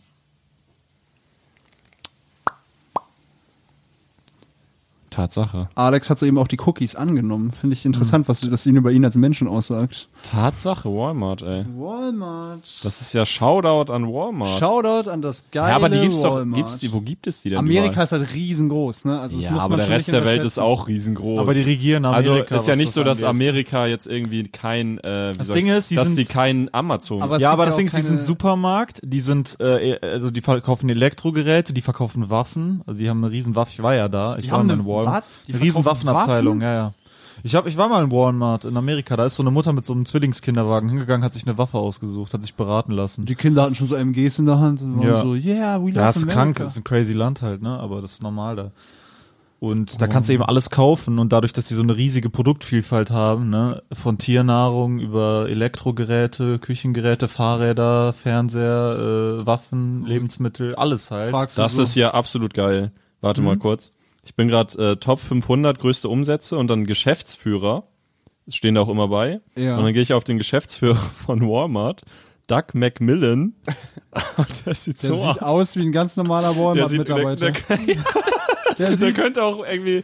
[SPEAKER 3] Tatsache.
[SPEAKER 2] Alex hat soeben auch die Cookies angenommen. Finde ich interessant, was das ihn über ihn als Menschen aussagt.
[SPEAKER 3] Tatsache, Walmart, ey.
[SPEAKER 2] Walmart.
[SPEAKER 3] Das ist ja Shoutout an Walmart.
[SPEAKER 2] Shoutout an das geile
[SPEAKER 3] ja, aber die gibt's doch,
[SPEAKER 2] Walmart.
[SPEAKER 3] gibt's die, wo gibt es die denn?
[SPEAKER 2] Amerika
[SPEAKER 3] überall?
[SPEAKER 2] ist halt riesengroß, ne? Also das
[SPEAKER 3] Ja,
[SPEAKER 2] muss
[SPEAKER 3] aber
[SPEAKER 2] man
[SPEAKER 3] der
[SPEAKER 2] schon
[SPEAKER 3] Rest
[SPEAKER 2] nicht
[SPEAKER 3] der Welt ist
[SPEAKER 2] unterschätzen.
[SPEAKER 3] auch riesengroß.
[SPEAKER 4] Aber die regieren Amerika.
[SPEAKER 3] also ist ja
[SPEAKER 4] was
[SPEAKER 3] nicht so, dass
[SPEAKER 4] angeht.
[SPEAKER 3] Amerika jetzt irgendwie kein, äh, wie
[SPEAKER 4] Das
[SPEAKER 3] sagst
[SPEAKER 4] Ding
[SPEAKER 3] du,
[SPEAKER 4] ist, die
[SPEAKER 3] dass
[SPEAKER 4] sind-
[SPEAKER 3] sie kein Amazon.
[SPEAKER 2] Aber es
[SPEAKER 4] ja,
[SPEAKER 2] gibt
[SPEAKER 4] aber das
[SPEAKER 2] auch
[SPEAKER 4] Ding ist, die
[SPEAKER 2] keine-
[SPEAKER 4] sind Supermarkt, die sind, äh, also die verkaufen Elektrogeräte, die verkaufen Waffen, also die haben eine riesen Waffe, ich war ja da, ich
[SPEAKER 2] Die
[SPEAKER 4] war
[SPEAKER 2] haben
[SPEAKER 4] mal
[SPEAKER 2] eine-
[SPEAKER 4] in Walmart.
[SPEAKER 2] was? Die
[SPEAKER 4] Eine riesen
[SPEAKER 2] verkaufen
[SPEAKER 4] Waffenabteilung,
[SPEAKER 2] Waffen?
[SPEAKER 4] ja, ja. Ich, hab, ich war mal in Walmart in Amerika, da ist so eine Mutter mit so einem Zwillingskinderwagen hingegangen, hat sich eine Waffe ausgesucht, hat sich beraten lassen.
[SPEAKER 2] Die Kinder hatten schon so MGs in der Hand und waren
[SPEAKER 4] Ja.
[SPEAKER 2] so, yeah, we love
[SPEAKER 4] Ja, ist
[SPEAKER 2] America.
[SPEAKER 4] krank, ist ein crazy Land halt, ne? Aber das ist normal da. Und
[SPEAKER 2] Oh.
[SPEAKER 4] da kannst du eben alles kaufen und dadurch, dass sie so eine riesige Produktvielfalt haben, ne, von Tiernahrung über Elektrogeräte, Küchengeräte, Fahrräder, Fernseher, äh, Waffen, Lebensmittel, alles halt.
[SPEAKER 2] Mhm. Fragst du
[SPEAKER 3] das
[SPEAKER 2] so.
[SPEAKER 3] ist ja absolut geil. Warte mal kurz. Ich bin gerade äh, Top 500 größte Umsätze und dann Geschäftsführer. Das Stehen da auch immer bei.
[SPEAKER 2] Ja.
[SPEAKER 3] Und dann gehe ich auf den Geschäftsführer von Walmart, Doug McMillan. Und der sieht so
[SPEAKER 2] der sieht
[SPEAKER 3] aus.
[SPEAKER 2] aus wie ein ganz normaler
[SPEAKER 3] Der, sieht, der,
[SPEAKER 2] Walmart-Mitarbeiter.
[SPEAKER 3] der, der, der könnte auch irgendwie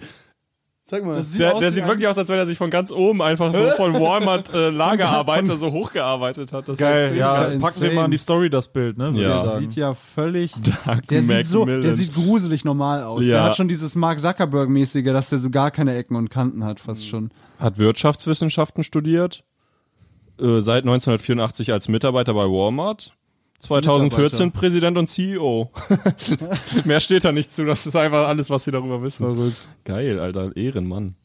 [SPEAKER 1] Sag mal.
[SPEAKER 2] Das sieht
[SPEAKER 3] Der,
[SPEAKER 2] aus
[SPEAKER 3] der
[SPEAKER 2] wie
[SPEAKER 3] sieht
[SPEAKER 2] ein-
[SPEAKER 3] wirklich aus, als wenn er sich von ganz oben einfach so von Walmart äh, Lagerarbeiter so hochgearbeitet hat. Das
[SPEAKER 11] Geil,
[SPEAKER 3] ist-
[SPEAKER 11] ja.
[SPEAKER 2] ja
[SPEAKER 11] Packen wir
[SPEAKER 2] insane.
[SPEAKER 11] mal in die Story das Bild, ne?
[SPEAKER 3] Ja.
[SPEAKER 2] Der sieht ja völlig.
[SPEAKER 3] Dark
[SPEAKER 2] Der sieht, so, der
[SPEAKER 3] Macmillan.
[SPEAKER 2] sieht gruselig normal aus. Der
[SPEAKER 3] Ja.
[SPEAKER 2] hat schon dieses Mark Zuckerberg-mäßige, dass der so gar keine Ecken und Kanten hat,
[SPEAKER 3] Mhm.
[SPEAKER 2] fast schon.
[SPEAKER 3] hat Wirtschaftswissenschaften studiert, äh, seit 1984 als Mitarbeiter bei Walmart. 2014
[SPEAKER 2] Mitarbeiter.
[SPEAKER 3] Präsident und CEO. Mehr steht da nicht zu, das ist einfach alles, was sie darüber wissen.
[SPEAKER 2] Verrückt.
[SPEAKER 3] Geil, Alter, Ehrenmann.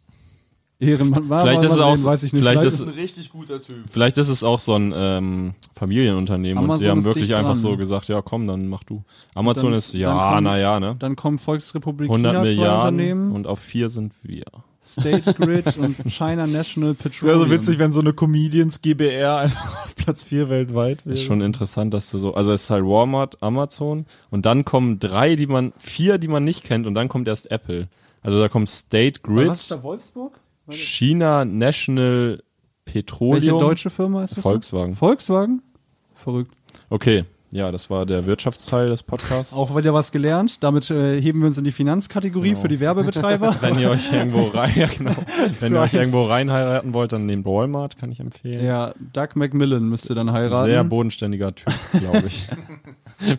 [SPEAKER 2] Ehrenmann war
[SPEAKER 3] Vielleicht
[SPEAKER 2] aber
[SPEAKER 3] ist es
[SPEAKER 2] mal
[SPEAKER 3] auch-
[SPEAKER 2] sehen, weiß ich nicht.
[SPEAKER 3] vielleicht ist-
[SPEAKER 1] Ein richtig guter Typ.
[SPEAKER 3] Vielleicht ist es auch so ein ähm, Familienunternehmen und
[SPEAKER 2] Amazon
[SPEAKER 3] die haben
[SPEAKER 2] ist
[SPEAKER 3] wirklich
[SPEAKER 2] dicht
[SPEAKER 3] einfach
[SPEAKER 2] dran,
[SPEAKER 3] so
[SPEAKER 2] ne?
[SPEAKER 3] gesagt, ja komm, dann mach du. Amazon
[SPEAKER 2] Dann-
[SPEAKER 3] ist,
[SPEAKER 2] dann
[SPEAKER 3] ja,
[SPEAKER 2] kommen-
[SPEAKER 3] naja, ne?
[SPEAKER 2] dann kommen Volksrepublik
[SPEAKER 3] 100
[SPEAKER 2] China, zwei
[SPEAKER 3] Milliarden
[SPEAKER 2] Unternehmen,
[SPEAKER 3] und auf vier sind wir.
[SPEAKER 2] State Grid und China National
[SPEAKER 11] Wäre
[SPEAKER 2] Petroleum.
[SPEAKER 11] so witzig, wenn so eine Comedians GBR einfach auf Platz 4 weltweit wäre.
[SPEAKER 3] Ist schon interessant, dass du so, also es ist halt Walmart, Amazon und dann kommen drei, die man, vier, die man nicht kennt und dann kommt erst Apple. Also da kommt State Grid,
[SPEAKER 2] Wolfsburg?
[SPEAKER 3] China National
[SPEAKER 2] Welche
[SPEAKER 3] Petroleum,
[SPEAKER 2] deutsche Firma ist das?
[SPEAKER 3] Volkswagen.
[SPEAKER 2] Volkswagen? Verrückt.
[SPEAKER 3] Okay, ja, das war der Wirtschaftsteil des Podcasts.
[SPEAKER 2] Auch wieder was gelernt. Damit äh, heben wir uns in die Finanzkategorie für die Werbebetreiber.
[SPEAKER 3] wenn ihr euch irgendwo rein, ja, genau. wenn ihr euch irgendwo rein heiraten wollt, dann nehmt Walmart, kann ich empfehlen.
[SPEAKER 2] ja, Doug McMillan müsste dann heiraten.
[SPEAKER 3] Sehr bodenständiger Typ, glaube ich.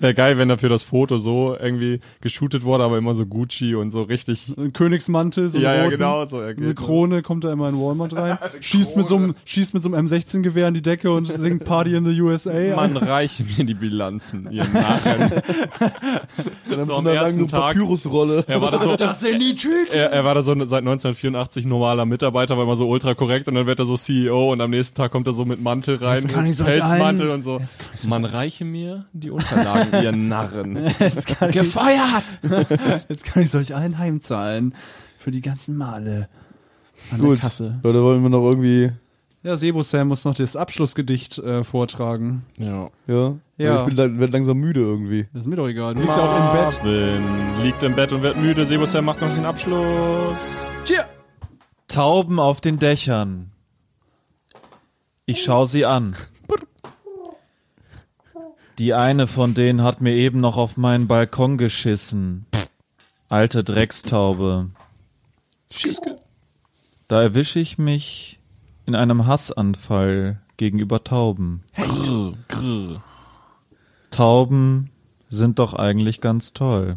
[SPEAKER 3] Wäre geil, wenn dafür das Foto so irgendwie geshootet wurde, aber immer so Gucci und so richtig.
[SPEAKER 2] Ein Königsmantel, so einen
[SPEAKER 3] Ja, ja,
[SPEAKER 2] roten.
[SPEAKER 3] genau so. er
[SPEAKER 2] Eine
[SPEAKER 3] geht so.
[SPEAKER 2] Krone kommt da immer in Walmart rein, schießt mit, so einem, schießt mit so einem M16-Gewehr in die Decke und singt Party in the USA.
[SPEAKER 3] Mann, reiche mir die Bilanzen, ihr Narren.
[SPEAKER 1] Dann
[SPEAKER 3] so
[SPEAKER 1] so
[SPEAKER 3] am
[SPEAKER 1] einer
[SPEAKER 3] ersten
[SPEAKER 1] langen
[SPEAKER 3] Tag-
[SPEAKER 1] Papyrusrolle.
[SPEAKER 3] Er war da so, er, er war da so seit 1984 normaler Mitarbeiter, war immer so ultra korrekt und dann wird er so CEO und am nächsten Tag kommt er so mit Mantel rein,
[SPEAKER 2] kann ich's euch
[SPEAKER 3] Pelzmantel
[SPEAKER 2] allen-
[SPEAKER 3] und so. Man reiche mir die Unterlagen, ihr Narren. Gefeiert!
[SPEAKER 2] Jetzt kann ich euch allen heimzahlen. Für die ganzen Male. An
[SPEAKER 1] Gut.
[SPEAKER 2] der Kasse.
[SPEAKER 1] Leute, wollen wir noch irgendwie.
[SPEAKER 2] Ja, Sebo Sam muss noch das Abschlussgedicht äh, vortragen.
[SPEAKER 3] Ja.
[SPEAKER 1] Ja.
[SPEAKER 2] Ja.
[SPEAKER 1] Ich bin, lang- werd langsam müde irgendwie.
[SPEAKER 2] Das ist mir doch egal. Du liegst ja auch im Bett.
[SPEAKER 3] Marvin liegt im Bett und wird müde. Sebusser macht noch den Abschluss.
[SPEAKER 4] Tauben auf den Dächern. Ich schaue sie an. Die eine von denen hat mir eben noch auf meinen Balkon geschissen. Alte Dreckstaube. Da erwische ich mich in einem Hassanfall gegenüber Tauben. Tauben sind doch eigentlich ganz toll.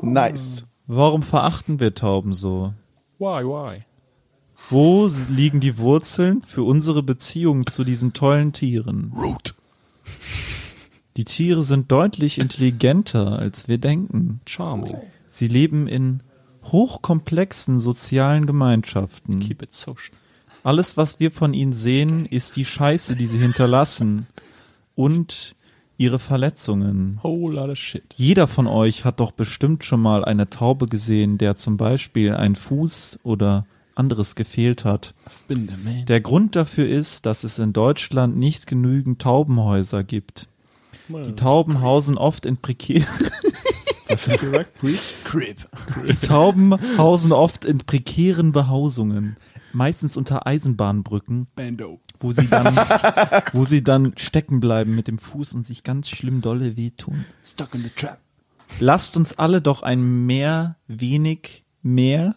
[SPEAKER 1] Nice.
[SPEAKER 4] Warum verachten wir Tauben so?
[SPEAKER 3] Why, why?
[SPEAKER 4] Wo s- liegen die Wurzeln für unsere Beziehung zu diesen tollen Tieren? Root. Die Tiere sind deutlich intelligenter, als wir denken.
[SPEAKER 3] Charming.
[SPEAKER 4] Sie leben in hochkomplexen sozialen Gemeinschaften.
[SPEAKER 3] Keep it social.
[SPEAKER 4] Alles, was wir von ihnen sehen, ist die Scheiße, die sie hinterlassen und ihre Verletzungen.
[SPEAKER 3] Whole lot of shit.
[SPEAKER 4] Jeder von euch hat doch bestimmt schon mal eine Taube gesehen, der zum Beispiel einen Fuß oder anderes gefehlt hat.
[SPEAKER 3] Bin der man.
[SPEAKER 4] Der Grund dafür ist, dass es in Deutschland nicht genügend Taubenhäuser gibt. Die Tauben hausen oft in prekären
[SPEAKER 3] Was hast du gesagt? Preach?
[SPEAKER 4] Die Tauben hausen oft in prekären Behausungen, meistens unter Eisenbahnbrücken,
[SPEAKER 2] Bando.
[SPEAKER 4] wo sie dann wo sie dann stecken bleiben mit dem Fuß und sich ganz schlimm dolle wehtun.
[SPEAKER 2] Stuck in the trap.
[SPEAKER 4] Lasst uns alle doch ein mehr, wenig mehr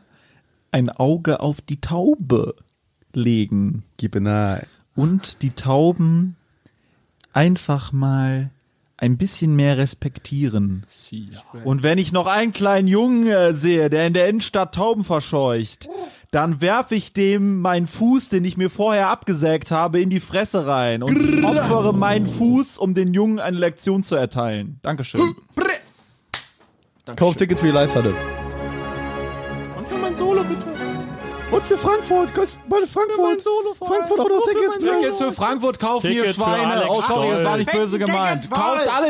[SPEAKER 4] ein Auge auf die Taube legen.
[SPEAKER 1] Keep an eye.
[SPEAKER 4] und die Tauben einfach mal ein bisschen mehr respektieren. Und wenn ich noch einen kleinen Jungen äh, sehe, der in der Innenstadt Tauben verscheucht, dann werfe ich dem meinen Fuß, den ich mir vorher abgesägt habe, in die Fresse rein und opfere meinen Fuß, um den Jungen eine Lektion zu erteilen. Dankeschön.
[SPEAKER 1] Kauf Ticket für die Leisthalle. Und für mein Solo, bitte. Und für Frankfurt. Kauf- Bei Frankfurt. Frankfurt auch noch Tickets. bitte.
[SPEAKER 4] für Frankfurt kaufen,
[SPEAKER 3] ihr Tickets für Schweine. Alex Oh, sorry, das war Stoll. nicht
[SPEAKER 4] böse gemeint. Kauft alle.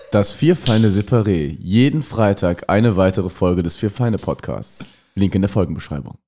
[SPEAKER 12] Das Vierfeine Separé. Jeden Freitag eine weitere Folge des Vierfeine Podcasts. Link in der Folgenbeschreibung.